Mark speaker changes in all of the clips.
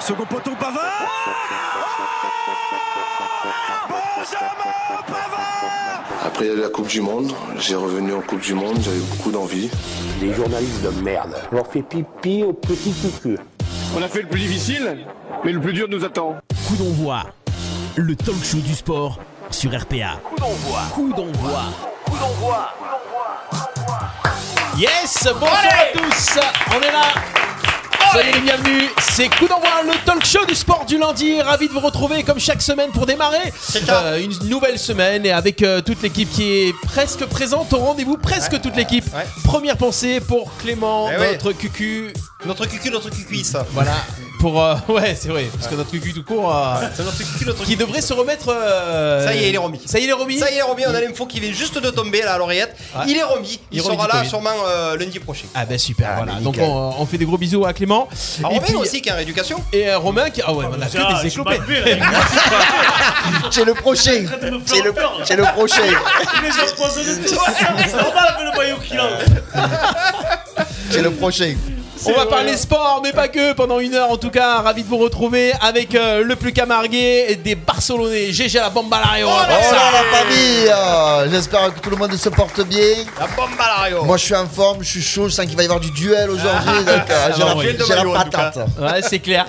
Speaker 1: Second poteau, Pavard oh Benjamin Pavard
Speaker 2: Après, il y a eu la Coupe du Monde. J'ai revenu en Coupe du Monde. J'avais beaucoup d'envie.
Speaker 3: Les journalistes de merde. On leur fait pipi au petit cucu.
Speaker 4: On a fait le plus difficile, mais le plus dur nous attend.
Speaker 5: Coup d'envoi. Le talk show du sport sur RPA.
Speaker 6: Coup d'envoi.
Speaker 5: Coup d'envoi.
Speaker 6: Coup d'envoi.
Speaker 5: Yes, bonsoir à tous. On est là. Soyez les bienvenus, c'est Coup d'envoi, le talk show du sport du lundi. Ravi de vous retrouver comme chaque semaine pour démarrer euh, une nouvelle semaine et avec euh, toute l'équipe qui est presque présente au rendez-vous, presque toute l'équipe.
Speaker 7: Ouais.
Speaker 5: Première pensée pour Clément,
Speaker 7: Eh ouais.
Speaker 5: notre cucu.
Speaker 7: Notre cucu, notre cucu, ça.
Speaker 5: Voilà, pour... euh, ouais, c'est vrai, parce que notre cucu tout court, euh,
Speaker 7: C'est notre cucu, notre
Speaker 5: qui
Speaker 7: cucu.
Speaker 5: devrait se remettre... euh,
Speaker 7: Ça y est, il est remis.
Speaker 5: Ça y est, il est remis.
Speaker 7: Ça y est, Romy, on a l'info qui vient juste de tomber là à l'oreillette.
Speaker 5: Ouais.
Speaker 7: Il est remis. Il,
Speaker 5: Il remis
Speaker 7: sera
Speaker 5: du
Speaker 7: là
Speaker 5: Covid.
Speaker 7: sûrement euh, lundi prochain.
Speaker 5: Ah bah super,
Speaker 7: Ah,
Speaker 5: voilà.
Speaker 7: mais
Speaker 5: Donc
Speaker 7: nickel.
Speaker 5: on, on fait des gros bisous à Clément.
Speaker 7: Ah,
Speaker 5: et
Speaker 7: Romain
Speaker 5: puis,
Speaker 7: aussi qui est en rééducation.
Speaker 5: et euh, Romain qui... Ah ouais, on a que des éclopés.
Speaker 8: C'est le prochain. C'est le, c'est le prochain.
Speaker 6: C'est normal avec le maillot qu'il a.
Speaker 8: C'est le prochain.
Speaker 5: On va
Speaker 7: euh,
Speaker 5: parler sport, mais pas que, pendant une heure en tout cas. Ravi de vous retrouver avec euh, le plus camargué des Barcelonais, GG la Bambalario.
Speaker 8: Oh là la famille euh, J'espère que tout le monde se porte bien.
Speaker 7: La bombe à l'arrière.
Speaker 8: Moi je suis en forme, je suis chaud, je sens qu'il va y avoir du duel aujourd'hui. donc, euh, j'ai
Speaker 7: oui.
Speaker 8: la- j'ai la,
Speaker 7: Maillot, en tout
Speaker 8: patate.
Speaker 5: Ouais, c'est clair.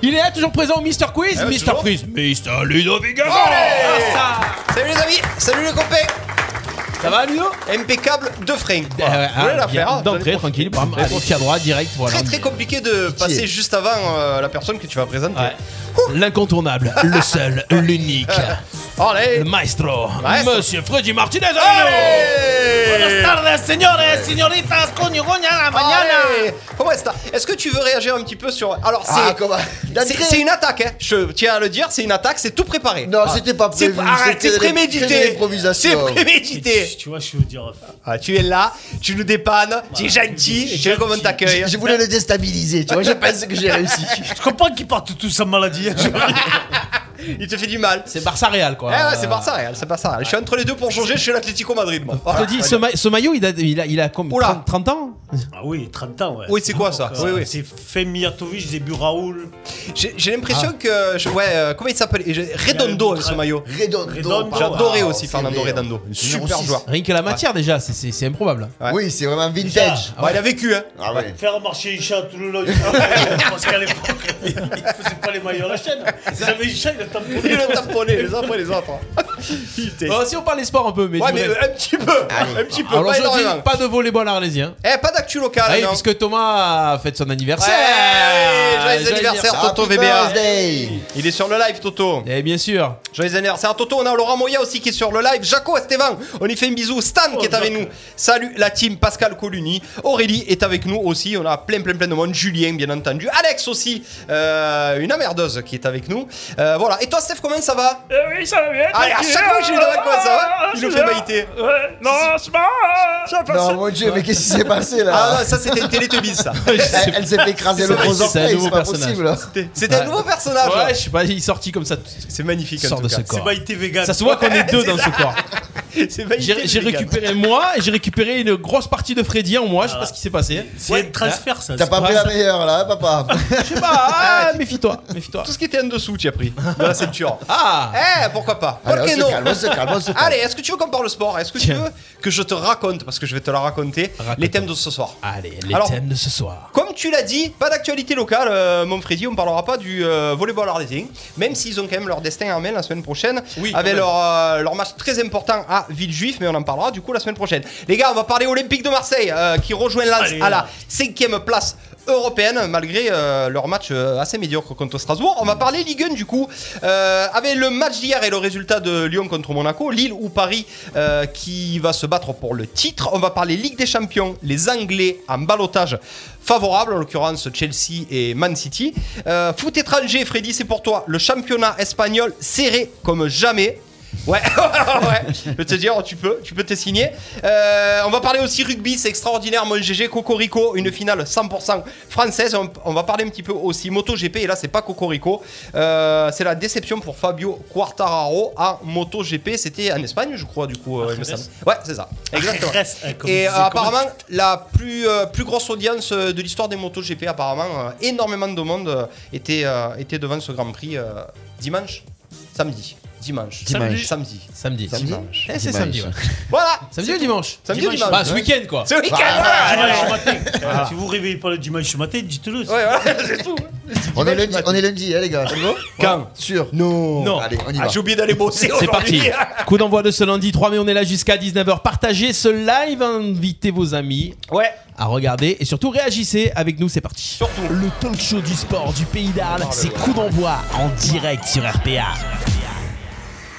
Speaker 5: Il est là, toujours présent, Mister Quiz.
Speaker 7: Ah ouais,
Speaker 5: Mister
Speaker 7: toujours.
Speaker 5: Quiz. Mister Ludovic Gazan.
Speaker 7: Allez
Speaker 5: Ah,
Speaker 7: Salut les amis, salut les copains.
Speaker 5: ça, ça va, Ludo
Speaker 7: Impeccable de frein.
Speaker 5: Eh ouais,
Speaker 7: Vous voulez
Speaker 5: hein,
Speaker 7: la
Speaker 5: bien,
Speaker 7: faire hein
Speaker 5: D'entrée, tranquille. Bam, allez, pied à droite, direct. Voilà.
Speaker 7: Très très compliqué de passer juste avant euh, la personne que tu vas présenter.
Speaker 5: Ouais. L'incontournable, le seul, l'unique,
Speaker 7: Euh. Allez.
Speaker 5: le maestro,
Speaker 7: Maestro.
Speaker 5: Monsieur Freddy Martinez.
Speaker 7: Allez Ah,
Speaker 5: tardes, señores, señoritas, coño, coño, à la
Speaker 7: Allez Comment est-ce que- Est-ce que tu veux réagir un petit peu sur. Alors, c'est.
Speaker 8: Ah, comment
Speaker 7: C'est c'est une attaque, hein. je tiens à le dire, c'est une attaque, c'est tout préparé.
Speaker 8: Non,
Speaker 7: Ah.
Speaker 8: c'était pas
Speaker 7: C'est
Speaker 8: prévu.
Speaker 7: arrête, c'est
Speaker 8: c'était des- c'était des
Speaker 7: prémédité. C'est
Speaker 8: improvisations.
Speaker 7: prémédité.
Speaker 6: Tu vois, je veux dire. euh,
Speaker 7: Ah, tu es là, tu nous dépannes, tu es gentil, je sais comment on t'accueille.
Speaker 8: Je voulais le déstabiliser, tu vois, je pense que j'ai réussi.
Speaker 6: Je comprends qu'ils partent tous en maladie. hein,
Speaker 7: Il te fait du mal.
Speaker 5: C'est Barça Real quoi.
Speaker 7: Eh ouais, c'est Barça, Real, c'est Barça. Real. Je suis entre les deux pour changer, je suis l'Atlético Madrid, moi.
Speaker 5: Je te
Speaker 7: Voilà.
Speaker 5: dis, ce, ma- ce maillot, il a, il a, il a combien
Speaker 7: Oula.
Speaker 5: 30, 30 ans
Speaker 6: Ah oui, 30 ans, ouais.
Speaker 7: Oui, c'est quoi, ça
Speaker 6: Donc, euh,
Speaker 7: Oui, oui.
Speaker 6: C'est Femiatovic, début Raoul.
Speaker 7: J'ai j'ai l'impression
Speaker 8: Ah.
Speaker 7: que. je- ouais, euh, comment il s'appelle Et j'ai- Redondo, ce maillot.
Speaker 8: Redondo.
Speaker 6: Redondo,
Speaker 8: pardon.
Speaker 7: J'adorais
Speaker 8: Wow,
Speaker 7: aussi
Speaker 8: c'est
Speaker 7: Fernando
Speaker 8: vrai.
Speaker 7: Redondo.
Speaker 8: Numéro
Speaker 7: Super
Speaker 8: six.
Speaker 7: joueur.
Speaker 5: Rien que la matière déjà, c'est- c'est c'est improbable.
Speaker 7: Ouais.
Speaker 8: Oui, c'est vraiment vintage.
Speaker 7: Bah, il avait cul, hein.
Speaker 8: Ah ouais.
Speaker 6: Faire marcher Isha tout le long. Parce qu'à l'époque, ils faisaient pas les maillots à la chaîne. Ils avaient Isha, ils le
Speaker 7: Il
Speaker 6: tamponnaient.
Speaker 7: le tamponnait les uns après les autres. Putain.
Speaker 5: Bon, Bah, si on parle des sports un peu, mais.
Speaker 7: Ouais,
Speaker 5: du
Speaker 7: mais euh,
Speaker 5: reste.
Speaker 7: un petit peu. Un petit peu,
Speaker 5: Alors
Speaker 7: pas
Speaker 5: je dis,
Speaker 7: énormément.
Speaker 5: pas de volleyball arlésien.
Speaker 7: Eh, pas d'actu
Speaker 5: Ah,
Speaker 7: locale,
Speaker 5: oui,
Speaker 7: non.
Speaker 5: puisque Thomas a fait son anniversaire.
Speaker 7: Ouais, joyeux
Speaker 5: J'allais
Speaker 7: anniversaire,
Speaker 5: dire ça.
Speaker 7: Toto
Speaker 8: Ah, Happy
Speaker 7: VBA.
Speaker 8: birthday.
Speaker 7: Il est sur le live, Toto.
Speaker 5: Eh bien sûr.
Speaker 7: Joyeux anniversaire, Toto. On a Laurent Moya aussi qui est sur le live. Jaco Esteban, on y fait un bisou. Stan qui est avec nous. Salut la team Pascal Coluni. Aurélie est avec nous aussi. On a plein, plein, plein de monde. Julien, bien entendu. Alex aussi, euh, une emmerdeuse qui est avec nous. Euh, voilà. Et toi, Steph, comment ça va
Speaker 5: Euh,
Speaker 9: oui, ça va bien.
Speaker 7: Allez, à chaque fois que je lui demande comment ça
Speaker 5: Ah,
Speaker 7: va, il nous fait baïter.
Speaker 9: Ouais, non, c'est pas. Ça
Speaker 8: Non, mon dieu, mais qu'est-ce qui s'est passé
Speaker 7: Ah,
Speaker 8: là
Speaker 7: non, ça, c'était une télétobise, ça.
Speaker 8: Elle, elle s'est fait écraser le
Speaker 7: C'est
Speaker 5: un
Speaker 8: gros orteil,
Speaker 5: nouveau
Speaker 8: c'est pas
Speaker 5: personnage.
Speaker 8: possible.
Speaker 7: C'était un
Speaker 5: Ouais.
Speaker 7: nouveau personnage.
Speaker 5: Ouais, je sais pas, il est sorti comme ça.
Speaker 7: hein. C'est magnifique, en
Speaker 5: Sort
Speaker 7: tout
Speaker 5: de
Speaker 7: cas.
Speaker 5: ce corps.
Speaker 6: C'est baïté Bah, vegan.
Speaker 5: Ça se voit qu'on est deux dans ce corps.
Speaker 7: C'est magnifique.
Speaker 5: J'ai j'ai
Speaker 7: les gars.
Speaker 5: récupéré moi et j'ai récupéré une grosse partie de Freddy en moi. Je sais pas ce qui s'est passé.
Speaker 6: C'est un transfert, ça.
Speaker 8: T'as
Speaker 6: c'est
Speaker 8: pas pris la meilleure là, hein, papa
Speaker 5: Je sais pas. Ah, méfie-toi. Méfie-toi.
Speaker 7: Tout ce qui était en dessous, tu as pris. Dans la ceinture.
Speaker 5: Ah.
Speaker 7: Eh, pourquoi pas
Speaker 8: Allez, on
Speaker 7: Pourquoi
Speaker 8: se
Speaker 7: non
Speaker 8: calme, on se calme, on se calme.
Speaker 7: Allez, est-ce que tu veux qu'on parle sport Est-ce que tu
Speaker 5: Tiens.
Speaker 7: veux que je te raconte, parce que je vais te la raconter,
Speaker 5: Raconte.
Speaker 7: les thèmes de ce soir
Speaker 5: Allez, les
Speaker 7: Alors-
Speaker 5: thèmes de ce soir.
Speaker 7: comme tu l'as dit, pas d'actualité locale, euh, mon Freddy, on parlera pas du euh, volleyball arlésien, même s'ils ont quand même leur destin en main la semaine prochaine,
Speaker 5: Oui, quand
Speaker 7: avec
Speaker 5: même.
Speaker 7: leur, euh, leur match très important à Villejuif, mais on en parlera du coup la semaine prochaine. Les gars, on va parler Olympique de Marseille, euh, qui rejoint Lens
Speaker 6: Allez.
Speaker 7: à la cinquième place européenne, malgré euh, leur match euh, assez médiocre contre Strasbourg. On va parler Ligue 1 du coup, euh, avec le match d'hier et le résultat de Lyon contre Monaco, Lille ou Paris euh, qui va se battre pour le titre. On va parler Ligue des Champions, les Anglais en balotage favorable, en l'occurrence Chelsea et Man City. Euh, foot étranger, Freddy, c'est pour toi. Le championnat espagnol serré comme jamais. Ouais, ouais. Je vais te dire, oh, tu peux, tu peux te signer. Euh, on va parler aussi rugby, c'est extraordinaire. Mon GG Cocorico, une finale 100% française. On, on va parler un petit peu aussi MotoGP. Et là, c'est pas Cocorico. Euh, c'est la déception pour Fabio Quartararo en MotoGP. C'était en Espagne, je crois, du coup. euh, il me semble. Ouais, c'est ça. Exactement.
Speaker 6: Reste, euh, comme
Speaker 7: Et
Speaker 6: disait-
Speaker 7: euh, apparemment, la plus, euh, plus grosse audience euh, de l'histoire des MotoGP, apparemment, euh, énormément de monde euh, était, euh, était devant ce Grand Prix euh, dimanche, samedi. Dimanche.
Speaker 6: Dimanche.
Speaker 7: Samedi.
Speaker 5: Samedi.
Speaker 7: Samedi.
Speaker 5: Eh, c'est samedi, ouais.
Speaker 7: Voilà.
Speaker 5: Samedi ou dimanche
Speaker 7: Samedi ou dimanche
Speaker 5: Bah, ce week-end, quoi.
Speaker 7: Ce week-end.
Speaker 8: Ah,
Speaker 6: Dimanche matin. Si vous réveillez pas le dimanche matin, dites-le.
Speaker 7: Ouais, voilà, c'est tout.
Speaker 8: On est lundi, on est lundi, hein, les gars.
Speaker 7: Quand
Speaker 8: Sûr Non.
Speaker 7: Non.
Speaker 8: Allez, on y va.
Speaker 7: Ah, j'ai oublié d'aller bosser
Speaker 5: C'est
Speaker 7: aujourd'hui.
Speaker 5: parti. Coup d'envoi de ce lundi 3 mai, on est là jusqu'à 19h. Partagez ce live, invitez vos amis
Speaker 7: Ouais.
Speaker 5: à regarder et surtout réagissez avec nous, c'est parti.
Speaker 7: Surtout.
Speaker 5: Le talk show du sport du pays d'Arles,
Speaker 7: Oh
Speaker 5: c'est coup d'envoi en direct sur RPA.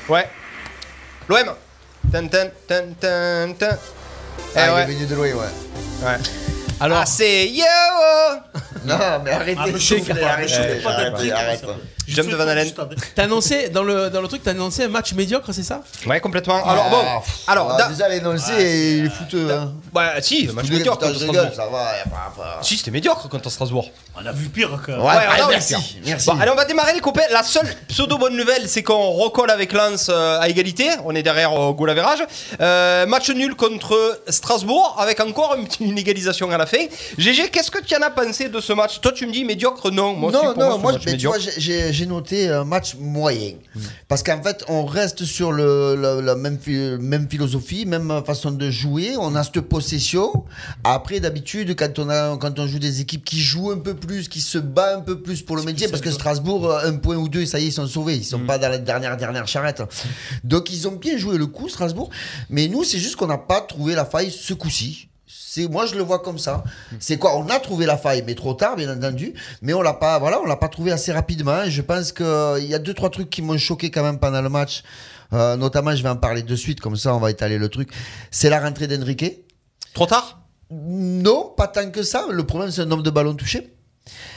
Speaker 7: Ouais. L'OM. Tan, tan, tan, tan, tan. Eh
Speaker 8: Ah, il est
Speaker 7: ouais.
Speaker 8: venu de loin, ouais.
Speaker 7: ouais.
Speaker 5: Alors,
Speaker 7: Ah, c'est yo. oh.
Speaker 8: Non, mais arrêtez,
Speaker 6: me
Speaker 8: s'il vous
Speaker 6: chauffe
Speaker 8: plaît,
Speaker 6: pas,
Speaker 8: arrêtez,
Speaker 6: me chauffe pas
Speaker 8: arrêtez,
Speaker 6: d'être
Speaker 8: arrêtez.
Speaker 6: comme ça.
Speaker 7: J'aime de Van Halen.
Speaker 5: t'as annoncé dans le, dans le truc, t'as annoncé un match médiocre, c'est ça
Speaker 7: Ouais, complètement. Alors
Speaker 8: Ah,
Speaker 7: bon.
Speaker 8: pff,
Speaker 7: Alors,
Speaker 8: ah,
Speaker 7: da-
Speaker 8: déjà, les noncés, ils les foutent. euh, hein.
Speaker 7: bah si, le match
Speaker 8: Je rigole,
Speaker 7: médiocre
Speaker 8: putain,
Speaker 7: contre
Speaker 8: je rigole,
Speaker 7: Strasbourg.
Speaker 8: ça va. y a pas- pas-
Speaker 7: Si, c'était médiocre contre Strasbourg.
Speaker 6: On a vu pire que.
Speaker 8: Ouais,
Speaker 7: ah,
Speaker 8: ouais,
Speaker 7: merci.
Speaker 8: merci. Merci.
Speaker 7: Bon, allez, on va démarrer les copains. La seule pseudo bonne nouvelle, c'est qu'on recolle avec Lens euh, à égalité. On est derrière au goal average. Euh, match nul contre Strasbourg, avec encore une, petite- une égalisation à la fin. GG, qu'est-ce que tu en as pensé de ce match Toi, tu me dis médiocre, non. Moi, aussi,
Speaker 8: non,
Speaker 7: pour
Speaker 8: non,
Speaker 7: c'est
Speaker 8: moi,
Speaker 7: un match
Speaker 8: mais tu
Speaker 7: médiocre. Hmm.
Speaker 8: vois, j'ai- j'ai j'ai noté un match moyen. Parce qu'en fait, on reste sur le, la, la même, phi- même philosophie, même façon de jouer. On a cette possession. Après, d'habitude, quand, on a- quand on joue des équipes qui jouent un peu plus, qui se battent un peu plus pour le métier, parce que Strasbourg, euh, un point ou deux, ça y est, ils sont sauvés. Ils sont
Speaker 7: Hmm.
Speaker 8: pas dans la dernière, dernière charrette. Donc, ils ont bien joué le coup, Strasbourg. Mais nous, c'est juste qu'on n'a pas trouvé la faille ce coup-ci. C'est moi je le vois comme ça. C'est quoi On a trouvé la faille, mais trop tard, bien entendu. Mais on l'a pas, voilà, on l'a pas trouvé assez rapidement. Et je pense que euh, il y a deux trois trucs qui m'ont choqué quand même pendant le match. Euh, notamment, je vais en parler de suite, comme ça on va étaler le truc. C'est la rentrée d'Enrique.
Speaker 7: Trop tard
Speaker 8: Non, pas tant que ça. Le problème, c'est le nombre de ballons touchés.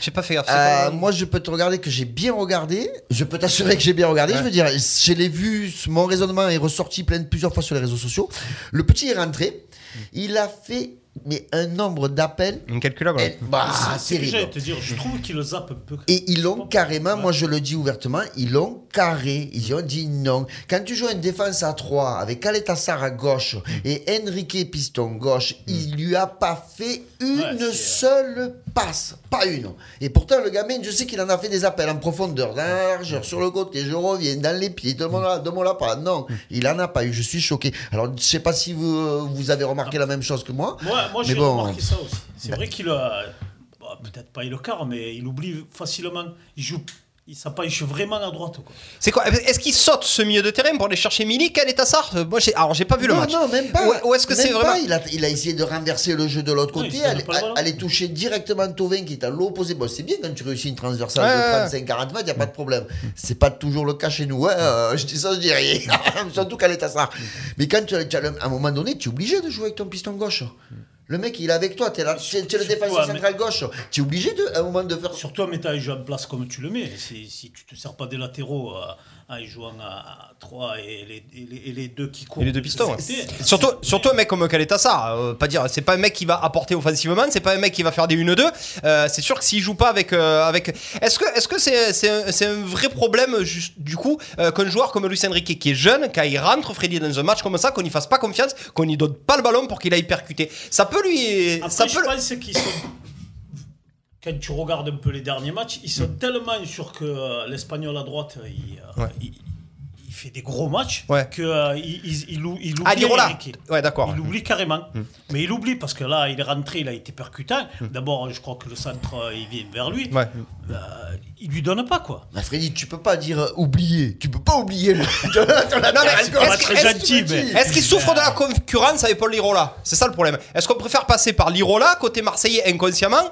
Speaker 7: J'ai pas fait gaffe. c'est
Speaker 8: Euh,
Speaker 7: pas-
Speaker 6: hein.
Speaker 8: moi, je peux te regarder que j'ai bien regardé. Je peux t'assurer que j'ai bien regardé. Je veux dire, je l'ai vu. Mon raisonnement est ressorti plein de plusieurs fois sur les réseaux sociaux. Le petit est rentré.
Speaker 6: Mm.
Speaker 8: Il a fait mais un nombre d'appels.
Speaker 7: Incalculable.
Speaker 8: et- bah,
Speaker 6: C'est ce que j'allais
Speaker 8: terrible.
Speaker 6: te dire. Je trouve qu'il le zappe un peu.
Speaker 8: Et ils l'ont carrément, moi je le dis ouvertement, ils l'ont carré. Ils ont dit non. Quand tu joues une défense à 3 avec Kaletassar à gauche et Enrique Piston gauche, il lui a pas fait une
Speaker 6: Hmm. Ouais, c'est-
Speaker 8: seule passe. Pas une. Et pourtant, le gamin, je sais qu'il en a fait des appels en profondeur, dans la largeur, sur le côté, je reviens, dans les pieds,
Speaker 6: Hmm.
Speaker 8: demande-la demande pas. Non, il en a pas eu. Je suis choqué. Alors, je sais pas si vous, vous avez remarqué la même chose que moi.
Speaker 6: Ah. Moi, moi
Speaker 8: Mais
Speaker 6: j'ai
Speaker 8: bon.
Speaker 6: remarqué ça aussi. C'est vrai qu'il a. bah, Peut-être pas il le quart, mais il oublie facilement. Il joue. Il s'appâche vraiment à droite. Quoi.
Speaker 7: C'est quoi Est-ce qu'il saute ce milieu de terrain pour aller chercher Milik à l'état Sar Moi, j'ai... Alors, j'ai pas vu le
Speaker 8: non,
Speaker 7: match.
Speaker 8: Non, même pas.
Speaker 7: Ou, ou est-ce que
Speaker 8: Même
Speaker 7: c'est
Speaker 8: pas.
Speaker 7: vraiment.
Speaker 8: il, a, il a essayé de renverser le jeu de l'autre
Speaker 6: Oui,
Speaker 8: côté,
Speaker 6: il se donne
Speaker 8: aller,
Speaker 6: pas le ballon.
Speaker 8: aller toucher directement Tovin qui est à l'opposé. Bon, c'est bien quand tu réussis une transversale
Speaker 7: Ouais, ouais,
Speaker 8: de 35-40 mètres, il n'y a pas de problème. C'est pas toujours le cas chez nous. hein, euh, je dis ça, je dis rien. Surtout qu'à l'état ça. Mais quand tu as, tu as le- à un moment donné, tu es obligé de jouer avec ton piston gauche. Le mec, il est avec toi, tu es, le défenseur
Speaker 6: ouais, mais-
Speaker 8: central gauche. Tu es obligé de, à un moment de faire.
Speaker 6: Surtout en mettant un jeu en place comme tu le mets. Si, si tu te sers pas des latéraux euh, en jouant à 3 et les, et les, et les deux qui courent.
Speaker 7: Et les deux
Speaker 6: de
Speaker 7: pistons. ouais.
Speaker 6: côté,
Speaker 7: Surtout, surtout un mec comme Kaletassar, euh, pas dire, c'est pas un mec qui va apporter offensivement, c'est pas un mec qui va faire des 1-2. euh, c'est sûr que s'il joue pas avec, euh, avec, est-ce que, est-ce que c'est, c'est un, c'est un vrai problème juste, du coup euh, qu'un joueur comme Luis Enrique qui est jeune, quand il rentre Freddy dans un match comme ça, qu'on n'y fasse pas confiance, qu'on n'y donne pas le ballon pour qu'il aille percuter. Ça peut lui,
Speaker 6: Après,
Speaker 7: ça
Speaker 6: je
Speaker 7: peut.
Speaker 6: pense qu'ils sont. Quand tu regardes un peu les derniers matchs, ils sont tellement sûrs que euh, l'Espagnol à droite, euh, il, euh,
Speaker 7: Ouais.
Speaker 6: il- il fait des gros match
Speaker 7: Ouais.
Speaker 6: que euh, il, il- il ou- il oublie
Speaker 7: Adirola.
Speaker 6: Enrique.
Speaker 7: Ouais, d'accord. Hmm.
Speaker 6: Il oublie carrément. Mais il oublie parce que là, il est rentré, il a été percutant. D'abord, je crois que le centre, euh, il vient vers lui.
Speaker 7: Ouais.
Speaker 6: Euh, il lui donne pas, quoi.
Speaker 8: Mais Bah, Freddy, tu peux pas dire euh, oublier. Tu peux pas oublier le.
Speaker 7: Non, mais est-ce
Speaker 6: c'est
Speaker 7: que-
Speaker 6: pas
Speaker 7: est-ce que-
Speaker 6: très
Speaker 7: est-ce que-
Speaker 6: gentil, mais.
Speaker 7: Est-ce qu'il souffre de la concurrence avec Paul Lirola C'est ça le problème. Est-ce qu'on préfère passer par Lirola côté marseillais inconsciemment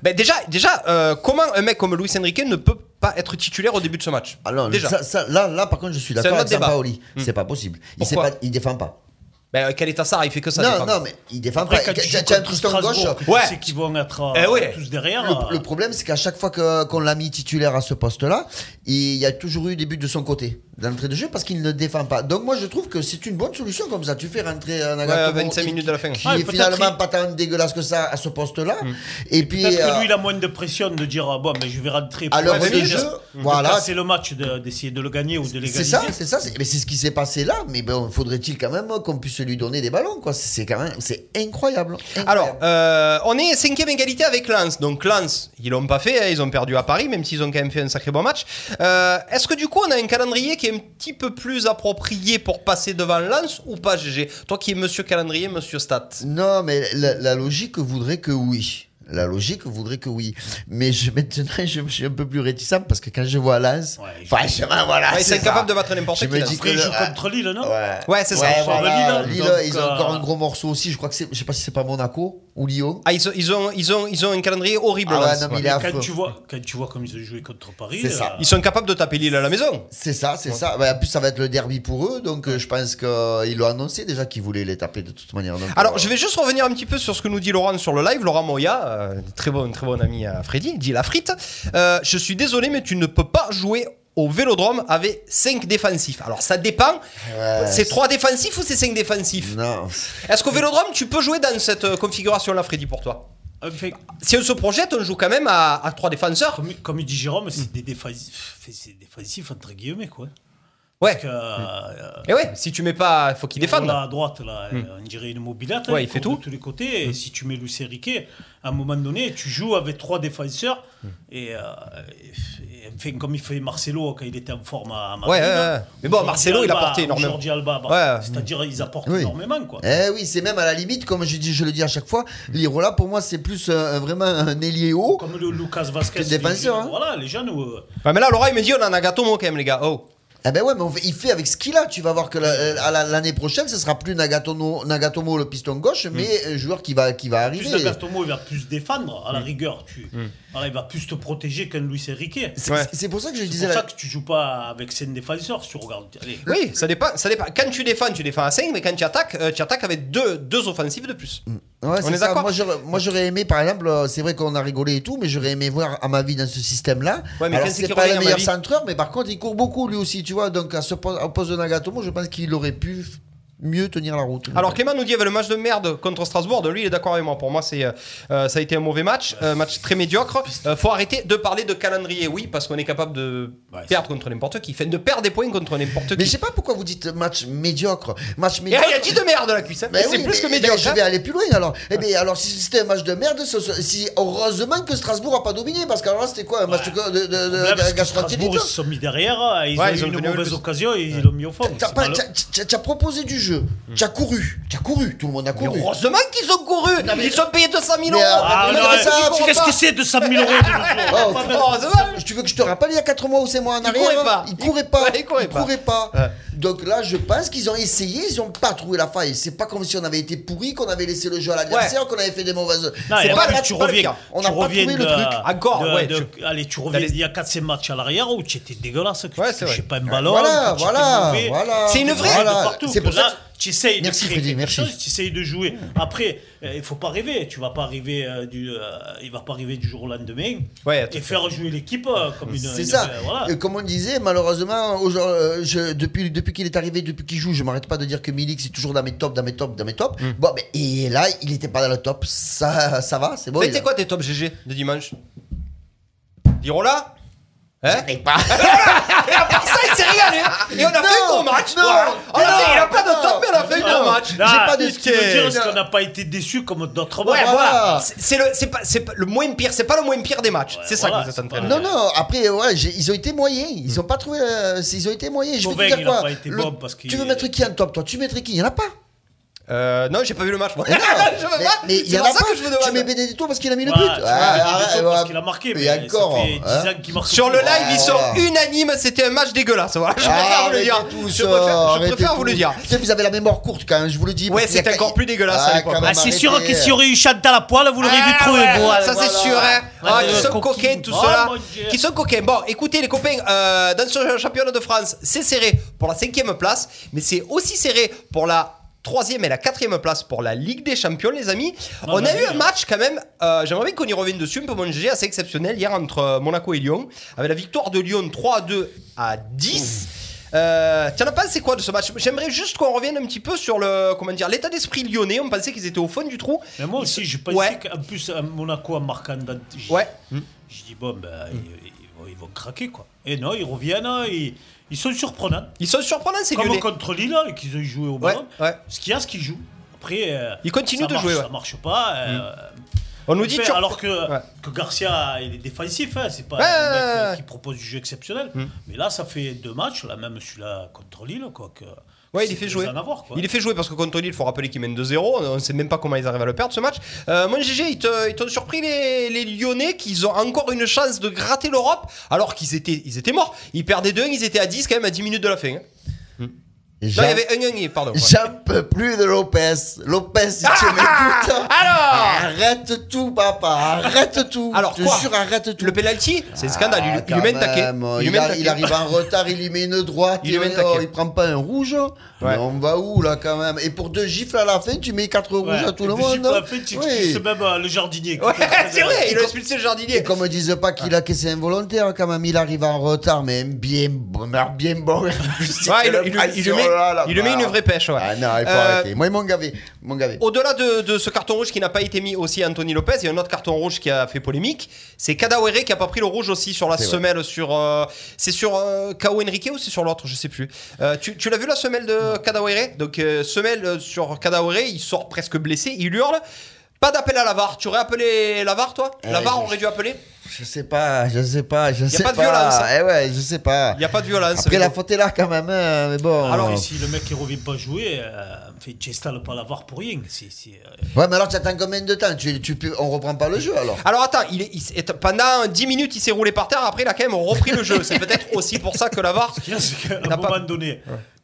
Speaker 7: ben déjà, déjà euh, comment un mec comme Luis Enrique ne peut pas être titulaire au début de ce match
Speaker 8: Ah non,
Speaker 7: Déjà.
Speaker 8: ça- ça- là, là, par contre, je suis
Speaker 7: un
Speaker 8: d'accord avec
Speaker 7: autre débat.
Speaker 8: Sampaoli. C'est pas possible. Il, sait
Speaker 7: Pourquoi
Speaker 8: pas, il défend pas.
Speaker 7: Ben, quel état ça Il fait que ça.
Speaker 8: Non,
Speaker 7: défendre.
Speaker 8: non, mais il défend
Speaker 6: Après,
Speaker 8: pas.
Speaker 6: quand tu
Speaker 8: Tu as-
Speaker 6: joues
Speaker 8: tu as un
Speaker 6: contre
Speaker 8: piston gauche.
Speaker 6: Strasbourg,
Speaker 7: Ouais.
Speaker 6: tu sais qu'ils vont être euh,
Speaker 7: Eh ouais.
Speaker 6: tous derrière.
Speaker 8: Le,
Speaker 6: euh,
Speaker 8: le problème, c'est qu'à chaque fois que- qu'on l'a mis titulaire à ce poste-là, il y a toujours eu des buts de son côté. d'entrée de jeu parce qu'il ne défend pas. Donc moi je trouve que c'est une bonne solution comme ça. Tu fais rentrer un Agathe
Speaker 7: Ouais, 25 minutes de la fin.
Speaker 8: qui
Speaker 6: Ouais,
Speaker 8: est
Speaker 6: peut-être
Speaker 8: finalement
Speaker 6: il-
Speaker 8: pas tant dégueulasse que ça à ce poste-là. Et puis
Speaker 6: Peut-être que
Speaker 8: euh,
Speaker 6: lui, il a moins de pression de dire ah, bon, mais je vais rentrer.
Speaker 8: à
Speaker 7: Ouais,
Speaker 8: l'heure
Speaker 7: mais
Speaker 8: de
Speaker 7: lui,
Speaker 8: jeu,
Speaker 7: je-
Speaker 8: euh, voilà,
Speaker 6: Hmm. C'est le match de- d'essayer de le gagner ou de l'égaliser.
Speaker 8: C'est ça, c'est ça. c'est- Mais c'est ce qui s'est passé là. Mais bon, faudrait-il quand même qu'on puisse lui donner des ballons, quoi. C'est quand même, c'est incroyable. Incroyable.
Speaker 7: Alors, euh, on est cinquième égalité avec Lens. Donc Lens, ils l'ont pas fait, hein, ils ont perdu à Paris, même s'ils ont quand même fait un sacré bon match. Euh, Est-ce que du coup, on a un calendrier qui est un petit peu plus approprié pour passer devant Lens ou pas, GG Toi qui es Monsieur Calendrier, Monsieur Stat.
Speaker 8: non, mais la, la logique voudrait que oui. La logique voudrait que oui. Mais je, maintenant, je, je suis un peu plus réticent parce que quand je vois Lens,
Speaker 6: Ouais, je-
Speaker 8: franchement, voilà.
Speaker 7: Ouais, ils
Speaker 8: c'est
Speaker 7: sont capables
Speaker 8: ça.
Speaker 7: de battre n'importe
Speaker 8: Je
Speaker 7: qui,
Speaker 8: me
Speaker 7: Lens.
Speaker 8: dis que
Speaker 6: Après, il
Speaker 8: le- euh, ah,
Speaker 6: joue contre Lille, non
Speaker 8: Ouais.
Speaker 7: Ouais, c'est ça.
Speaker 8: Ouais,
Speaker 7: Ils sont hein.
Speaker 8: voilà.
Speaker 6: Lille,
Speaker 8: Lille,
Speaker 6: donc,
Speaker 8: ils ont encore
Speaker 6: euh,
Speaker 8: un gros morceau aussi. Je crois que c'est, je sais pas si c'est pas Monaco ou Lyon.
Speaker 7: Ah, ils, ont- ils ont, ils, ont, ils ont un calendrier horrible.
Speaker 8: Ah ouais,
Speaker 7: Lens.
Speaker 8: non, mais
Speaker 7: Ouais.
Speaker 8: il est affreux.
Speaker 6: Quand tu, vois, quand tu vois comme ils ont joué contre Paris,
Speaker 8: C'est ça.
Speaker 6: euh,
Speaker 7: Ils sont capables de taper Lille à la maison.
Speaker 8: C'est ça, c'est ça. Bah, en plus, ça va être le derby pour eux, donc euh, je pense qu'ils l'ont annoncé déjà qu'ils voulaient les taper de toute manière. Donc,
Speaker 7: Alors,
Speaker 8: euh,
Speaker 7: je vais juste revenir un petit peu sur ce que nous dit Laurent sur le live. Laurent Moya, euh, très bon, très bon ami à Freddy, dit la frite. Euh, je suis désolé, mais tu ne peux pas jouer au vélodrome avec 5 défensifs. Alors, ça dépend.
Speaker 8: Ouais,
Speaker 7: c'est 3 défensifs ou c'est 5 défensifs
Speaker 8: Euh, Non.
Speaker 7: Est-ce qu'au vélodrome, tu peux jouer dans cette euh, configuration-là, Freddy, pour toi
Speaker 6: enfin,
Speaker 7: Si on se projette, on joue quand même à, à 3 défenseurs.
Speaker 6: comme, comme il dit Jérôme, c'est des défensifs, c'est défensif entre guillemets quoi.
Speaker 7: Ouais.
Speaker 6: Parce que, euh,
Speaker 7: Et ouais, si tu mets pas, faut qu'ils défendent. Hmm.
Speaker 6: Là, à droite, là, euh, on dirait une mobilette.
Speaker 7: Ouais,
Speaker 6: hein,
Speaker 7: il fait tout.
Speaker 6: court
Speaker 7: Hmm.
Speaker 6: De tous les côtés. Et si tu mets Lucien Riquet, à un moment donné, tu joues avec trois défenseurs.
Speaker 7: Hmm.
Speaker 6: Et, euh, et- et enfin, comme il fait Marcelo quand il était en forme à à Madrid. hein.
Speaker 7: Ouais, ouais, ouais. Mais bon,
Speaker 6: Jordi
Speaker 7: Marcelo, il
Speaker 6: Alba,
Speaker 7: apportait énormément.
Speaker 6: Jordi Alba, bah,
Speaker 7: Ouais.
Speaker 6: c'est-à-dire ils apportent
Speaker 8: Oui.
Speaker 6: énormément. Quoi.
Speaker 8: Eh oui, c'est même à la limite, comme je, dis, je le dis à chaque fois, Lirola, pour moi, c'est plus euh, vraiment un ailier haut.
Speaker 6: Comme le Lucas Vasquez.
Speaker 8: C'est défenseur,
Speaker 6: les-
Speaker 8: hein.
Speaker 6: Voilà, les jeunes. euh,
Speaker 7: Ouais, mais là, Laurent, il me dit, on en a gâteau, quand même, les gars. Oh.
Speaker 8: Eh ben ouais, mais on fait- il fait avec ce qu'il a. Tu vas voir que la- euh, à la- l'année prochaine, ce sera plus Nagatomo, Nagatomo le piston gauche, mais un joueur qui va, qui va
Speaker 6: Plus
Speaker 8: arriver.
Speaker 6: Nagatomo, il va plus défendre,
Speaker 7: Hmm.
Speaker 6: à la rigueur. Tu... Voilà, il va plus te protéger qu'un Luis Riquet.
Speaker 8: C'est
Speaker 7: Ouais.
Speaker 8: c'est pour ça que je
Speaker 6: C'est
Speaker 8: disais.
Speaker 6: pour ça
Speaker 8: la-
Speaker 6: que tu joues pas avec cinq défenseurs, si tu regardes. Allez.
Speaker 7: Oui, ça dépend, ça dépend. Quand tu défends, tu défends à 5, mais quand tu attaques, euh, tu attaques avec 2 deux, deux offensives de plus.
Speaker 8: Mm. Ouais, c'est
Speaker 7: est
Speaker 8: ça.
Speaker 7: d'accord
Speaker 8: Moi, j'aurais- Moi, j'aurais aimé, par exemple, euh, c'est vrai qu'on a rigolé et tout, mais j'aurais aimé voir à ma vie dans ce système-là.
Speaker 7: Ouais, mais
Speaker 8: Alors,
Speaker 7: qu'est-ce
Speaker 8: c'est
Speaker 7: qui
Speaker 8: pas
Speaker 7: revient,
Speaker 8: le
Speaker 7: Amavi
Speaker 8: meilleur centreur, mais par contre, il court beaucoup lui aussi, tu vois. Donc, à ce po- au poste de Nagatomo, je pense qu'il aurait pu f- mieux tenir la route.
Speaker 7: Alors Clément nous dit il y avait le match de merde contre Strasbourg. Lui, il est d'accord avec moi. Pour moi, c'est euh, ça a été un mauvais match, un match très médiocre. Euh, faut arrêter de parler de calendrier, oui, parce qu'on est capable de
Speaker 6: Ouais, c'est-
Speaker 7: perdre contre n'importe qui, enfin de perdre des points contre n'importe
Speaker 8: Mais
Speaker 7: qui.
Speaker 8: je sais pas pourquoi vous dites match médiocre. Match
Speaker 7: Et
Speaker 8: médiocre.
Speaker 7: il a dit de merde la cuisse. hein.
Speaker 8: Mais
Speaker 7: c'est
Speaker 8: oui,
Speaker 7: plus
Speaker 8: mais-
Speaker 7: que
Speaker 8: mais
Speaker 7: médiocre.
Speaker 8: je
Speaker 7: hein.
Speaker 8: vais aller plus loin alors. Eh bien, alors si c'était un match de merde, ce- ce- si heureusement que Strasbourg a pas dominé, parce qu'alors là c'était quoi un match de de, de, de,
Speaker 6: Là, parce
Speaker 8: de
Speaker 6: que
Speaker 8: gastroentérite,
Speaker 6: Strasbourg, ils
Speaker 8: hein.
Speaker 6: se sont mis derrière, et ils
Speaker 7: Ouais,
Speaker 6: ont
Speaker 7: ils
Speaker 6: eu
Speaker 7: ont
Speaker 6: une
Speaker 7: tenu le
Speaker 6: mauvaise
Speaker 7: plus.
Speaker 6: occasion et ils l'ont mis au fond.
Speaker 8: T'as
Speaker 6: C'est
Speaker 8: pas-
Speaker 6: pas le-
Speaker 8: t'as- t'as- t'as proposé du jeu, tu as couru, tu as couru, tout le monde a
Speaker 7: Hmm. Mais
Speaker 8: couru.
Speaker 7: heureusement qu'ils ont couru. Ils ont payé 200 000
Speaker 8: Mais,
Speaker 7: euros.
Speaker 8: euh,
Speaker 6: Ah,
Speaker 8: mais
Speaker 6: non,
Speaker 8: ça,
Speaker 6: mais
Speaker 8: tu
Speaker 6: Qu'est-ce que c'est 200 000 euros de-
Speaker 8: Oh,
Speaker 7: Pas
Speaker 8: tu-
Speaker 7: mal. Heureusement.
Speaker 8: tu veux que je te rappelle il y a 4 mois ou 5 mois en
Speaker 7: Il
Speaker 8: arrière hein
Speaker 7: courait pas.
Speaker 8: Il courait pas.
Speaker 7: Ouais, il courait pas.
Speaker 8: pas.
Speaker 7: Ouais.
Speaker 8: Donc là, je pense qu'ils ont essayé, ils ont pas trouvé la faille. C'est pas comme si on avait été pourri, qu'on avait laissé le jeu à l'adversaire, qu'on avait fait des mauvaises.
Speaker 6: Non,
Speaker 8: C'est
Speaker 6: et
Speaker 8: pas
Speaker 6: après,
Speaker 8: là,
Speaker 6: tu
Speaker 8: c'est pas le
Speaker 6: reviens.
Speaker 8: cas. On
Speaker 6: tu
Speaker 8: n'a pas trouvé
Speaker 6: reviens
Speaker 8: le
Speaker 6: de-
Speaker 8: truc.
Speaker 7: Encore,
Speaker 6: de-
Speaker 7: ouais,
Speaker 6: de- Allez, tu reviens.
Speaker 7: Dans les-
Speaker 6: Il y a 4-5 matchs à l'arrière où tu étais dégueulasse. Que
Speaker 7: Ouais,
Speaker 6: tu
Speaker 7: c'est vrai.
Speaker 6: touchais pas un ballon.
Speaker 8: Voilà,
Speaker 6: que tu
Speaker 8: voilà,
Speaker 6: t'es mauvais.
Speaker 8: voilà.
Speaker 7: C'est une vraie-
Speaker 6: Voilà,
Speaker 8: Voilà.
Speaker 6: partout.
Speaker 8: C'est pour
Speaker 6: Que
Speaker 8: ça
Speaker 6: là, tu essayes
Speaker 8: Merci,
Speaker 6: de créer
Speaker 8: Freddy,
Speaker 6: quelque
Speaker 8: merci.
Speaker 6: chose, tu essayes de jouer. Après, euh, il faut pas rêver. Tu vas pas arriver euh, du, euh, il va pas arriver du jour au lendemain.
Speaker 7: Ouais, tout à
Speaker 6: et faire jouer l'équipe euh, comme une.
Speaker 8: C'est
Speaker 6: une-
Speaker 8: ça.
Speaker 6: euh, voilà.
Speaker 8: Et Comme on disait, malheureusement, aujourd'hui, euh, je- depuis, depuis qu'il est arrivé, depuis qu'il joue, je m'arrête pas de dire que Milik, c'est toujours dans mes tops, dans mes tops, dans mes tops.
Speaker 7: Mm.
Speaker 8: Bon, mais, et là, il n'était pas dans le top. Ça, ça va, c'est bon. il
Speaker 7: C'était
Speaker 8: a-
Speaker 7: quoi tes top GG de dimanche Lirola Hein
Speaker 8: Mais pas.
Speaker 7: Et à part ça, il s'est régalé. hein. Et on a fait un gros match.
Speaker 8: non,
Speaker 7: voilà. On a
Speaker 8: non,
Speaker 7: fait- il a pas de
Speaker 8: non,
Speaker 7: top, mais on a fait un
Speaker 8: non.
Speaker 7: gros match.
Speaker 8: J'ai pas de-
Speaker 6: ce qui veut Ah, dire, c'est
Speaker 8: Non.
Speaker 6: qu'on n'a pas été déçu comme d'autres
Speaker 7: Ouais,
Speaker 6: matchs.
Speaker 7: voilà.
Speaker 8: voilà.
Speaker 7: C'est- C'est le, c'est pas, c'est pas le moins pire. C'est pas le moins pire des matchs.
Speaker 6: Ouais,
Speaker 7: c'est ça
Speaker 6: voilà,
Speaker 7: que vous êtes
Speaker 6: c'est
Speaker 7: en train de
Speaker 6: pas-
Speaker 8: Non,
Speaker 7: dire.
Speaker 8: non, après, ouais, j'ai- ils ont été moyens.
Speaker 7: Hmm.
Speaker 8: Ils ont pas trouvé. euh, c'est- ils ont été moyens. Je vais
Speaker 6: Sauvin,
Speaker 8: te dire
Speaker 6: il a
Speaker 8: quoi.
Speaker 6: pas été
Speaker 8: Le-
Speaker 6: bon parce qu'il
Speaker 8: tu veux
Speaker 6: est-
Speaker 8: mettre qui en top, toi Tu mettrais qui Il n'y en a pas.
Speaker 7: Euh, non, j'ai pas vu le match. Moi.
Speaker 8: Mais non,
Speaker 7: je veux
Speaker 8: mais-
Speaker 7: pas.
Speaker 8: mais il y
Speaker 7: c'est
Speaker 8: en
Speaker 7: pour
Speaker 8: a
Speaker 7: ça
Speaker 8: pas.
Speaker 7: que je me
Speaker 8: Tu mets
Speaker 7: demande.
Speaker 8: Benedetto parce qu'il a mis le
Speaker 6: Ouais,
Speaker 8: but.
Speaker 6: tu mets
Speaker 8: Ah,
Speaker 6: Benedetto
Speaker 8: ah,
Speaker 6: parce
Speaker 8: ah,
Speaker 6: qu'il a marqué,
Speaker 8: mais
Speaker 6: mais ça
Speaker 8: encore,
Speaker 6: fait 10
Speaker 8: hein.
Speaker 6: ans qu'il marque
Speaker 7: Sur le
Speaker 6: plus.
Speaker 7: live, ils sont
Speaker 8: Voilà.
Speaker 7: unanimes. C'était un match dégueulasse. Voilà, je préfère vous le
Speaker 8: Arrêtez
Speaker 7: dire.
Speaker 8: Ah, tous,
Speaker 7: Je préfère, je
Speaker 8: arrêtez
Speaker 7: préfère vous le
Speaker 8: tous.
Speaker 7: dire.
Speaker 8: Putain, vous avez la mémoire courte quand même, je vous le dis.
Speaker 7: Ouais,
Speaker 8: parce qu'il y a
Speaker 7: c'était
Speaker 8: qu'à-
Speaker 7: encore plus dégueulasse à
Speaker 8: Ah,
Speaker 7: l'époque.
Speaker 8: quand même,
Speaker 6: Ah, c'est sûr
Speaker 8: arrêtez.
Speaker 6: que s'il y aurait eu Chantal à poil, vous l'auriez
Speaker 7: Ah
Speaker 6: vu trouver.
Speaker 7: ouais,
Speaker 6: gros.
Speaker 7: ça c'est
Speaker 8: voilà.
Speaker 7: sûr, hein. Ah,
Speaker 6: Ouais,
Speaker 7: qui
Speaker 6: ouais.
Speaker 7: sont
Speaker 6: Coquine.
Speaker 7: coquins, tout
Speaker 6: Oh,
Speaker 7: cela.
Speaker 6: mon Dieu.
Speaker 7: Qui sont coquins. Bon, écoutez, les copains, euh, dans ce championnat de France, c'est serré pour la cinquième place, mais c'est aussi serré pour la troisième et la quatrième place pour la Ligue des Champions, les amis. On a
Speaker 6: bah,
Speaker 7: eu
Speaker 6: oui,
Speaker 7: un
Speaker 6: hein.
Speaker 7: match quand même, euh, j'aimerais bien qu'on y revienne dessus, un peu mon GG assez exceptionnel hier entre euh, Monaco et Lyon, avec la victoire de Lyon 3 à 2 à 10. Euh, T'en as pensé quoi de ce match J'aimerais juste qu'on revienne un petit peu sur le comment dire l'état d'esprit lyonnais. On pensait qu'ils étaient au fond du trou.
Speaker 6: Mais moi
Speaker 7: Ils
Speaker 6: aussi,
Speaker 7: se-
Speaker 6: je pensais
Speaker 7: Ouais.
Speaker 6: qu'en plus, à Monaco, en marquant dans. j'ai-
Speaker 7: Ouais. Hmm.
Speaker 6: Je dis, bon, ben, ils, ils vont, ils vont craquer, quoi. Et non, ils reviennent, hein, ils, ils sont surprenants.
Speaker 7: Ils sont surprenants ces
Speaker 6: Comme
Speaker 7: lyonnais.
Speaker 6: contre Lille, et qu'ils ont joué au
Speaker 7: Ouais,
Speaker 6: ballon.
Speaker 7: ouais.
Speaker 6: Ce qu'il y a, ce qu'ils jouent. Après, euh,
Speaker 7: Ils continuent
Speaker 6: ça
Speaker 7: de
Speaker 6: marche,
Speaker 7: jouer, ouais. Hmm.
Speaker 6: Ça marche pas. euh,
Speaker 7: On nous dit
Speaker 6: fait,
Speaker 7: tu-
Speaker 6: alors que,
Speaker 7: Ouais.
Speaker 6: que Garcia, il est défensif, hein, c'est pas
Speaker 7: Ouais,
Speaker 6: un mec
Speaker 7: ouais,
Speaker 6: euh,
Speaker 7: ouais. Hmm.
Speaker 6: qui propose du jeu exceptionnel. Mais là, ça fait deux matchs, là, même celui-là contre Lille, quoi. Que,
Speaker 7: Ouais, il
Speaker 6: c'est
Speaker 7: les fait
Speaker 6: des
Speaker 7: jouer.
Speaker 6: en avoir, quoi.
Speaker 7: Il les fait jouer parce que contre Lille, il faut rappeler qu'ils mènent 2-0. On ne sait même pas comment ils arrivent à le perdre ce match. Euh, mon GG, ils te- ils t'ont surpris les, les Lyonnais qu'ils ont encore une chance de gratter l'Europe alors qu'ils étaient, ils étaient morts. Ils perdaient 2 ils étaient à 10 quand même à 10 minutes de la fin. hein. Non,
Speaker 8: J'en
Speaker 7: il y avait 1 pardon. ouais.
Speaker 8: j'en peux plus de Lopez. Lopez, si tu m'écoutes.
Speaker 7: Alors
Speaker 8: Arrête tout, papa. Arrête tout.
Speaker 7: Alors,
Speaker 8: je te
Speaker 7: quoi
Speaker 8: jure, arrête tout.
Speaker 7: Le penalty, c'est un scandale. Il-
Speaker 8: Ah,
Speaker 7: il,
Speaker 8: quand
Speaker 7: lui met un
Speaker 8: même,
Speaker 7: taquet.
Speaker 8: euh,
Speaker 7: Il lui
Speaker 8: Il,
Speaker 7: met un
Speaker 8: a-
Speaker 7: taquet.
Speaker 8: il arrive en retard, il lui met une droite,
Speaker 7: Il
Speaker 8: il,
Speaker 7: lui met un taquet.
Speaker 8: il prend pas un rouge. Mais on va où là quand même Et pour deux gifles à la fin, tu mets quatre
Speaker 6: Ouais.
Speaker 8: rouges à tout
Speaker 6: Et
Speaker 8: le
Speaker 6: puis,
Speaker 8: monde. hein?
Speaker 6: j'ai pas fait, tu-
Speaker 8: Oui.
Speaker 6: tu sais même euh, le jardinier. qui
Speaker 7: hein. Ouais,
Speaker 6: fait très-
Speaker 7: c'est vrai, il a
Speaker 6: Ouais,
Speaker 7: expulsé le
Speaker 8: Et
Speaker 7: jardinier.
Speaker 8: qu'on me dise pas qu'il a caissé involontaire quand même, il arrive en retard, mais bien bon, mais bien bon.
Speaker 7: Ouais, il, il- il lui met,
Speaker 8: oh
Speaker 7: il lui met une vraie pêche. ouais.
Speaker 8: Ah non, il faut
Speaker 7: Euh,
Speaker 8: arrêter. Moi, ils m'ont gavé. Ils m'ont gavé.
Speaker 7: Au-delà de, de ce carton rouge qui n'a pas été mis aussi à Anthony Lopez, il y a un autre carton rouge qui a fait polémique. C'est Kadawere qui a pas pris le rouge aussi sur la
Speaker 8: C'est vrai.
Speaker 7: semelle. sur euh, C'est sur euh, Kao Henrique ou c'est sur l'autre Je sais plus. Euh, tu tu l'as vu la semelle de Kadawere Donc, euh, semelle euh, sur Kadawere, il sort presque blessé, il hurle. Pas d'appel à la VAR. Tu aurais appelé la VAR, toi La
Speaker 8: Ouais,
Speaker 7: VAR,
Speaker 8: je-
Speaker 7: on aurait dû appeler
Speaker 8: Je sais pas, je sais pas, je sais
Speaker 7: pas de violence.
Speaker 8: pas. Eh ouais, je sais pas.
Speaker 7: Il n'y a pas de violence.
Speaker 8: Après,
Speaker 7: mais
Speaker 8: la
Speaker 7: bon.
Speaker 8: faute est là quand même, hein, mais bon.
Speaker 6: Alors, si le mec il revient pas jouer, euh, fait, tu installes pas l'avoir pour rien. C'est- c'est, euh,
Speaker 8: Ouais, mais alors, tu attends combien de temps tu, tu, peux- On reprend pas le jeu alors
Speaker 7: Alors attends, il est, il s'est- pendant 10 minutes il s'est roulé par terre, après il a quand même repris le jeu. C'est peut-être aussi pour ça que la VAR.
Speaker 6: Bien, c'est qu'à
Speaker 7: N'a
Speaker 6: un
Speaker 7: pas-
Speaker 6: moment donné,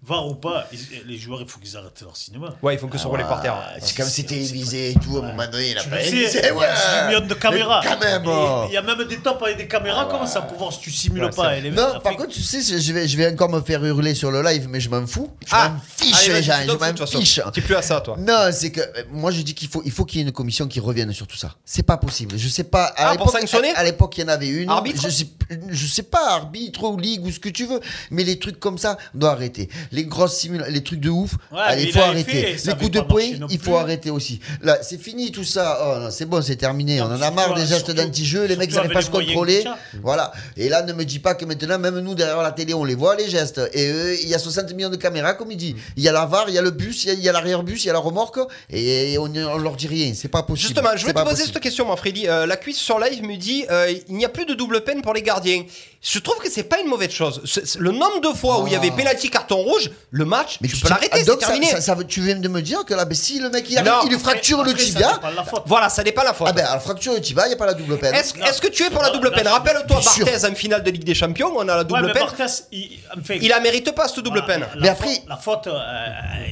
Speaker 6: var ou pas, ils- les joueurs, il faut qu'ils arrêtent leur cinéma.
Speaker 7: Ouais, ils font que se rouler par terre.
Speaker 8: Ah, C'est comme si t'es visé et tout, à un moment donné, il a
Speaker 6: Tu
Speaker 8: pas
Speaker 6: le sais,
Speaker 8: révisé,
Speaker 6: Bah, il y
Speaker 8: ouais.
Speaker 6: a des millions de caméras.
Speaker 8: Mais Quand même,
Speaker 6: Et-
Speaker 8: oh. Ah,
Speaker 6: Il y a même des tops avec des caméras, comme ça, pour voir si tu simules
Speaker 7: c'est
Speaker 6: pas. et les-
Speaker 8: Non,
Speaker 6: Fait-
Speaker 8: par contre, tu sais, c'est- je vais, je vais encore me faire hurler sur le live, mais je m'en fous. Je
Speaker 7: Ah,
Speaker 8: m'en fiche,
Speaker 7: allez,
Speaker 8: les gens,
Speaker 7: vas-y, donc, de
Speaker 8: je
Speaker 7: toute
Speaker 8: m'en
Speaker 7: façon,
Speaker 8: fiche.
Speaker 7: T'es plus à ça, toi.
Speaker 8: Non, c'est que euh, moi je dis qu'il faut, il faut qu'il y ait une commission qui revienne sur tout ça. C'est pas possible. Je sais pas.
Speaker 7: Ah,
Speaker 8: À
Speaker 7: pour
Speaker 8: l'époque,
Speaker 7: sanctionner
Speaker 8: à, à l'époque, il y en avait une.
Speaker 7: Arbitre
Speaker 8: je sais, je sais pas, arbitre ou ligue ou ce que tu veux. Mais les trucs comme ça, on doit arrêter. Les grosses simulations, les trucs de ouf,
Speaker 6: Ouais,
Speaker 8: allez,
Speaker 6: mais il
Speaker 8: faut
Speaker 6: avait fait
Speaker 8: arrêter.
Speaker 6: et ça
Speaker 8: Les
Speaker 6: avait
Speaker 8: coups de
Speaker 6: pas
Speaker 8: poing,
Speaker 6: marché non
Speaker 8: il faut
Speaker 6: plus.
Speaker 8: arrêter aussi. Là, c'est fini tout ça. Oh, non, c'est bon, c'est terminé. On en a
Speaker 6: surtout, hein,
Speaker 8: marre des
Speaker 6: surtout-
Speaker 8: gestes d'anti-jeu. Les
Speaker 6: surtout
Speaker 8: mecs, ils n'arrivent pas à se
Speaker 6: avec les moyens
Speaker 8: contrôler.
Speaker 6: que t'as.
Speaker 7: Mm.
Speaker 8: Voilà. Et là, ne me dis pas que maintenant, même nous, derrière la télé, on les voit, les gestes. Et eux, il y a 60 millions de caméras, comme il
Speaker 7: Mm.
Speaker 8: dit. Il y a la VAR, il y a le bus, il y a- il y a l'arrière-bus, il y a la remorque. Et on ne leur dit rien. C'est pas possible.
Speaker 7: Justement, je
Speaker 8: C'est
Speaker 7: voulais te
Speaker 8: pas
Speaker 7: poser
Speaker 8: possible.
Speaker 7: cette question, moi, Freddy. Euh, la cuisse sur live me dit euh, il n'y a plus de double peine pour les gardiens. Je trouve que c'est pas une mauvaise chose. C'est- c'est- le nombre de fois où il y
Speaker 8: Ah.
Speaker 7: avait penalty carton rouge, le match, tu, peux
Speaker 8: te-
Speaker 7: l'arrêter, c'est
Speaker 8: ah, Donc, ça-
Speaker 7: terminé.
Speaker 8: ça- ça veut- tu viens de me dire que là, ben, si le mec, il, arrive,
Speaker 7: Non,
Speaker 8: il lui
Speaker 6: Après-
Speaker 8: fracture le
Speaker 6: après, ça,
Speaker 8: tibia.
Speaker 6: c'est pas de la faute.
Speaker 7: Voilà, ça n'est pas la faute.
Speaker 8: Ah ben, alors, fracture le tibia, il n'y a pas la double peine.
Speaker 7: Est-ce est-ce que tu es pour la double peine Rappelle-toi
Speaker 8: Bien sûr.
Speaker 7: Barthez en finale de Ligue des Champions, on a la
Speaker 6: Ouais,
Speaker 7: double
Speaker 6: mais
Speaker 7: peine.
Speaker 6: Barthez, il, enfin,
Speaker 7: Il la mérite pas, cette double
Speaker 6: voilà,
Speaker 7: peine.
Speaker 6: La, la
Speaker 8: Mais
Speaker 6: faute-
Speaker 8: après-
Speaker 6: la faute, euh,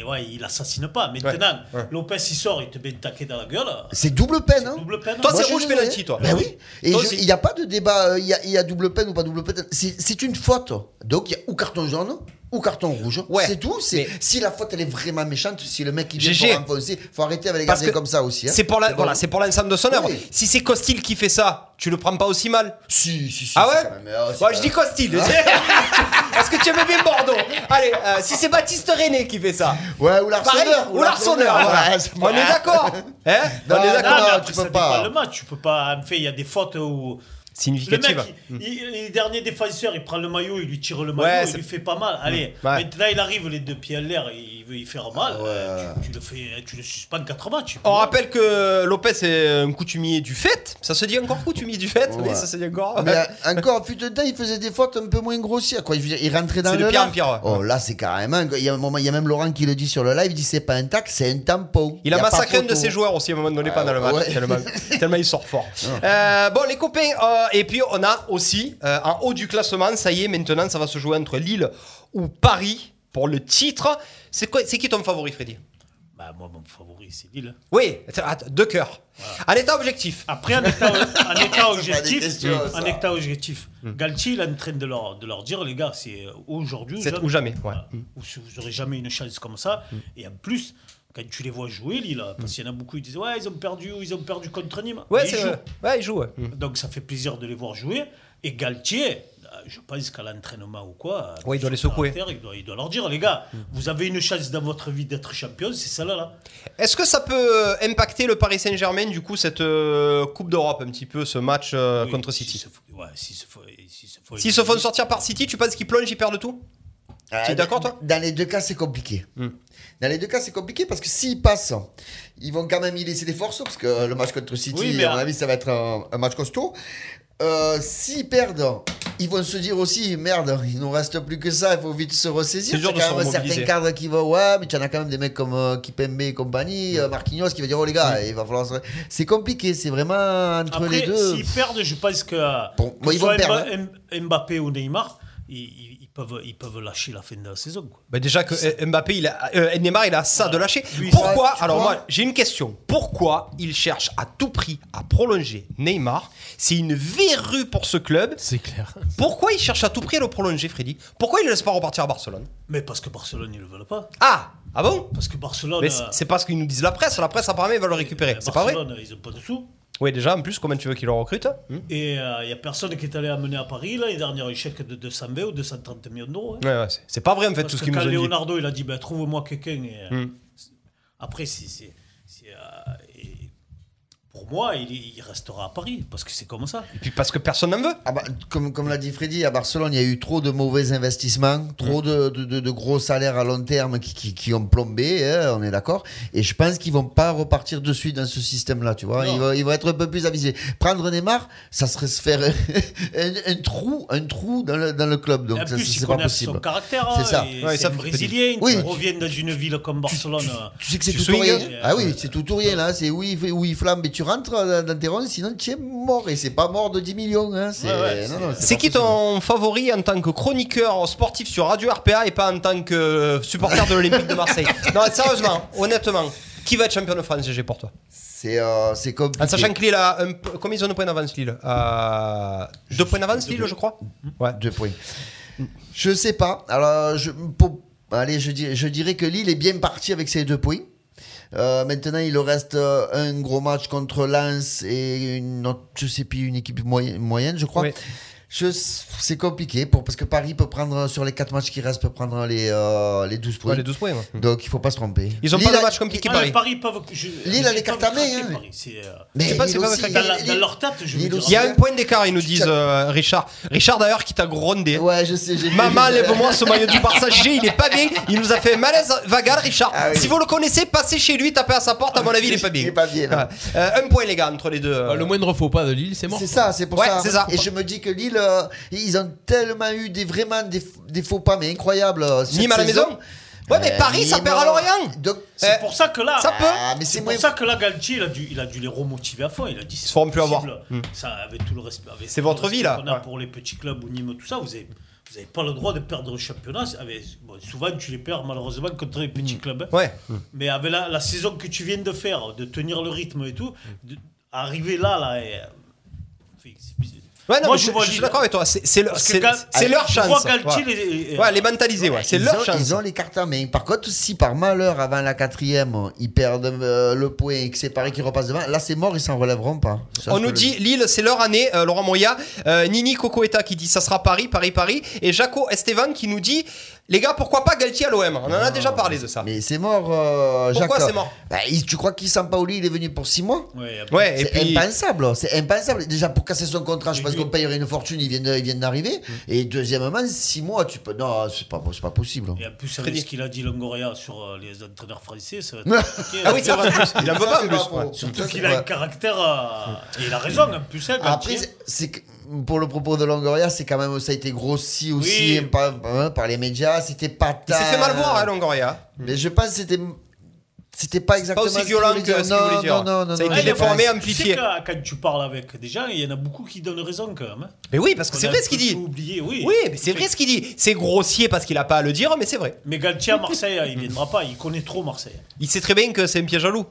Speaker 6: euh, ouais, il assassine pas. Maintenant, Lopez, il sort, il te met une taquet dans la gueule.
Speaker 8: C'est double peine. hein.
Speaker 6: Double peine.
Speaker 7: Toi,
Speaker 8: Moi,
Speaker 7: c'est
Speaker 8: je suis
Speaker 7: rouge
Speaker 8: désolé.
Speaker 7: penalty, toi.
Speaker 8: Ben oui. Et
Speaker 7: Toi
Speaker 8: je-
Speaker 7: aussi.
Speaker 8: il n'y a pas de débat. euh, Il y, a, il y a double peine ou pas double peine. C'est c'est une faute. Donc il y a ou carton jaune ou carton rouge.
Speaker 7: Ouais.
Speaker 8: C'est tout. C'est si la faute elle est vraiment méchante, si le mec il vient
Speaker 7: GG.
Speaker 8: pour enfoncer, faut arrêter avec les
Speaker 7: Parce
Speaker 8: gardiens
Speaker 7: que
Speaker 8: comme ça aussi. hein.
Speaker 7: C'est pour la-
Speaker 8: bon.
Speaker 7: voilà, c'est pour l'ensemble de son œuvre.
Speaker 8: Oui.
Speaker 7: Si c'est Costil qui fait ça, tu le prends pas aussi mal.
Speaker 8: Si, si, si.
Speaker 7: Ah
Speaker 8: c'est
Speaker 7: ouais
Speaker 8: quand même, euh, c'est
Speaker 7: Bon,
Speaker 8: quand
Speaker 7: je dis
Speaker 8: même-
Speaker 7: Costil. Est-ce que tu aimes bien Bordeaux Allez, euh, si c'est Baptiste René qui fait ça.
Speaker 8: Ouais,
Speaker 7: Pareil,
Speaker 8: ou l'arseneur.
Speaker 7: ou l'arseneur, voilà. On est d'accord Hein
Speaker 8: Non,
Speaker 7: On est
Speaker 8: non,
Speaker 7: d'accord
Speaker 6: Ah, mais
Speaker 8: non, tu
Speaker 6: après,
Speaker 8: peux
Speaker 6: ça
Speaker 8: pas.
Speaker 6: dépend le match. Tu peux pas. En fait, il y a des fautes où. Le mec,
Speaker 7: Significative.
Speaker 6: il, il- les derniers défenseurs, il prend le maillot, il lui tire le
Speaker 7: Mm. Ouais,
Speaker 6: maillot,
Speaker 7: c'est- Mm.
Speaker 6: il lui fait pas mal. Allez,
Speaker 7: Ouais. Ah
Speaker 6: maintenant il arrive les deux pieds à l'air, il veut y faire mal. euh, tu, tu le fais, tu le suspends quatre matchs.
Speaker 7: On rappelle que Lopez est un coutumier du fait. Ça se dit encore coutumier du fait Oui, ça se dit encore.
Speaker 8: Mais euh, encore, fut de temps, il faisait des fautes un peu moins grossières. Quoi. Je veux dire, Il rentrait dans
Speaker 7: C'est
Speaker 8: le
Speaker 7: de pire en
Speaker 8: lard.
Speaker 7: pire, ouais.
Speaker 8: Oh, là, c'est carrément. Il y a un moment, il y a même Laurent qui le dit sur le live. Il dit c'est pas un tac, c'est un tampon.
Speaker 7: Il a
Speaker 8: pas
Speaker 7: massacré un de
Speaker 8: photo.
Speaker 7: ses joueurs aussi à un moment donné
Speaker 8: Ouais,
Speaker 7: pendant le match,
Speaker 8: ouais. Ah.
Speaker 7: tellement, tellement il sort fort. Euh, bon, les copains, euh, et puis on a aussi euh, en haut du classement, ça y est, maintenant ça va se jouer entre Lille ou Paris pour le titre. C'est quoi- c'est qui ton favori, Freddy
Speaker 6: Bah, moi, mon favori, c'est Lille.
Speaker 7: Oui, attends, attends, de cœur. En état objectif.
Speaker 6: Après, en état, en état
Speaker 8: des
Speaker 6: objectif,
Speaker 8: questions,
Speaker 6: en
Speaker 8: ça.
Speaker 6: état objectif
Speaker 7: Mm.
Speaker 6: Galtier, il est en train de leur, de leur dire, les gars, c'est aujourd'hui
Speaker 7: C'est ou jamais, ouais. Mm.
Speaker 6: Voilà. Ou si vous aurez jamais une chance comme ça. Et en plus, quand tu les vois jouer, Lille, parce qu'il y en a beaucoup, ils disent, ouais, ils ont perdu, ou ils ont perdu contre Nîmes.
Speaker 7: Mm. Ouais,
Speaker 6: Mais ils
Speaker 7: c'est
Speaker 6: jouent.
Speaker 7: ouais, il joue. ouais.
Speaker 6: Donc ça fait plaisir de les voir jouer. Et Galtier, euh, je pense qu'à l'entraînement ou quoi.
Speaker 7: Ouais, il doit les
Speaker 6: sur le
Speaker 7: secouer. Mm.
Speaker 6: caractère, Il doit, il doit leur dire, les gars, vous avez une chance dans votre vie d'être champion, c'est celle-là. là.
Speaker 7: Est-ce que ça peut euh, impacter le Paris Saint-Germain, du coup, cette euh, Coupe d'Europe, un petit peu, ce match euh,
Speaker 6: Oui,
Speaker 7: contre
Speaker 6: s'ils
Speaker 7: City
Speaker 6: se font- ouais, S'ils se font- s'ils se font-
Speaker 7: S'ils se font sortir par City, tu penses qu'ils plongent, ils perdent tout T'es
Speaker 8: Euh,
Speaker 7: d'accord,
Speaker 8: dans-
Speaker 7: toi Hmm.
Speaker 8: Dans les deux cas, c'est compliqué. Dans les deux cas, c'est compliqué parce que s'ils passent, ils vont quand même y laisser des forces parce que euh, le match contre City,
Speaker 6: Oui, mais
Speaker 8: à mon
Speaker 6: à-
Speaker 8: avis, ça va être un, un match costaud. Euh, s'ils perdent, ils vont se dire aussi merde, il nous reste plus que ça, il faut vite se ressaisir.
Speaker 7: C'est dur de
Speaker 8: quand
Speaker 7: se
Speaker 8: même
Speaker 7: remobiliser.
Speaker 8: certains cadres qui vont ouais, mais tu en as quand même des mecs comme euh, Kipembe et compagnie,
Speaker 7: Hmm.
Speaker 8: euh, Marquinhos qui va dire oh les gars, il va falloir. se- C'est compliqué, c'est vraiment entre
Speaker 6: Après,
Speaker 8: les deux.
Speaker 6: s'ils perdent, je pense que.
Speaker 8: Bon,
Speaker 6: que
Speaker 8: bon, ils
Speaker 6: ce soit
Speaker 8: vont perdre,
Speaker 7: hein.
Speaker 6: Mba- M- Mbappé ou Neymar, ils, ils- ils peuvent, ils peuvent lâcher la fin de la saison. quoi.
Speaker 7: Bah déjà que euh, Mbappé, il a, euh, Neymar, il a ça de lâcher.
Speaker 6: Oui,
Speaker 7: Pourquoi
Speaker 8: ça, tu
Speaker 7: Alors
Speaker 8: crois
Speaker 7: moi, j'ai une question. Pourquoi il cherche à tout prix à prolonger Neymar C'est une verrue pour ce club.
Speaker 5: C'est clair.
Speaker 7: Pourquoi il cherche à tout prix à le prolonger, Freddy Pourquoi il ne laisse pas repartir à Barcelone
Speaker 6: Mais parce que Barcelone, ils ne le veulent pas.
Speaker 7: Ah Ah bon
Speaker 6: Parce que Barcelone.
Speaker 7: Mais c'est-
Speaker 6: euh,
Speaker 7: c'est pas ce qu'ils nous disent la presse. La presse, apparemment, ils veulent le récupérer.
Speaker 6: euh,
Speaker 7: C'est pas vrai
Speaker 6: Barcelone, ils n'ont pas de sous.
Speaker 7: Oui, déjà, en plus, comment tu veux qu'il le recrute Hmm
Speaker 6: Et il n'y a personne qui est allé amener à Paris l'année dernière un chèque de 220 ou 230 millions d'euros. hein.
Speaker 7: Ouais, ouais, c'est- c'est pas vrai, en fait,
Speaker 6: Parce
Speaker 7: tout ce
Speaker 6: que
Speaker 7: qu'ils nous
Speaker 6: quand
Speaker 7: ont dit.
Speaker 6: Leonardo, il a dit, ben, trouve-moi quelqu'un. et, euh,
Speaker 7: Hmm.
Speaker 6: c'est- Après, c'est, c'est- c'est, euh, et pour moi, il, il restera à Paris, parce que c'est comme ça.
Speaker 7: Et puis parce que personne n'en veut.
Speaker 8: Ah bah, comme comme l'a dit Freddy, à Barcelone, il y a eu trop de mauvais investissements, trop
Speaker 6: Mm.
Speaker 8: de, de- de- de gros salaires à long terme qui, qui- qui ont plombé, hein, on est d'accord. Et je pense qu'ils vont pas repartir de suite dans ce système-là, tu vois.
Speaker 6: Non.
Speaker 8: Ils vont, ils vont être un peu plus avisés. Prendre Neymar, ça serait se faire un, un trou, un trou dans le, dans le club. Donc
Speaker 6: en
Speaker 8: ça,
Speaker 6: plus,
Speaker 8: ça,
Speaker 6: il
Speaker 8: c'est pas
Speaker 6: connaît son
Speaker 8: possible.
Speaker 6: caractère.
Speaker 8: C'est
Speaker 6: hein,
Speaker 8: ça.
Speaker 6: et
Speaker 7: Ouais,
Speaker 6: c'est
Speaker 7: ça,
Speaker 6: un
Speaker 7: faut que tu
Speaker 6: Brésilien
Speaker 8: Oui.
Speaker 6: qui revient dans une ville comme Barcelone. euh,
Speaker 8: Tu sais que c'est
Speaker 7: Tu
Speaker 8: tout ou
Speaker 7: swingues
Speaker 8: rien.
Speaker 6: Euh,
Speaker 8: Ah oui, c'est tout ou rien là. C'est oui, il- oui, il flambe et tu rentres dans, dans tes ronds, sinon tu es mort. Et c'est pas mort de 10 millions. Hein. C'est
Speaker 6: Ouais, ouais,
Speaker 8: non,
Speaker 6: c'est-
Speaker 8: non, c'est
Speaker 7: C'est
Speaker 8: pas
Speaker 7: qui
Speaker 8: possible.
Speaker 7: ton favori en tant que chroniqueur sportif sur Radio RPA et pas en tant que euh, supporter de l'Olympique de Marseille Non, sérieusement, honnêtement, qui va être champion de France GG pour toi
Speaker 8: C'est euh, c'est compliqué.
Speaker 7: En sachant que Lille a un p- combien ils ont de points d'avance Lille Euh, Deux points d'avance Lille, je crois. Ouais.
Speaker 8: Deux points. Je sais pas. Alors, je, pour- allez, je, dirais, je dirais que Lille est bien parti avec ses deux points. Euh, maintenant, il leur reste euh, un gros match contre Lens et une autre, je sais plus, une équipe moyenne, moyenne je crois.
Speaker 7: Oui.
Speaker 8: Je- c'est compliqué pour, parce que Paris peut prendre, sur les quatre matchs qui restent, peut prendre les, euh, les 12 points. Mm.
Speaker 7: Ouais, les 12 points. ouais.
Speaker 8: Donc, il faut pas se tromper.
Speaker 7: Ils ont
Speaker 8: Lille
Speaker 7: pas de
Speaker 8: a-
Speaker 7: match compliqué,
Speaker 6: ah,
Speaker 7: Paris.
Speaker 6: mais Paris peuvent- je-
Speaker 8: Lille a les cartes à
Speaker 6: peuvent craquer,
Speaker 8: main, hein.
Speaker 6: Paris, c'est, euh,
Speaker 8: Mais
Speaker 7: sais pas, c'est
Speaker 8: Lille
Speaker 7: pas
Speaker 8: aussi,
Speaker 7: avec
Speaker 6: dans,
Speaker 7: la-
Speaker 6: la-
Speaker 8: Lille-
Speaker 6: dans leur tête, je veux
Speaker 8: Lille
Speaker 6: dire.
Speaker 8: aussi.
Speaker 7: Il y a un point d'écart, ils nous disent, euh, Richard. Richard, d'ailleurs, qui t'a grondé.
Speaker 8: Ouais, je sais. j'ai-
Speaker 7: Maman, lève-moi ce maillot du Barça G, il est pas bien. Il nous a fait malaise vagal, Richard.
Speaker 8: Ah oui. Ah
Speaker 7: Si vous le connaissez, passez chez lui, tapez à sa porte. À mon avis, il est pas bien.
Speaker 8: Il est pas bien, non.
Speaker 7: Ouais. Euh, un point, les gars, entre les deux. euh,
Speaker 5: Bah, le moindre faux pas de Lille, c'est mort.
Speaker 8: C'est ça, c'est pour
Speaker 7: Ouais,
Speaker 8: ça.
Speaker 7: c'est ça.
Speaker 8: Et je me dis que Lille, euh, ils ont tellement eu des vraiment des, des faux pas, mais incroyables. euh, cette
Speaker 7: Nîmes à la
Speaker 8: saison.
Speaker 7: maison Ouais, mais
Speaker 8: Euh,
Speaker 7: Paris, ça
Speaker 8: Nîmes,
Speaker 7: perd à Lorient.
Speaker 8: Donc,
Speaker 7: Eh,
Speaker 6: C'est pour ça que là,
Speaker 7: Ça peut.
Speaker 8: Ah, mais c'est
Speaker 6: c'est pour
Speaker 8: moins-
Speaker 6: ça que là, Galtier, il a dû, il a dû les remotiver à fond. Il a dit,
Speaker 7: se feront plus
Speaker 6: possible.
Speaker 7: avoir. Mm.
Speaker 6: Ça, avec tout le respect. avec
Speaker 7: C'est
Speaker 6: tout le
Speaker 7: votre
Speaker 6: respect
Speaker 7: vie, là.
Speaker 6: qu'on a
Speaker 7: Ouais.
Speaker 6: Pour les petits clubs ou Nîmes, tout ça, vous avez, vous avez pas le droit de perdre le championnat. Avec, bon, souvent, tu les perds malheureusement contre les petits clubs. hein.
Speaker 7: Hmm. Ouais.
Speaker 6: Mais avec la, la saison que tu viens de faire, de tenir le rythme et tout,
Speaker 7: Hmm.
Speaker 6: de- arriver là, là, et, euh, enfin, c'est bizarre.
Speaker 7: Ouais, non,
Speaker 6: Moi,
Speaker 7: mais je,
Speaker 6: je vois
Speaker 7: je suis
Speaker 6: Lille.
Speaker 7: d'accord avec toi. C'est c'est leur,
Speaker 6: Parce que
Speaker 7: c'est-
Speaker 6: Gal-
Speaker 7: c'est leur
Speaker 6: je vois
Speaker 7: chance.
Speaker 6: Galtier,
Speaker 7: Ouais.
Speaker 6: les-
Speaker 7: Ouais, les mentaliser, ouais. C'est
Speaker 8: ils
Speaker 7: leur
Speaker 8: ont,
Speaker 7: chance.
Speaker 8: Ils ont les cartes en main. Par contre, si par malheur, avant la quatrième, ils perdent euh, le point et que c'est Paris qui repasse devant, là c'est mort, ils s'en relèveront pas. Ça,
Speaker 7: On
Speaker 8: je
Speaker 7: nous
Speaker 8: le-
Speaker 7: dit Lille, c'est leur année. euh, Laurent Moya, euh, Nini Cocoetta qui dit ça sera Paris, Paris, Paris. Et Jaco Estevan qui nous dit les gars, pourquoi pas Galtier à l'OM On en a déjà parlé de ça.
Speaker 8: Mais c'est mort, euh,
Speaker 7: Pourquoi
Speaker 8: Jacques.
Speaker 7: c'est mort
Speaker 8: Bah, il- Tu crois qu'Isampaoli, il est venu pour 6 mois
Speaker 6: Ouais, après,
Speaker 7: Ouais, et
Speaker 8: C'est
Speaker 7: puis.
Speaker 8: impensable, oh, c'est impensable. Déjà pour casser son contrat, je pense
Speaker 6: Oui.
Speaker 8: qu'on payerait une fortune, ils viennent, de- ils viennent d'arriver.
Speaker 7: Mm.
Speaker 8: Et deuxièmement, six mois, tu peux. Non, c'est pas, c'est pas possible. oh.
Speaker 6: Et en plus,
Speaker 7: Freddy.
Speaker 6: avec ce qu'il a dit Longoria sur euh, les entraîneurs français, ça va être compliqué. hein.
Speaker 7: Ah oui, c'est vrai. Il en veut pas en plus. ouais.
Speaker 6: Surtout qu'il a un caractère. euh, Et il a raison, en plus, hein,
Speaker 8: Après,
Speaker 6: Galtier.
Speaker 8: c'est- c'est que- pour le propos de Longoria, c'est quand même ça a été grossi aussi
Speaker 6: Oui.
Speaker 8: par, hein, par les médias. C'était pas.
Speaker 7: Il s'est fait
Speaker 8: tant-
Speaker 7: mal voir, hein, Longoria.
Speaker 8: Mais je pense que c'était. C'était pas exactement.
Speaker 7: aussi
Speaker 8: ce qu'il
Speaker 7: violent
Speaker 8: voulait dire.
Speaker 7: que ce qu'il
Speaker 8: Non,
Speaker 7: voulait dire.
Speaker 8: Non, non, non,
Speaker 7: Ça a
Speaker 8: non,
Speaker 7: été
Speaker 8: je pense.
Speaker 7: déformé,
Speaker 6: Tu sais
Speaker 7: amplifié.
Speaker 6: que quand tu parles avec des gens, il y en a beaucoup qui donnent raison quand même. hein.
Speaker 7: Mais oui, parce que
Speaker 6: On
Speaker 7: c'est
Speaker 6: a
Speaker 7: vrai
Speaker 6: un
Speaker 7: ce qu'il
Speaker 6: peu
Speaker 7: dit.
Speaker 6: tout oublié, oui.
Speaker 7: Oui, mais c'est vrai ce qu'il dit. C'est grossier parce qu'il a pas à le dire, mais c'est vrai.
Speaker 6: Mais Galtier à Marseille, hein, il viendra pas. Il connaît trop Marseille.
Speaker 7: Il sait très bien que c'est un piège à loup.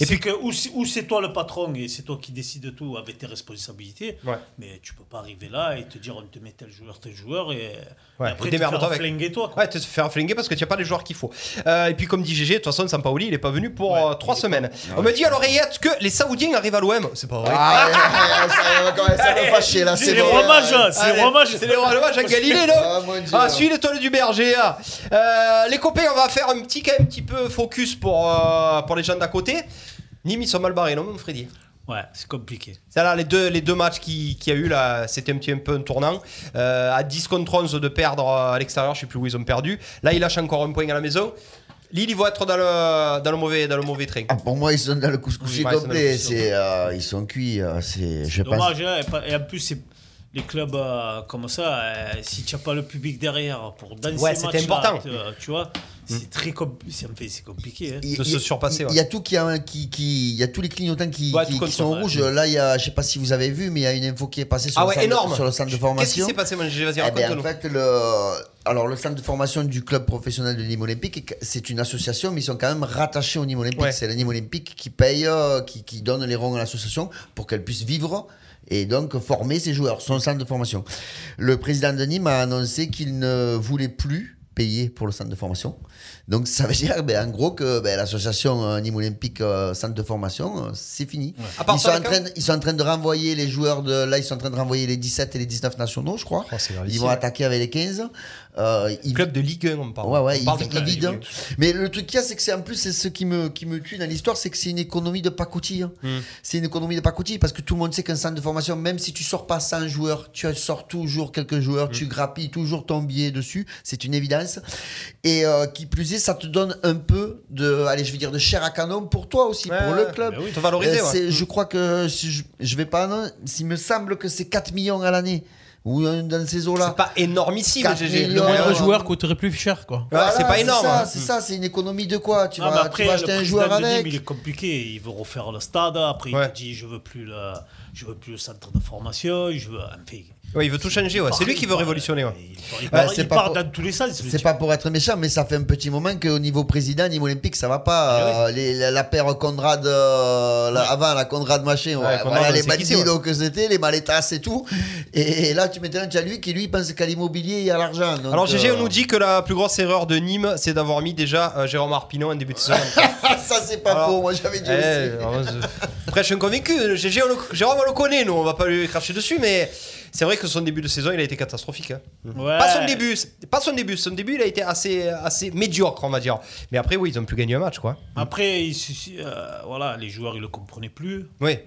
Speaker 6: Et puis que où, c'est- où c'est toi le patron et c'est toi qui décides de tout avec tes responsabilités.
Speaker 7: Ouais.
Speaker 6: Mais tu peux pas arriver là et te dire on te met tel joueur, tel joueur et,
Speaker 7: Ouais,
Speaker 6: et après te
Speaker 7: démerde-toi
Speaker 6: faire
Speaker 7: avec.
Speaker 6: flinguer toi. quoi.
Speaker 7: Ouais, te faire flinguer parce que tu n'as pas les joueurs qu'il faut. Euh, et puis, comme dit GG, de toute façon, Sampaoli, il est pas pas venu pour euh, trois semaines. On me dit à l'oreillette que les Saoudiens arrivent à l'OM. C'est pas vrai.
Speaker 8: Ah, ouais, ouais, ça va commencer à me fâcher là,
Speaker 6: C'est
Speaker 8: c'est
Speaker 6: les
Speaker 8: bon.
Speaker 6: romages, hein, c'est
Speaker 7: Allez,
Speaker 6: les romages.
Speaker 7: C'est les romages à Galilée, là
Speaker 8: Ah, mon Dieu.
Speaker 7: Ah, suis l'étoile du berger. ah. Euh, les copains, on va faire un petit, quand même, petit peu focus pour, euh, pour les gens d'à côté. Nîmes, ils sont mal barrés, non, mon Freddy
Speaker 6: Ouais, c'est compliqué.
Speaker 7: ça là, les deux, les deux matchs qui- qu'il y a eu là, c'était un petit un peu un tournant. Euh, à 10 contre 11 de perdre euh, à l'extérieur, je sais plus où ils ont perdu. Là, ils lâchent encore un point à la maison. Lille, ils vont être dans le, dans le, mauvais, dans le mauvais train.
Speaker 8: Ah, pour moi, ils sont dans le couscous
Speaker 7: Oui, bah, ils sont dans le
Speaker 8: complet.
Speaker 7: couscous.
Speaker 8: c'est, euh, ils sont cuits. euh, c'est, je pense.
Speaker 6: Dommage, hein, et pas- et en plus, c'est- les clubs euh, comme ça, euh, si tu n'as pas le public derrière pour danser
Speaker 7: Ouais,
Speaker 6: ces
Speaker 7: c'était
Speaker 6: matchs-là,
Speaker 7: important.
Speaker 6: tu, euh, tu vois, c'est très compli- c'est- en fait, c'est compliqué. hein.
Speaker 8: Mm. Il-
Speaker 7: De se
Speaker 8: il-
Speaker 7: surpasser,
Speaker 8: Il y a tout qui, a, hein, qui, qui- il y a tous les clignotants qui,
Speaker 7: Ouais, tout
Speaker 8: qui- qui
Speaker 7: comme ça,
Speaker 8: sont
Speaker 7: ouais.
Speaker 8: rouges. Là, il y a, je sais pas si vous avez vu, mais il y a une info qui est passée sur,
Speaker 7: Ah
Speaker 8: le,
Speaker 7: ouais,
Speaker 8: centre,
Speaker 7: énorme.
Speaker 8: sur le centre de
Speaker 7: Qu'est-ce qui
Speaker 8: formation.
Speaker 7: s'est passé, mon GG Vas-y,
Speaker 8: Eh ben,
Speaker 7: raconte-nous.
Speaker 8: en fait, le, alors le centre de formation du club professionnel de Nîmes Olympique, c'est une association, mais ils sont quand même rattachés au Nîmes Olympique.
Speaker 7: Ouais.
Speaker 8: C'est le Nîmes Olympique qui paye, euh, qui, qui donne les ronds à l'association pour qu'elle puisse vivre et donc former ses joueurs, son centre de formation. Le président de Nîmes a annoncé qu'il ne voulait plus payer pour le centre de formation. Donc ça veut dire ben, en gros que ben, l'association euh, Nîmes Olympique euh, centre de formation, euh, c'est fini.
Speaker 7: À part
Speaker 8: Ils
Speaker 7: ça,
Speaker 8: sont en
Speaker 7: d'accord.
Speaker 8: train ils sont en train de renvoyer les joueurs de. Là, ils sont en train de renvoyer les 17 et les 19 nationaux, je crois.
Speaker 7: Oh, c'est
Speaker 8: ils
Speaker 7: gravissime.
Speaker 8: vont attaquer avec les 15. Euh, ils-
Speaker 7: Club de Ligue 1, on parle.
Speaker 8: Ouais, ouais,
Speaker 7: on parle
Speaker 8: ils-
Speaker 7: de
Speaker 8: ils
Speaker 7: club de Ligue
Speaker 8: vident.
Speaker 7: 1.
Speaker 8: Mais le truc qu'il y a, c'est que c'est en plus, c'est ce qui me, qui me tue dans l'histoire, c'est que c'est une économie de pacotille. hein.
Speaker 7: Hmm.
Speaker 8: C'est une économie de pacotille parce que tout le monde sait qu'un centre de formation, même si tu sors pas 100 joueurs, tu sors toujours quelques joueurs,
Speaker 7: Hmm.
Speaker 8: tu grappilles toujours ton billet dessus, c'est une évidence. Et euh, qui plus est, ça te donne un peu de, allez, je vais dire de chair à canon pour toi aussi,
Speaker 7: Ouais,
Speaker 8: pour
Speaker 7: ouais,
Speaker 8: le club.
Speaker 7: bah oui, te valoriser,
Speaker 8: Euh,
Speaker 7: ouais.
Speaker 8: c'est- Je crois que si je, je vais pas, non, il me semble que c'est 4 millions à l'année ou euh, dans ces eaux-là.
Speaker 7: C'est pas énormissime,
Speaker 8: Quatre
Speaker 7: GG.
Speaker 8: millions.
Speaker 7: moindre
Speaker 8: Ouais,
Speaker 5: Un
Speaker 8: ouais.
Speaker 7: joueur-
Speaker 5: joueur coûterait plus cher, quoi.
Speaker 7: Ouais, c'est
Speaker 8: Voilà,
Speaker 7: pas énorme.
Speaker 8: ça,
Speaker 7: hein.
Speaker 8: C'est ça, c'est une économie de quoi Tu
Speaker 6: Non,
Speaker 8: vas,
Speaker 6: mais
Speaker 8: tu
Speaker 6: après,
Speaker 8: vas
Speaker 6: le
Speaker 8: acheter un
Speaker 6: président
Speaker 8: joueur
Speaker 6: de Nîmes, il
Speaker 8: avec.
Speaker 6: est compliqué. Il veut refaire le stade. Après,
Speaker 7: Ouais.
Speaker 6: il te dit je veux plus le, je veux plus le centre de formation. Je veux. Enfin,
Speaker 7: Ouais, il veut tout changer, ouais. C'est lui qui veut
Speaker 6: il-
Speaker 7: révolutionner,
Speaker 8: euh,
Speaker 7: ouais.
Speaker 6: Il, il part,
Speaker 8: Ouais, c'est
Speaker 6: il
Speaker 8: pas
Speaker 6: part
Speaker 8: pour-
Speaker 6: dans tous les sens. le
Speaker 8: C'est
Speaker 6: type.
Speaker 8: pas pour être méchant, mais ça fait un petit moment qu'au niveau président, niveau olympique, ça va
Speaker 7: Eh
Speaker 8: pas. Euh, les- la, la paire Conrad, euh, la- avant la Conrad machin, ouais,
Speaker 7: Conrad,
Speaker 8: voilà,
Speaker 7: on
Speaker 8: les
Speaker 7: sait qui c'est, ouais.
Speaker 8: bandits donc, c'était, les maletas et tout. Et, là, tu maintenant, tu as lui qui lui pense qu'à l'immobilier et à l'argent. donc,
Speaker 7: Alors, GG,
Speaker 8: euh,
Speaker 7: on nous dit que la plus grosse erreur de Nîmes, c'est d'avoir mis déjà euh, Jérôme Arpinon en début de saison.
Speaker 8: Ah, ça, c'est pas
Speaker 7: Alors,
Speaker 8: faux, moi j'avais dit
Speaker 7: Eh,
Speaker 8: aussi.
Speaker 7: alors, je- Après, je suis convaincu. GG, on le- Jérôme, on le connaît, nous, on va pas lui cracher dessus, mais c'est vrai que son début de saison, il a été catastrophique. hein.
Speaker 6: Ouais.
Speaker 7: Pas son début, c'est- pas son début. Son début, il a été assez, assez médiocre, on va dire. Mais après, oui, ils ont plus gagné un match, quoi.
Speaker 6: Après, il suffi- euh, voilà, les joueurs ils le comprenaient plus.
Speaker 7: Oui.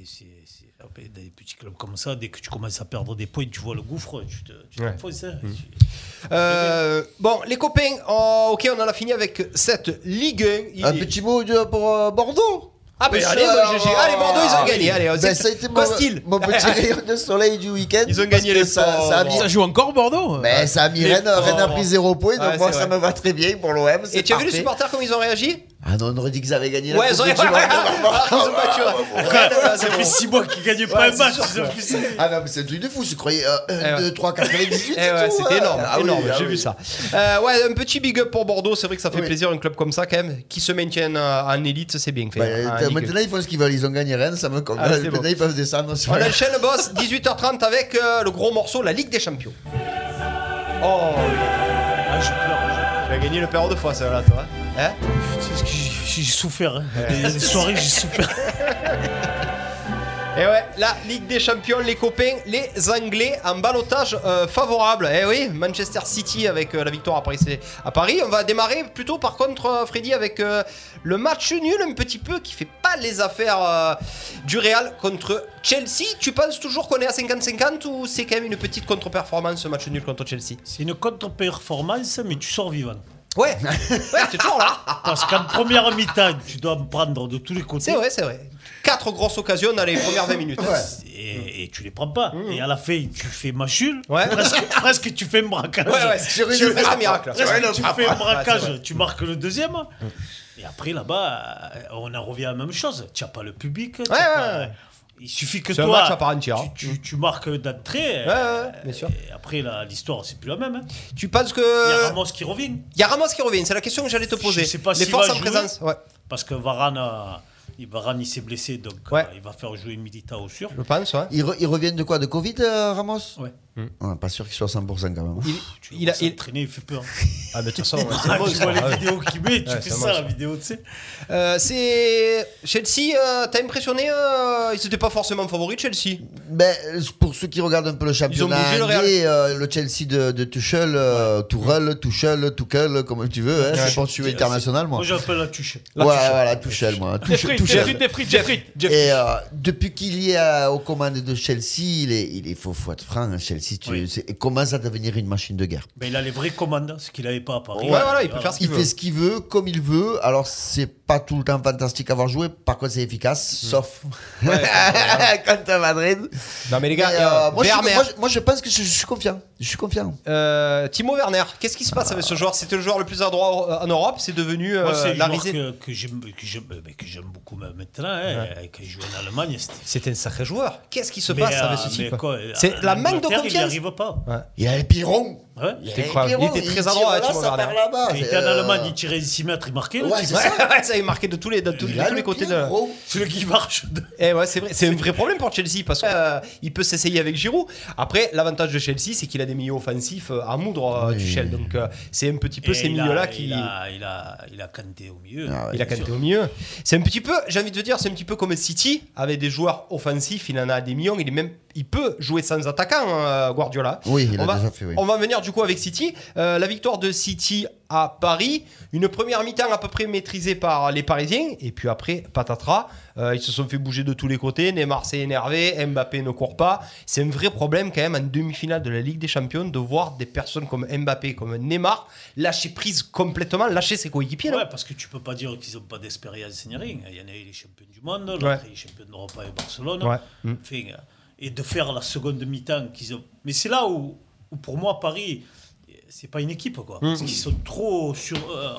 Speaker 6: Et c'est- c'est- après, dans des petits clubs comme ça, dès que tu commences à perdre des points, tu vois le gouffre, tu te tu
Speaker 7: Ouais.
Speaker 6: t'enfonces, hein. Tu-
Speaker 7: Euh, bon, les copains, oh, ok, on en a fini avec cette Ligue 1. Il
Speaker 8: Un
Speaker 7: est-
Speaker 8: petit mot de- pour euh, Bordeaux
Speaker 7: Ah, ben allez, mon GG. Allez, Bordeaux, ils ont gagné. Allez,
Speaker 8: Ben, oh, ça a été
Speaker 7: quoi
Speaker 8: mon,
Speaker 7: style
Speaker 8: mon petit rayon de soleil du week-end.
Speaker 7: Ils ont
Speaker 8: parce
Speaker 7: gagné
Speaker 8: que
Speaker 7: les
Speaker 8: ça,
Speaker 7: points.
Speaker 8: ça a mis
Speaker 5: Ça joue encore Bordeaux hein.
Speaker 8: Mais ça a mis
Speaker 7: Les
Speaker 8: Rennes, Rennes a
Speaker 7: pauvres.
Speaker 8: pris 0 points, donc
Speaker 7: Ouais,
Speaker 8: moi
Speaker 7: c'est
Speaker 8: ça
Speaker 7: vrai.
Speaker 8: me va très bien pour l'OM.
Speaker 7: Et
Speaker 8: c'est
Speaker 7: tu as vu les
Speaker 8: parfait.
Speaker 7: supporters, comment ils ont réagi
Speaker 8: Ah non, on aurait dit qu'ils avaient gagné la
Speaker 7: Ouais,
Speaker 8: Coupe
Speaker 7: ils ont
Speaker 8: du
Speaker 7: réagi.
Speaker 8: Monde.
Speaker 7: Ah, ils ont battu, ouais. Rennes, là, c'est
Speaker 6: Ça
Speaker 7: bon.
Speaker 6: fait 6 mois qu'ils gagnaient pas un match, ils ont fait ça.
Speaker 8: Ah non, mais c'est un truc de fou, je croyais
Speaker 7: Eh
Speaker 8: 1,
Speaker 7: ouais.
Speaker 8: 2, 3, 98.
Speaker 7: Eh ouais,
Speaker 8: tout,
Speaker 7: c'était
Speaker 8: hein.
Speaker 7: énorme,
Speaker 8: Ah oui,
Speaker 7: énorme,
Speaker 8: ah
Speaker 7: j'ai
Speaker 8: oui.
Speaker 7: vu ça. Euh, ouais, un petit big up pour Bordeaux, c'est vrai que ça fait
Speaker 8: Oui.
Speaker 7: plaisir, un club comme ça quand même, qui se maintiennent euh, en élite, c'est bien fait.
Speaker 8: Bah,
Speaker 7: hein, en
Speaker 8: t'as-
Speaker 7: Ligue.
Speaker 8: maintenant ils font ce qu'ils veulent, ils ont gagné Rennes, ça me convient.
Speaker 7: Ah, c'est
Speaker 8: maintenant
Speaker 7: bon.
Speaker 8: ils peuvent descendre. sur-
Speaker 7: On enchaîne, boss, 18h30 avec euh, le gros morceau, la Ligue des Champions. Oh,
Speaker 6: Ah, je pleure,
Speaker 7: tu as gagné le père deux fois, ça là, toi. Hein
Speaker 6: je- tu sais ce que j'ai j'ai souffert. hein. Des soirées, j'ai souffert.
Speaker 7: Et Eh ouais, la Ligue des Champions, les copains, les Anglais en balotage euh, favorable. Eh oui, Manchester City avec euh, la victoire à Paris, c'est- à Paris. On va démarrer plutôt par contre, euh, Freddy, avec euh, le match nul un petit peu qui fait pas les affaires euh, du Real contre Chelsea. Tu penses toujours qu'on est à 50-50 ou c'est quand même une petite contre-performance ce match nul contre Chelsea
Speaker 6: C'est une contre-performance, mais tu sors vivant.
Speaker 7: Ouais, ouais, t'es toujours là.
Speaker 6: Parce qu'en première mi-temps, tu dois me prendre de tous les
Speaker 7: C'est
Speaker 6: côtés.
Speaker 7: vrai, c'est vrai. Quatre grosses occasions dans les premières 20 minutes.
Speaker 6: Et, et tu les prends pas. Et à la fin, tu fais machule.
Speaker 7: Mm. Ouais.
Speaker 6: Presque, presque tu fais un braquage.
Speaker 7: Ouais, ouais, c'est
Speaker 8: Sur une
Speaker 7: c'est un
Speaker 8: frappe.
Speaker 7: miracle.
Speaker 8: Sur une
Speaker 6: tu
Speaker 8: frappe.
Speaker 6: fais un
Speaker 7: Ah, c'est Mm.
Speaker 6: braquage, tu marques le deuxième. Et après, là-bas, euh, on en revient à la même chose. Tu n'as pas le public. tu as
Speaker 7: Ouais,
Speaker 6: pas- euh,
Speaker 7: ouais, ouais.
Speaker 6: Il suffit que
Speaker 7: C'est un
Speaker 6: toi.
Speaker 7: match à part entière. hein.
Speaker 6: Tu, tu- tu marques d'entrée. euh,
Speaker 7: Ouais, ouais, ouais, bien sûr. Euh.
Speaker 6: Et après, là, l'histoire, c'est plus la même. hein.
Speaker 7: Tu penses que.
Speaker 6: Il y a Ramos qui revient.
Speaker 7: Il y a Ramos qui revient, c'est la question que j'allais te poser.
Speaker 6: Je sais pas
Speaker 7: les
Speaker 6: s'il
Speaker 7: forces
Speaker 6: va
Speaker 7: en
Speaker 6: jouer.
Speaker 7: présence. Ouais,
Speaker 6: Parce que Varane, euh, il, Varane, il s'est blessé. Donc,
Speaker 7: Ouais.
Speaker 6: euh, il va faire jouer Militao au sûr.
Speaker 7: je pense, ouais.
Speaker 8: Ils, re- ils reviennent de quoi De Covid, euh, Ramos
Speaker 6: Ouais.
Speaker 8: On n'est pas sûr qu'il soit 100% quand même.
Speaker 7: Il a- il-
Speaker 6: traîné, il fait peur.
Speaker 10: Ah, mais de toute façon, ouais, c'est
Speaker 6: Ah,
Speaker 10: bon,
Speaker 6: tu
Speaker 10: ça,
Speaker 6: vois les
Speaker 10: ah ouais.
Speaker 6: vidéos qu'il met, tu
Speaker 10: Ouais,
Speaker 6: fais
Speaker 10: c'est un
Speaker 6: ça la vidéo, tu sais.
Speaker 7: Euh, c'est Chelsea. euh, T'as impressionné euh, Ils n'étaient pas forcément favoris Chelsea.
Speaker 8: Ben, euh, pour ceux qui regardent un peu le championnat
Speaker 7: bougé le Real.
Speaker 8: anglais, euh, le Chelsea de, de Tuchel, euh, Tourelle, Tuchel, Tuchel, comme tu veux, hein, je pense que je suis international moi.
Speaker 6: Moi, j'appelle la tuche.
Speaker 8: Ouais, voilà, Tuchel moi.
Speaker 9: Des
Speaker 8: Tuchel,
Speaker 9: frites, des
Speaker 8: Tuchel.
Speaker 9: frites, des frites, des frites.
Speaker 8: Et euh, depuis qu'il y a aux commandes de Chelsea, il est, il est faut, faut être franc, hein, Chelsea tu,
Speaker 6: Oui.
Speaker 8: c'est- commence à devenir une machine de guerre.
Speaker 6: Ben, il a les vraies commandes, ce qu'il n'avait pas à Paris.
Speaker 7: Ouais, voilà, il peut faire ce
Speaker 8: Ah. Il
Speaker 7: qu'il veut.
Speaker 8: fait ce qu'il veut, comme il veut. Alors, c'est pas tout le temps fantastique à avoir joué. Par contre, c'est efficace, sauf contre Madrid.
Speaker 7: Non mais les gars,
Speaker 8: Mais, euh,
Speaker 7: euh,
Speaker 8: moi, je, suis-
Speaker 7: Werner,
Speaker 8: moi, je- moi, je pense que je, je suis confiant. Je suis confiant.
Speaker 7: euh, Timo Werner, qu'est-ce qui se passe avec ce joueur C'était le joueur le plus adroit en Europe, c'est devenu euh,
Speaker 6: Moi, c'est
Speaker 7: la
Speaker 6: un joueur
Speaker 7: risée.
Speaker 6: que, que j'aime que j'aime- ben, que j'aime beaucoup même maintenant. hein, et Quand il jouait en Allemagne, c'était.
Speaker 7: C'était un sacré joueur. Qu'est-ce qui se
Speaker 6: Mais,
Speaker 7: passe
Speaker 6: euh,
Speaker 7: avec ce
Speaker 6: mais
Speaker 7: type
Speaker 6: quoi,
Speaker 7: C'est
Speaker 6: en
Speaker 7: la manque de
Speaker 6: Angleterre, Il n'y
Speaker 7: confiance.
Speaker 6: arrive pas.
Speaker 8: Il a les pirons.
Speaker 6: Ouais.
Speaker 8: Il, a
Speaker 7: C'était
Speaker 8: les
Speaker 7: incroyable.
Speaker 8: pirons.
Speaker 7: Il était très
Speaker 8: tire
Speaker 7: adroit,
Speaker 8: là,
Speaker 7: Timo
Speaker 8: ça
Speaker 7: Werner.
Speaker 8: part là-bas.
Speaker 6: Il était
Speaker 8: C'est,
Speaker 6: en
Speaker 8: euh,
Speaker 6: Allemagne, il tirait ici mètres, il marquait.
Speaker 8: Ouais,
Speaker 6: tu
Speaker 8: c'est
Speaker 6: vois.
Speaker 8: ça.
Speaker 7: Ah, Ouais, ça il est marqué de tous les, de tous,
Speaker 8: Il
Speaker 7: de
Speaker 8: a
Speaker 7: tous
Speaker 8: le
Speaker 7: les côtés de.
Speaker 8: piron.
Speaker 6: Celui qui marche. de-
Speaker 7: Eh ouais, c'est vrai, c'est un vrai problème pour Chelsea parce qu'il peut s'essayer avec Giroud. Après, l'avantage de Chelsea, c'est qu'il a des milieux offensifs euh, à moudre, euh, Tuchel. Donc euh, c'est un petit peu
Speaker 6: Et
Speaker 7: ces
Speaker 6: il a-
Speaker 7: milieux-là qui.
Speaker 6: Il a, il, a, il a canté au milieu.
Speaker 8: Ah ouais.
Speaker 7: Il a
Speaker 6: bien
Speaker 7: canté
Speaker 6: sûr.
Speaker 7: au milieu. C'est un petit peu, j'ai envie de dire, c'est un petit peu comme City, avec des joueurs offensifs, il en a des millions, il, est même, il peut jouer sans attaquant, hein, Guardiola.
Speaker 8: Oui, il
Speaker 7: on
Speaker 8: a
Speaker 7: va,
Speaker 8: déjà fait, oui.
Speaker 7: On va venir du coup avec City. Euh, la victoire de City à Paris, une première mi-temps à peu près maîtrisée par les Parisiens, et puis après, patatras, euh, ils se sont fait bouger de tous les côtés, Neymar s'est énervé, Mbappé ne court pas. C'est un vrai problème quand même en demi-finale de la Ligue des Champions de voir des personnes comme Mbappé, comme Neymar, lâcher prise complètement, lâcher ses coéquipiers. non
Speaker 6: Ouais, parce que tu peux pas dire qu'ils n'ont pas d'expérience ni rien. Il y en a, il est champion du monde, l'autre,
Speaker 7: Ouais.
Speaker 6: il est champion d'Europe avec Barcelone.
Speaker 7: Ouais. Mm.
Speaker 6: Enfin, euh, et de faire la seconde mi-temps qu'ils ont. Mais c'est là où, où, pour moi, Paris, euh, c'est pas une équipe,
Speaker 7: Mm.
Speaker 6: quoi. Parce qu'ils sont trop sur, euh,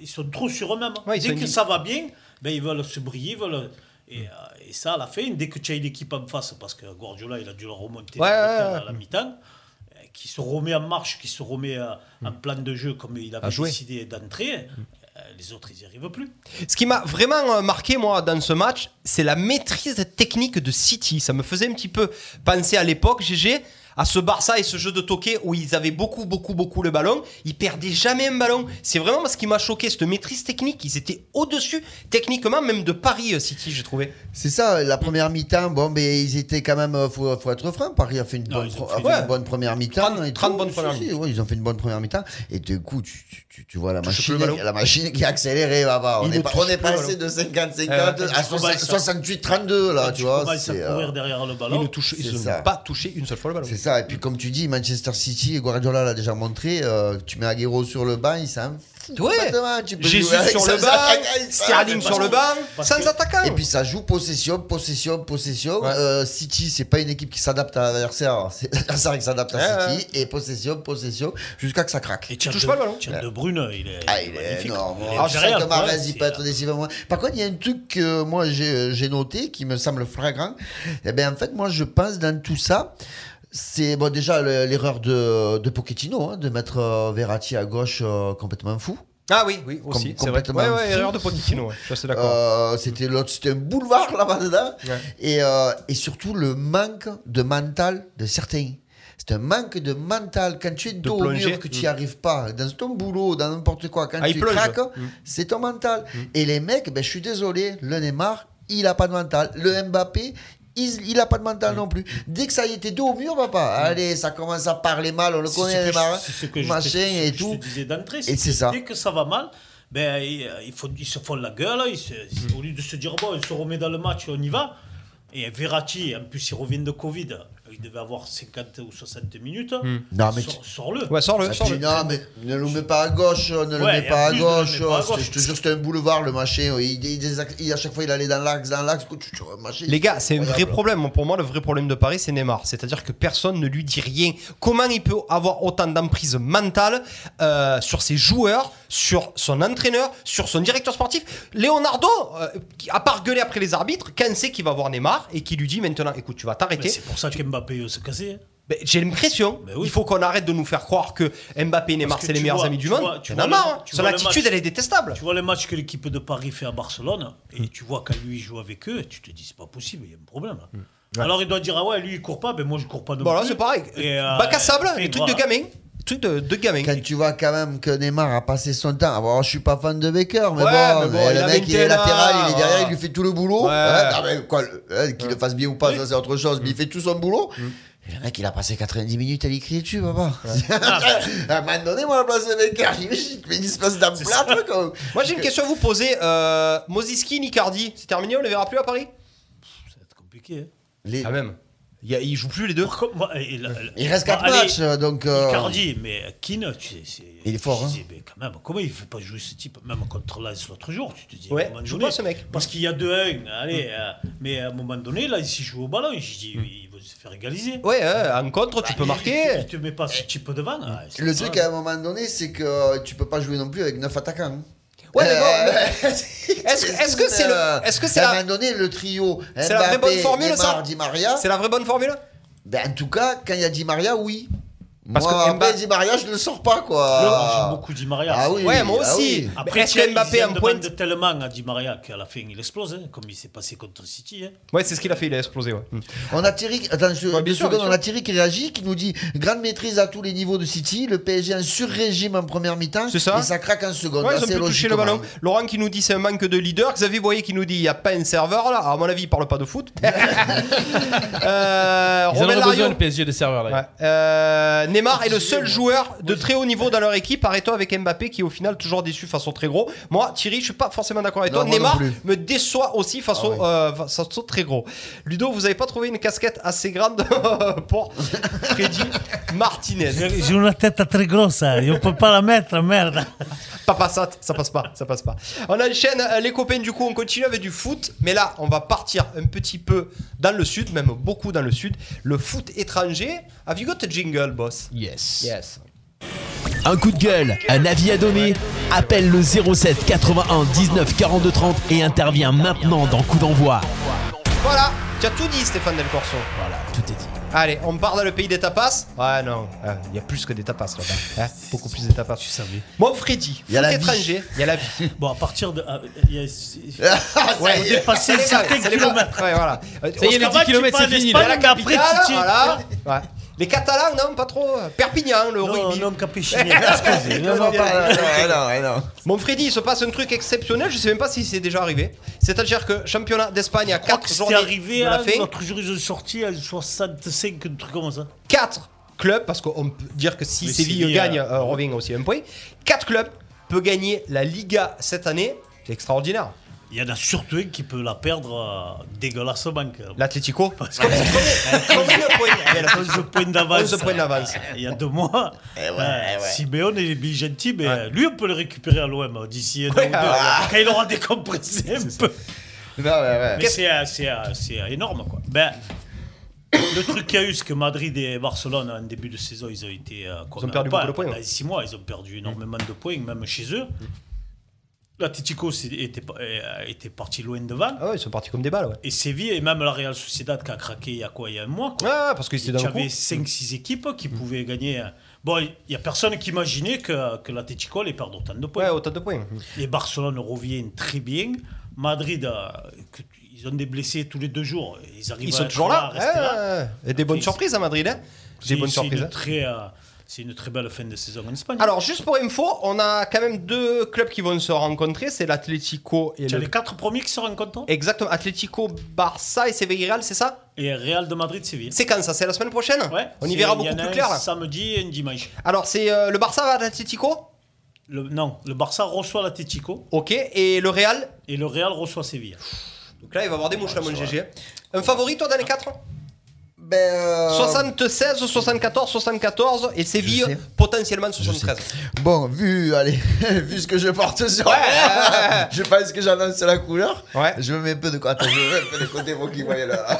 Speaker 6: ils sont trop sur eux-mêmes.
Speaker 7: Ouais, ils
Speaker 6: dès
Speaker 7: sont
Speaker 6: que
Speaker 7: une- Mm.
Speaker 6: ça va bien, ben, ils veulent se briller, ils veulent. Et, euh, et ça, à la fin, dès que tu as une équipe en face, parce que Guardiola, il a dû le remonter
Speaker 7: Ouais,
Speaker 6: dans le
Speaker 7: ouais,
Speaker 6: terrain
Speaker 7: ouais.
Speaker 6: à la mi-temps, euh, qui se remet en marche, qui se remet euh, en plan de jeu comme il avait
Speaker 7: Mm. jouer. Mm.
Speaker 6: décidé d'entrer, euh, les autres, ils n'y arrivent plus.
Speaker 7: Ce qui m'a vraiment euh, marqué, moi, dans ce match, c'est la maîtrise technique de City. Ça me faisait un petit peu penser à l'époque, GG, à ce Barça et ce jeu de toqué où ils avaient beaucoup, beaucoup, beaucoup le ballon. Ils perdaient jamais un ballon. C'est vraiment ce qui m'a choqué, cette maîtrise technique. Ils étaient au-dessus, techniquement, même de Paris, euh, City, j'ai trouvé.
Speaker 8: C'est ça, la première mi-temps, bon, mais ils étaient quand même, euh, faut, faut être franc, Paris a fait une,
Speaker 6: Non,
Speaker 8: bonne,
Speaker 6: ils ont
Speaker 8: pro- a
Speaker 6: fait
Speaker 8: fait
Speaker 7: une-
Speaker 8: une bonne première mi-temps.
Speaker 7: 30
Speaker 8: et
Speaker 7: 30
Speaker 8: tout.
Speaker 7: bonnes
Speaker 8: Si,
Speaker 7: premières
Speaker 8: si,
Speaker 7: mi-temps.
Speaker 8: ouais, ils ont fait une bonne première mi-temps. Et du coup, tu, tu- tu- tu vois la
Speaker 7: Touche plus
Speaker 8: machine,
Speaker 7: le ballon.
Speaker 8: la machine qui a accéléré là-bas. On
Speaker 7: Ils
Speaker 8: est,
Speaker 7: ne
Speaker 8: pas-
Speaker 7: touchent
Speaker 8: on est
Speaker 7: plus le
Speaker 8: passé de 50-50
Speaker 7: Euh,
Speaker 8: à
Speaker 6: tu commences à-
Speaker 8: 68-32, là,
Speaker 6: Quand
Speaker 8: tu vois.
Speaker 6: commences
Speaker 8: C'est
Speaker 6: à
Speaker 8: euh,
Speaker 6: courir derrière le
Speaker 7: Ils
Speaker 6: ballon.
Speaker 7: ne, touchent, ils
Speaker 8: c'est
Speaker 7: ne
Speaker 8: ça.
Speaker 7: n'ont pas touché une seule fois le ballon.
Speaker 8: c'est ça. Et puis, comme tu dis, Manchester City et Guardiola l'a déjà montré, euh, tu mets Aguero sur le banc, il s'en fout
Speaker 7: Ouais.
Speaker 8: complètement. Tu peux
Speaker 7: Jésus
Speaker 8: jouer avec
Speaker 7: sur le
Speaker 8: sans attaquant,
Speaker 7: banc,
Speaker 8: il s'en
Speaker 7: Sterling
Speaker 6: parce
Speaker 7: sur le
Speaker 6: que-
Speaker 7: banc,
Speaker 6: parce
Speaker 7: sans
Speaker 6: que-
Speaker 7: attaquant.
Speaker 8: Et puis ça joue possession, possession, possession.
Speaker 7: Ouais.
Speaker 8: Euh, City, c'est pas une équipe qui s'adapte à l'adversaire, c'est l'adversaire qui s'adapte à
Speaker 7: Ouais,
Speaker 8: City. Et possession, possession, jusqu'à que ça craque.
Speaker 6: Thierry
Speaker 7: touche
Speaker 6: de-
Speaker 7: pas le ballon.
Speaker 6: Thierry de Brune, il est,
Speaker 8: Ah, il est
Speaker 6: Eh, magnifique.
Speaker 8: énorme.
Speaker 6: Il est
Speaker 8: Alors, je sais
Speaker 6: derrière,
Speaker 8: que
Speaker 6: ouais,
Speaker 8: Mahrez, il
Speaker 6: c'est- euh,
Speaker 8: peut être décisif. Par contre, il y a un truc que moi j'ai euh, j'ai noté qui me semble flagrant. Eh bien, en fait, moi je pense dans tout ça. C'est bon, déjà le- l'erreur de, de Pochettino hein, de mettre euh, Verratti à gauche euh, complètement fou.
Speaker 7: Ah oui, oui, aussi.
Speaker 8: Com-
Speaker 7: C'est vrai.
Speaker 8: complètement
Speaker 7: Ouais, ouais,
Speaker 8: fou.
Speaker 7: erreur de Pochettino. ouais, Je suis assez d'accord.
Speaker 8: Euh, c'était l'autre, c'était un boulevard là-bas dedans.
Speaker 7: Ouais.
Speaker 8: Et, euh, et surtout le manque de mental de certains. C'est un manque de mental. Quand tu es dos au
Speaker 7: plonger.
Speaker 8: mur, que tu
Speaker 6: Mm.
Speaker 8: n'y arrives pas, dans ton boulot, dans n'importe quoi, quand
Speaker 7: Ah, il
Speaker 8: tu
Speaker 7: plonge.
Speaker 8: craques,
Speaker 6: Mm.
Speaker 8: c'est ton mental. Et les mecs, ben, je suis désolé, le Neymar, il n'a pas de mental. Le Mbappé, il n'a pas de mental
Speaker 6: Mm.
Speaker 8: non plus. Dès que ça y était dos au mur, papa, allez, ça commence à parler mal, on le
Speaker 6: C'est ce
Speaker 8: connaît,
Speaker 6: que
Speaker 8: Neymar,
Speaker 6: je- c'est ce que je-
Speaker 8: machin
Speaker 6: c'est ce que
Speaker 8: et
Speaker 6: je
Speaker 8: tout.
Speaker 6: te disais d'entrée,
Speaker 8: Et c'est ça.
Speaker 6: Dès que ça va mal, ben, ils, ils font- ils se font la gueule. Ils se-
Speaker 7: Mm.
Speaker 6: Au lieu de se dire, bon, on se remet dans le match et on y va. Et Verratti, en plus, il revient de Covid. Il devait avoir 50 ou 60 minutes.
Speaker 8: Non, mais
Speaker 6: Sors- Sors-le.
Speaker 7: Mm. Ouais, sors-le.
Speaker 8: Ah,
Speaker 7: sors-le.
Speaker 8: puis non, mais ne le mets pas à gauche, euh, ne le
Speaker 6: Ouais,
Speaker 8: mets
Speaker 6: et en
Speaker 8: pas à
Speaker 6: plus, ne
Speaker 8: gauche.
Speaker 6: le mets pas à
Speaker 8: c'était-
Speaker 6: gauche.
Speaker 8: Je te jure, c'était un boulevard, le machin. Il, il- il- il- à chaque fois, il allait dans l'axe, dans l'axe. tu- tu- machin.
Speaker 7: Les gars, c'est un vrai
Speaker 8: Incroyable.
Speaker 7: problème. Pour moi, le vrai problème de Paris, c'est Neymar. C'est-à-dire que personne ne lui dit rien. Comment il peut avoir autant d'emprise mentale euh, sur ses joueurs, sur son entraîneur, sur son directeur sportif Leonardo, euh, qui- à part gueuler après les arbitres, quand c'est qu'il va voir Neymar et qui lui dit maintenant, écoute, tu vas
Speaker 6: Mais
Speaker 7: t'arrêter
Speaker 6: c'est pour ça qu'Mbappé euh, s'est cassé.
Speaker 7: Ben, J'ai l'impression,
Speaker 6: Mais oui.
Speaker 7: il faut qu'on arrête de nous faire croire que Mbappé et Neymar,
Speaker 6: que
Speaker 7: c'est les
Speaker 6: tu
Speaker 7: meilleurs
Speaker 6: vois-
Speaker 7: amis du
Speaker 6: tu
Speaker 7: monde.
Speaker 6: vois- tu
Speaker 7: Il y en a
Speaker 6: vois le-
Speaker 7: marre. hein.
Speaker 6: tu
Speaker 7: Son
Speaker 6: vois le
Speaker 7: attitude,
Speaker 6: match.
Speaker 7: elle est détestable.
Speaker 6: Tu vois le match que l'équipe de Paris fait à Barcelone et tu vois quand lui joue avec eux, tu te dis c'est pas possible, il y a un problème. hein. Alors il doit dire, ah ouais, lui il court pas, ben moi je cours pas non
Speaker 7: Bon, là,
Speaker 6: plus.
Speaker 7: c'est pareil.
Speaker 6: Et, euh,
Speaker 7: Bac à sable,
Speaker 6: et
Speaker 7: les trucs de
Speaker 6: voilà.
Speaker 7: gamin. Trucs de, de gamin.
Speaker 8: Quand tu vois quand même que Neymar a passé son temps. Bon, je suis pas fan de Baker, mais
Speaker 7: Ouais,
Speaker 8: bon,
Speaker 7: mais bon,
Speaker 8: mais
Speaker 7: il
Speaker 8: le
Speaker 7: a
Speaker 8: mec, il est
Speaker 7: 21,
Speaker 8: latéral, il est derrière,
Speaker 7: voilà.
Speaker 8: il lui fait tout le boulot.
Speaker 7: Ouais.
Speaker 8: non, mais quoi, le- euh, qu'il le fasse bien ou pas, ça c'est autre chose, mais il fait tout son boulot. Et Le mec, il a passé 90 minutes à lui crier dessus, papa. à un moment donné, moi, à la place de Baker, j'imagine qu'il met une espèce d'un plat, quoi.
Speaker 7: Moi, j'ai une question à vous poser. Euh, Moziski, Nicardi, c'est terminé, on les verra plus à Paris
Speaker 6: C'est compliqué. hein.
Speaker 8: Les-
Speaker 5: Ah,
Speaker 7: Quand même. Il, y a- il joue plus les deux.
Speaker 6: Par contre, moi, et la- la-
Speaker 8: Il reste
Speaker 6: bon,
Speaker 8: 4
Speaker 6: allez,
Speaker 8: matchs, euh, donc. euh,
Speaker 6: Icardi, mais Keane, tu sais, c'est.
Speaker 8: Il est fort,
Speaker 6: tu
Speaker 8: hein.
Speaker 6: dis, mais quand même, comment il ne fait pas jouer ce type Même contre Lens l'autre jour, tu te dis. à un
Speaker 7: Ouais,
Speaker 6: moment
Speaker 7: je
Speaker 6: donné,
Speaker 7: vois ce mec. Mm.
Speaker 6: Parce qu'il y a 2-1, allez, euh, mais à un moment donné, là, il s'y joue au ballon, je dis, il va se faire égaliser. Ah,
Speaker 7: Ouais, ouais, en contre,
Speaker 8: Bah,
Speaker 7: tu peux
Speaker 6: Il,
Speaker 7: Mm. marquer.
Speaker 6: te met pas ce type devant. ah, c'est
Speaker 8: Le
Speaker 6: pas
Speaker 8: truc
Speaker 6: mal.
Speaker 8: à un moment donné, c'est que euh, tu peux pas jouer non plus avec 9 attaquants. hein. Euh,
Speaker 7: Ouais, mais bon, euh,
Speaker 8: est-ce
Speaker 7: est-ce que c'est le- est-ce que c'est
Speaker 8: euh, à
Speaker 7: la-
Speaker 8: un moment donné le trio
Speaker 7: C'est la vraie
Speaker 8: Mbappé,
Speaker 7: bonne formule,
Speaker 8: Neymar,
Speaker 7: ça
Speaker 8: Di Maria.
Speaker 7: C'est la vraie bonne formule hein
Speaker 8: Ben, en tout cas, quand il y a Di Maria, oui.
Speaker 7: Parce
Speaker 8: moi,
Speaker 7: que
Speaker 8: après
Speaker 7: Mbappé-
Speaker 8: Di Maria, je le sors pas
Speaker 6: Moi, J'aime
Speaker 8: quoi.
Speaker 6: beaucoup Di Maria.
Speaker 8: Ah
Speaker 6: c'est-
Speaker 8: oui.
Speaker 7: Ouais, moi
Speaker 8: ah
Speaker 7: aussi.
Speaker 8: oui.
Speaker 7: Mais
Speaker 6: Après,
Speaker 7: Est-ce que Mbappé en
Speaker 6: en
Speaker 7: pointe
Speaker 6: tellement à Di Maria qu'à la fin, il explose, hein, comme il s'est passé contre City. hein.
Speaker 7: Ouais, c'est ce qu'il a fait, il a explosé, ouais.
Speaker 8: On a Thierry, attends, je-
Speaker 7: Ouais, bien
Speaker 8: deux
Speaker 7: sûr,
Speaker 8: secondes,
Speaker 7: bien
Speaker 8: on a Thierry qui réagit, qui nous dit grande maîtrise à tous les niveaux de City, le PSG en sur-régime en première mi-temps,
Speaker 7: C'est ça.
Speaker 8: et ça craque en seconde.
Speaker 7: Ouais, ils ont
Speaker 8: assez
Speaker 7: pu toucher le
Speaker 8: logiquement.
Speaker 7: ballon. Laurent qui nous dit c'est un manque de leader. Xavier Boyer qui nous dit il n'y a pas un serveur là. À mon avis, il parle pas de foot. euh,
Speaker 5: Ils en
Speaker 7: Romain
Speaker 5: ont besoin
Speaker 7: Larion.
Speaker 5: le PSG des serveurs là.
Speaker 7: Ouais. Euh, Neymar est le seul joueur de très haut niveau dans leur équipe. Arrêtons avec Mbappé qui est au final toujours déçu face au très gros. Moi, Thierry, je suis pas forcément d'accord avec
Speaker 8: Non,
Speaker 7: toi.
Speaker 8: moi non
Speaker 7: Neymar
Speaker 8: plus.
Speaker 7: me déçoit aussi face,
Speaker 8: Ah
Speaker 7: au,
Speaker 8: ouais.
Speaker 7: euh, face au très gros. Ludo, vous avez pas trouvé une casquette assez grande pour Freddy Martinez.
Speaker 10: J'ai une tête très grosse, hein. on peut pas la mettre, merde.
Speaker 7: Papa ça, ça passe pas, ça passe pas. On enchaîne euh, les copains du coup, on continue avec du foot, mais là on va partir un petit peu dans le sud, même beaucoup dans le sud, le foot étranger. Have you got a jingle, boss?
Speaker 5: Yes.
Speaker 7: Yes.
Speaker 5: Un coup de gueule, un avis à donner, appelle le 07 81 19 42 30 et intervient maintenant dans Coup d'envoi.
Speaker 7: Voilà, tu as tout dit Stéphane Del Corso.
Speaker 5: Voilà, tout est dit.
Speaker 7: Allez, on part dans le pays des tapas. Ouais, non, il y a plus que des tapas là-bas. hein, beaucoup plus des tapas.
Speaker 6: Tu savais.
Speaker 7: Mon Freddy,
Speaker 8: Y
Speaker 7: foot
Speaker 8: a la vie.
Speaker 7: étranger, il y a la vie.
Speaker 6: Bon, à partir de. ah, il y a- c'est-
Speaker 8: Ça y est.
Speaker 6: Passer
Speaker 7: Ça les va,
Speaker 6: certains
Speaker 7: ça les va.
Speaker 6: kilomètres.
Speaker 7: Ouais, voilà. Euh,
Speaker 5: Ça y est, les
Speaker 6: Oscar
Speaker 5: 10
Speaker 6: Wilde,
Speaker 5: km, c'est
Speaker 6: tu pars en
Speaker 5: fini.
Speaker 6: Espagne,
Speaker 5: là.
Speaker 6: mais après, tu
Speaker 7: Voilà,
Speaker 6: t'y-
Speaker 7: voilà. Ouais. Les Catalans, non, pas trop. euh, Perpignan, le
Speaker 6: Non,
Speaker 7: rugby.
Speaker 6: non, Capuchin, excusez.
Speaker 8: Non, non,
Speaker 6: euh,
Speaker 8: pas- non, non, non, non.
Speaker 7: Mon Freddy, il se passe un truc exceptionnel, je sais même pas si c'est déjà arrivé. C'est-à-dire que championnat d'Espagne à
Speaker 6: Je crois
Speaker 7: 4
Speaker 6: que c'était
Speaker 7: journées
Speaker 6: arrivé
Speaker 7: de la
Speaker 6: à
Speaker 7: fin,
Speaker 6: notre sortie à 65, un truc comme ça.
Speaker 7: 4 clubs, parce qu'on peut dire que si
Speaker 6: Mais
Speaker 7: Séville
Speaker 6: Séville,
Speaker 7: gagne,
Speaker 6: euh,
Speaker 7: euh, revient aussi un point, 4 clubs peuvent gagner la Liga cette année, c'est extraordinaire.
Speaker 6: Il y en a surtout un qui peut la perdre euh, dégueulassement. quand même.
Speaker 7: L'Atlético,
Speaker 6: Parce que-
Speaker 7: combien de points il y avait Ah là
Speaker 6: 11 points d'avance.
Speaker 7: 11 points d'avance.
Speaker 6: Il y a deux mois. euh, Simeone et Vigenti, mais euh, lui, on peut le récupérer à l'OM d'ici un an ou deux. Quand il aura décompressé un peu.
Speaker 8: Non, ouais, ouais.
Speaker 6: Mais c'est, euh, c'est, euh, c'est, euh, énorme, quoi. Ben, le truc qu'il y a eu, c'est que Madrid et Barcelone, en début de saison, ils ont été. euh, comme-
Speaker 7: ont perdu
Speaker 6: pas,
Speaker 7: beaucoup de points, hein. Mm.
Speaker 6: Pendant
Speaker 7: ouais.
Speaker 6: six mois, ils ont perdu énormément de points, même chez eux. L'Atletico c'est- était, pa- euh, était parti loin devant.
Speaker 7: Ah ouais, ils sont partis comme des balles, ouais.
Speaker 6: Et Séville, et même la Real Sociedad qui a craqué il y a quoi Il y a un mois, quoi.
Speaker 7: Ah, parce qu'ils étaient dans
Speaker 6: Tu
Speaker 7: le coup.
Speaker 6: avais 5-6 équipes
Speaker 7: Mm.
Speaker 6: qui pouvaient gagner. hein. Bon, il n'y a personne qui imaginait que, que l'Atletico allait perdre autant de points.
Speaker 7: Ouais, autant de points.
Speaker 6: Et Barcelone revient très bien. Madrid, euh, que- ils ont des blessés tous les deux jours. Ils arrivent
Speaker 7: Ils
Speaker 6: à
Speaker 7: sont
Speaker 6: être
Speaker 7: toujours là.
Speaker 6: à
Speaker 8: Eh,
Speaker 6: rester là.
Speaker 7: ouais, ouais. Et des bonnes
Speaker 6: Ils-
Speaker 7: surprises à Madrid, hein.
Speaker 6: C'est-
Speaker 7: Des bonnes
Speaker 6: c'est
Speaker 7: surprises.
Speaker 6: une
Speaker 7: hein.
Speaker 6: très, euh, C'est une très belle fin de saison en Espagne.
Speaker 7: Alors, juste pour info, on a quand même deux clubs qui vont se rencontrer. C'est l'Atlético et
Speaker 6: tu as
Speaker 7: le.
Speaker 6: les quatre premiers qui se rencontrent
Speaker 7: Exactement, Atlético, Barça et Séville Real, c'est ça
Speaker 6: et Real de Madrid Séville.
Speaker 7: C'est quand ça C'est la semaine prochaine
Speaker 6: Ouais,
Speaker 7: On y
Speaker 6: c'est-
Speaker 7: verra
Speaker 6: il y
Speaker 7: beaucoup
Speaker 6: en a
Speaker 7: plus
Speaker 6: un
Speaker 7: clair. là.
Speaker 6: Samedi et un dimanche.
Speaker 7: Alors, c'est euh, le Barça va à l'Atlético
Speaker 6: Le, non, le Barça reçoit l'Atletico
Speaker 7: Ok, et le Real
Speaker 6: et le Real reçoit Séville.
Speaker 7: Donc là, il va avoir des mouches, là, mon GG. Un favori, toi, dans les 4
Speaker 8: Ben, euh,
Speaker 7: 76, 74, 74 et
Speaker 8: Je
Speaker 7: Séville
Speaker 8: sais.
Speaker 7: potentiellement 73.
Speaker 8: Bon, vu, allez, vu ce que je porte sur
Speaker 7: Ouais.
Speaker 8: je pense que j'annonce la couleur.
Speaker 7: Ouais.
Speaker 8: Je me mets un peu de côté. Attends, je me mets un peu de côté pour qu'il voie là.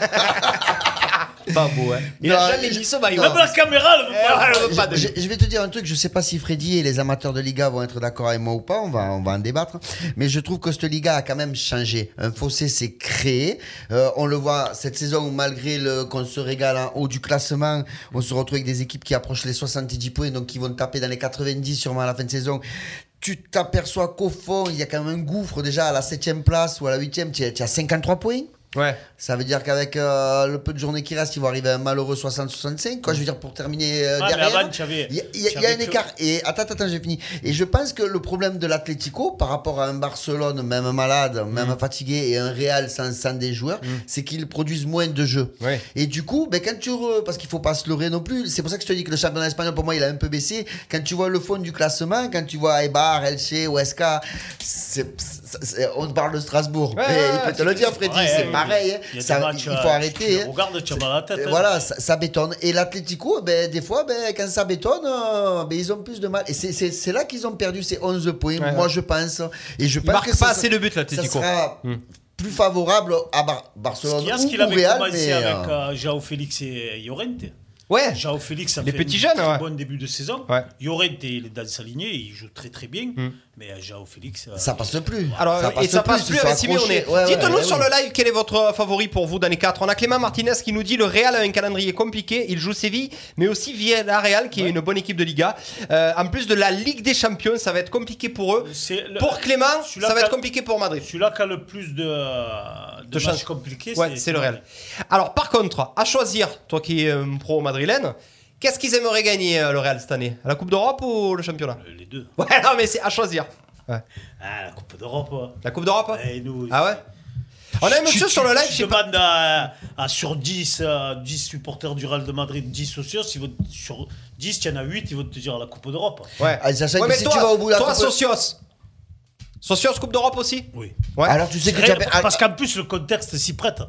Speaker 7: Pas beau, hein. Il a
Speaker 8: Non,
Speaker 7: jamais
Speaker 8: je-
Speaker 7: dit ce maillot.
Speaker 8: non.
Speaker 6: Même Ah, la caméra,
Speaker 8: Eh,
Speaker 6: elle veut pas.
Speaker 7: Ouais, pas de-
Speaker 8: Je, je vais te dire un truc, je sais pas si Freddy et les amateurs de Liga vont être d'accord avec moi ou pas, on va, on va en débattre, mais je trouve que cette Liga a quand même changé. Un fossé s'est créé, Euh, on le voit cette saison où malgré le- qu'on se régale en haut du classement, on se retrouve avec des équipes qui approchent les 70 points, donc qui vont taper dans les 90 sûrement à la fin de saison. Tu t'aperçois qu'au fond, il y a quand même un gouffre déjà à la 7 place ou à la 8 tu as tu as 53 points.
Speaker 7: Ouais.
Speaker 8: Ça veut dire qu'avec euh, le peu de journées qui restent, ils vont arriver à un malheureux 60-65. Quoi, je veux dire, pour terminer euh,
Speaker 6: Ah, mais avant,
Speaker 8: derrière.
Speaker 6: tu avais-
Speaker 8: Il y a- il y, a-
Speaker 6: tu
Speaker 8: il y a
Speaker 6: avais
Speaker 8: un
Speaker 6: que-
Speaker 8: écart. Et attends, attends, attends, j'ai fini. Et je pense que le problème de l'Atlético par rapport à un Barcelone, même malade, même
Speaker 6: Mm.
Speaker 8: fatigué, et un Real sans, sans des joueurs, c'est qu'ils produisent moins de jeux.
Speaker 7: Ouais.
Speaker 8: Et du coup, ben, quand tu re- parce qu'il faut pas se leurrer non plus, c'est pour ça que je te dis que le championnat espagnol pour moi il a un peu baissé. Quand tu vois le fond du classement, quand tu vois Eibar, Elche, Huesca, c'est- c'est- c'est- on te parle de Strasbourg.
Speaker 7: Ouais,
Speaker 8: Mais
Speaker 7: ouais,
Speaker 8: il peut te
Speaker 7: ouais,
Speaker 8: le dire, Freddy,
Speaker 6: Ouais,
Speaker 8: c'est
Speaker 6: ouais,
Speaker 8: pareil. hein.
Speaker 6: Il y a
Speaker 8: Ça-
Speaker 6: des matchs,
Speaker 8: il
Speaker 6: euh,
Speaker 8: faut arrêter.
Speaker 6: tu les
Speaker 8: hein.
Speaker 6: regardes, tu as mal à la tête. hein.
Speaker 8: Voilà, ça, ça bétonne. Et l'Atlético, ben, des fois, ben, quand ça bétonne, euh, ben, ils ont plus de mal. Et c'est- c'est c'est là qu'ils ont perdu ces 11 points,
Speaker 7: Ouais,
Speaker 8: moi
Speaker 7: ouais.
Speaker 8: je pense. Et je
Speaker 7: Il
Speaker 8: pense
Speaker 7: marque
Speaker 8: que
Speaker 7: pas
Speaker 8: ça-
Speaker 7: assez de buts, Hmm.
Speaker 8: ça
Speaker 7: l'Atletico.
Speaker 8: sera plus favorable à Bar-
Speaker 6: Ce
Speaker 8: Barcelone
Speaker 6: qu'il y a,
Speaker 8: ou,
Speaker 6: ce qu'il
Speaker 8: ou
Speaker 6: avait
Speaker 8: Real.
Speaker 6: commencé
Speaker 8: mais,
Speaker 6: avec
Speaker 8: euh,
Speaker 6: euh, Joao Félix et euh, Llorente.
Speaker 7: Ouais.
Speaker 6: Jao Félix a
Speaker 7: Les
Speaker 6: fait
Speaker 7: petits
Speaker 6: un
Speaker 7: jeunes, ouais.
Speaker 6: bon début de saison.
Speaker 7: Ouais. Mm.
Speaker 6: Llorente, il est dans sa lignée, il joue très très bien. Mais euh, Joao Félix. euh,
Speaker 8: Ça passe plus.
Speaker 7: Alors, et ça passe plus
Speaker 8: ils sont
Speaker 7: avec Simeone.
Speaker 8: accrochés. Ouais, ouais,
Speaker 7: Dites-nous
Speaker 8: ouais,
Speaker 7: sur
Speaker 8: ouais.
Speaker 7: le live quel est votre favori pour vous dans les 4. On a Clément Martinez qui nous dit le Real a un calendrier compliqué. Il joue Séville, mais aussi Villarreal qui est une bonne équipe de Liga. Euh, en plus de la Ligue des Champions, ça va être compliqué pour eux.
Speaker 6: c'est le-
Speaker 7: Pour Clément,
Speaker 6: celui-là
Speaker 7: ça va
Speaker 6: qui a-
Speaker 7: être compliqué pour Madrid.
Speaker 6: Celui-là qui a le plus de, euh, de,
Speaker 7: De
Speaker 6: matchs
Speaker 7: chance.
Speaker 6: compliqués,
Speaker 7: Ouais, c'est le Real. Alors, par contre, à choisir, toi qui es un pro madrilène, qu'est-ce qu'ils aimeraient gagner euh, le Real cette année La Coupe d'Europe ou le championnat
Speaker 6: Euh, Les deux.
Speaker 7: Ouais, non, mais c'est à choisir.
Speaker 6: Ah, la Coupe d'Europe. hein.
Speaker 7: La Coupe d'Europe hein
Speaker 6: Eh, nous,
Speaker 7: Ah ouais On a un
Speaker 6: Tu-
Speaker 7: monsieur
Speaker 6: tu-
Speaker 7: sur le live, je
Speaker 6: Tu
Speaker 7: sais pas.
Speaker 6: demandes à, à- sur 10, euh, 10 supporters du Real de Madrid, 10 socios, ils vont, sur 10, il y en a 8, ils vont te dire la Coupe d'Europe.
Speaker 7: Ouais.
Speaker 8: Ah, sachant
Speaker 7: Ouais,
Speaker 8: que
Speaker 7: mais
Speaker 8: si
Speaker 7: toi,
Speaker 8: tu vas au bout de la
Speaker 7: toi,
Speaker 8: Coupe-
Speaker 7: Socios. Socios Coupe d'Europe aussi
Speaker 6: Oui.
Speaker 7: Ouais.
Speaker 8: Alors tu sais que tu
Speaker 6: Rien-
Speaker 8: as-
Speaker 6: Parce qu'en plus, le contexte s'y prête.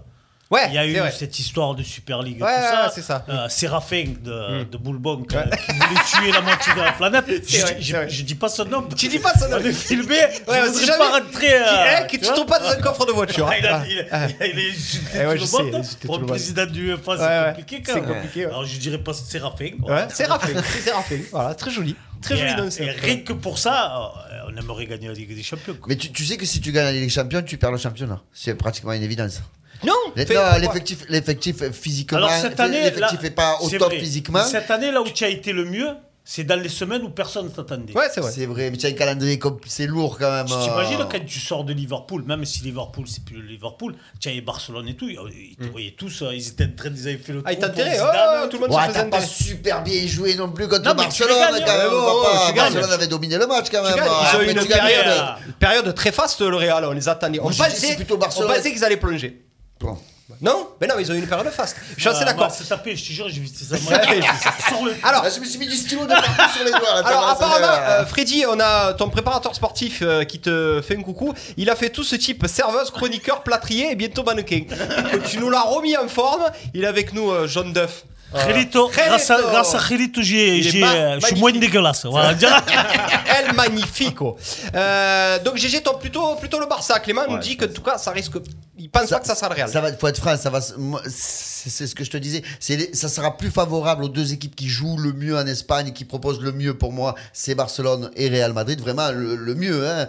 Speaker 7: ouais,
Speaker 6: Il y a
Speaker 7: Eh, c'est
Speaker 6: eu
Speaker 7: vrai.
Speaker 6: cette histoire de Super League. et
Speaker 7: Ouais,
Speaker 6: tout
Speaker 7: ouais,
Speaker 6: ça.
Speaker 7: ouais, c'est ça.
Speaker 6: Euh, Séraphin de, de Boulbon qui, qui voulait tuer la moitié de la planète. Je,
Speaker 7: vrai,
Speaker 6: je-
Speaker 7: c'est vrai.
Speaker 6: je dis pas son nom.
Speaker 7: Tu dis pas son nom.
Speaker 6: On est filmé.
Speaker 7: Ouais, on
Speaker 6: je
Speaker 7: sait
Speaker 6: voudrais
Speaker 7: jamais.
Speaker 6: pas rentrer.
Speaker 7: Qui-
Speaker 6: euh,
Speaker 7: eh, qui- tu
Speaker 6: vois.
Speaker 7: trouves pas dans un coffre de voiture. hein.
Speaker 6: Ah, il a,
Speaker 7: Ah.
Speaker 6: il a- il a insulté
Speaker 7: Eh ouais,
Speaker 6: tout
Speaker 7: je
Speaker 6: le
Speaker 7: sais,
Speaker 6: monde.
Speaker 7: il a insulté
Speaker 6: Pour
Speaker 7: tout
Speaker 6: le
Speaker 7: le monde.
Speaker 6: président du UEFA,
Speaker 7: Ouais,
Speaker 6: c'est
Speaker 7: ouais.
Speaker 6: compliqué quand
Speaker 7: C'est
Speaker 6: même.
Speaker 7: compliqué, ouais.
Speaker 6: Alors je dirais pas Séraphin.
Speaker 7: Ouais, c'est Raphaël, c'est Séraphin. Voilà, très joli. Très
Speaker 6: Et,
Speaker 7: joli
Speaker 6: euh,
Speaker 7: nom. c'est
Speaker 6: et
Speaker 7: Raphaël.
Speaker 6: rien que pour ça, euh, on aimerait gagner la Ligue des Champions. quoi.
Speaker 8: Mais tu, tu sais que si tu gagnes la Ligue des Champions, tu perds le championnat. C'est pratiquement une évidence.
Speaker 7: Non,
Speaker 8: Les-
Speaker 7: fais-
Speaker 8: non,
Speaker 7: pourquoi
Speaker 8: L'effectif, l'effectif euh, physiquement,
Speaker 7: ben,
Speaker 6: Alors cette année,
Speaker 8: l'effectif
Speaker 6: là,
Speaker 8: n'est pas au
Speaker 6: c'est
Speaker 8: top
Speaker 6: vrai.
Speaker 8: physiquement.
Speaker 6: Cette année, là où tu as été le mieux, c'est dans les semaines où personne ne t'attendait.
Speaker 7: Ouais, bah, c'est vrai.
Speaker 8: C'est vrai, mais tu as un calendrier comme c'est lourd quand même.
Speaker 6: Tu
Speaker 8: euh.
Speaker 6: t'imagines quand tu sors de Liverpool, même si Liverpool c'est plus le Liverpool, tu avais Barcelone et tout, ils te voyaient tous, euh, ils étaient en train ils avaient fait le
Speaker 7: Hmm. Ah, il
Speaker 6: tour
Speaker 7: t'a
Speaker 6: pour
Speaker 7: tiré.
Speaker 6: Zidane.
Speaker 7: Oh, tout le monde
Speaker 8: Ouais,
Speaker 7: se
Speaker 8: t'as
Speaker 7: faisait
Speaker 8: pas
Speaker 7: enterrer.
Speaker 8: super bien joué non plus contre
Speaker 6: Non, mais tu
Speaker 8: Barcelone
Speaker 6: les gagnes,
Speaker 8: quand même.
Speaker 6: ouais,
Speaker 8: on
Speaker 7: ouais,
Speaker 8: va pas-
Speaker 7: ouais, tu gagnes.
Speaker 8: Barcelone avait dominé le match quand
Speaker 7: Tu
Speaker 8: même.
Speaker 7: gagnes. Ils ont
Speaker 8: Après,
Speaker 7: eu
Speaker 8: tu
Speaker 7: une
Speaker 8: gagnes,
Speaker 7: période,
Speaker 8: mais-
Speaker 6: euh,
Speaker 7: une période très faste, le Real. On les attendait. On
Speaker 8: Moi, je dis que
Speaker 7: pensait,
Speaker 8: c'est plutôt
Speaker 7: on
Speaker 8: Barcelone.
Speaker 7: pensait qu'ils allaient plonger.
Speaker 8: Bon.
Speaker 7: Non, mais non, mais ils ont eu une période faste. Je suis assez
Speaker 6: Ah,
Speaker 7: d'accord.
Speaker 6: moi, C'est tapé, je te jure, j'ai vu ça.
Speaker 7: Ouais,
Speaker 6: Sur le-
Speaker 7: Alors,
Speaker 8: Ah, Je me suis mis du stylo de partout sur les doigts. là,
Speaker 7: Alors
Speaker 8: tellement ça
Speaker 7: apparemment,
Speaker 8: fait, euh,
Speaker 7: euh, Freddy, on a ton préparateur sportif euh, qui te fait un coucou. Il a fait tout ce type serveuse, chroniqueur, plâtrier et bientôt mannequin. Donc, tu nous l'as remis en forme. Il est avec nous, euh, Jaune d'œuf.
Speaker 6: Gelito,
Speaker 7: Gelito.
Speaker 6: grâce à, grâce à Gelito, j'ai-
Speaker 7: Il est
Speaker 6: j'ai,
Speaker 7: ma-
Speaker 6: euh, je suis
Speaker 7: magnifique.
Speaker 6: moins dégueulasse. on va dire.
Speaker 7: Elle magnifique. oh. Euh, donc GG tente plutôt, plutôt le Barça. Clément nous dit que en tout cas, ça risque. Il pense pas que ça sera le Real.
Speaker 8: Ça va, faut être franc, ça va. se- moi, C'est c'est ce que je te disais. C'est les- ça sera plus favorable aux deux équipes qui jouent le mieux en Espagne, et qui proposent le mieux pour moi. C'est Barcelone et Real Madrid, vraiment le, le mieux, hein,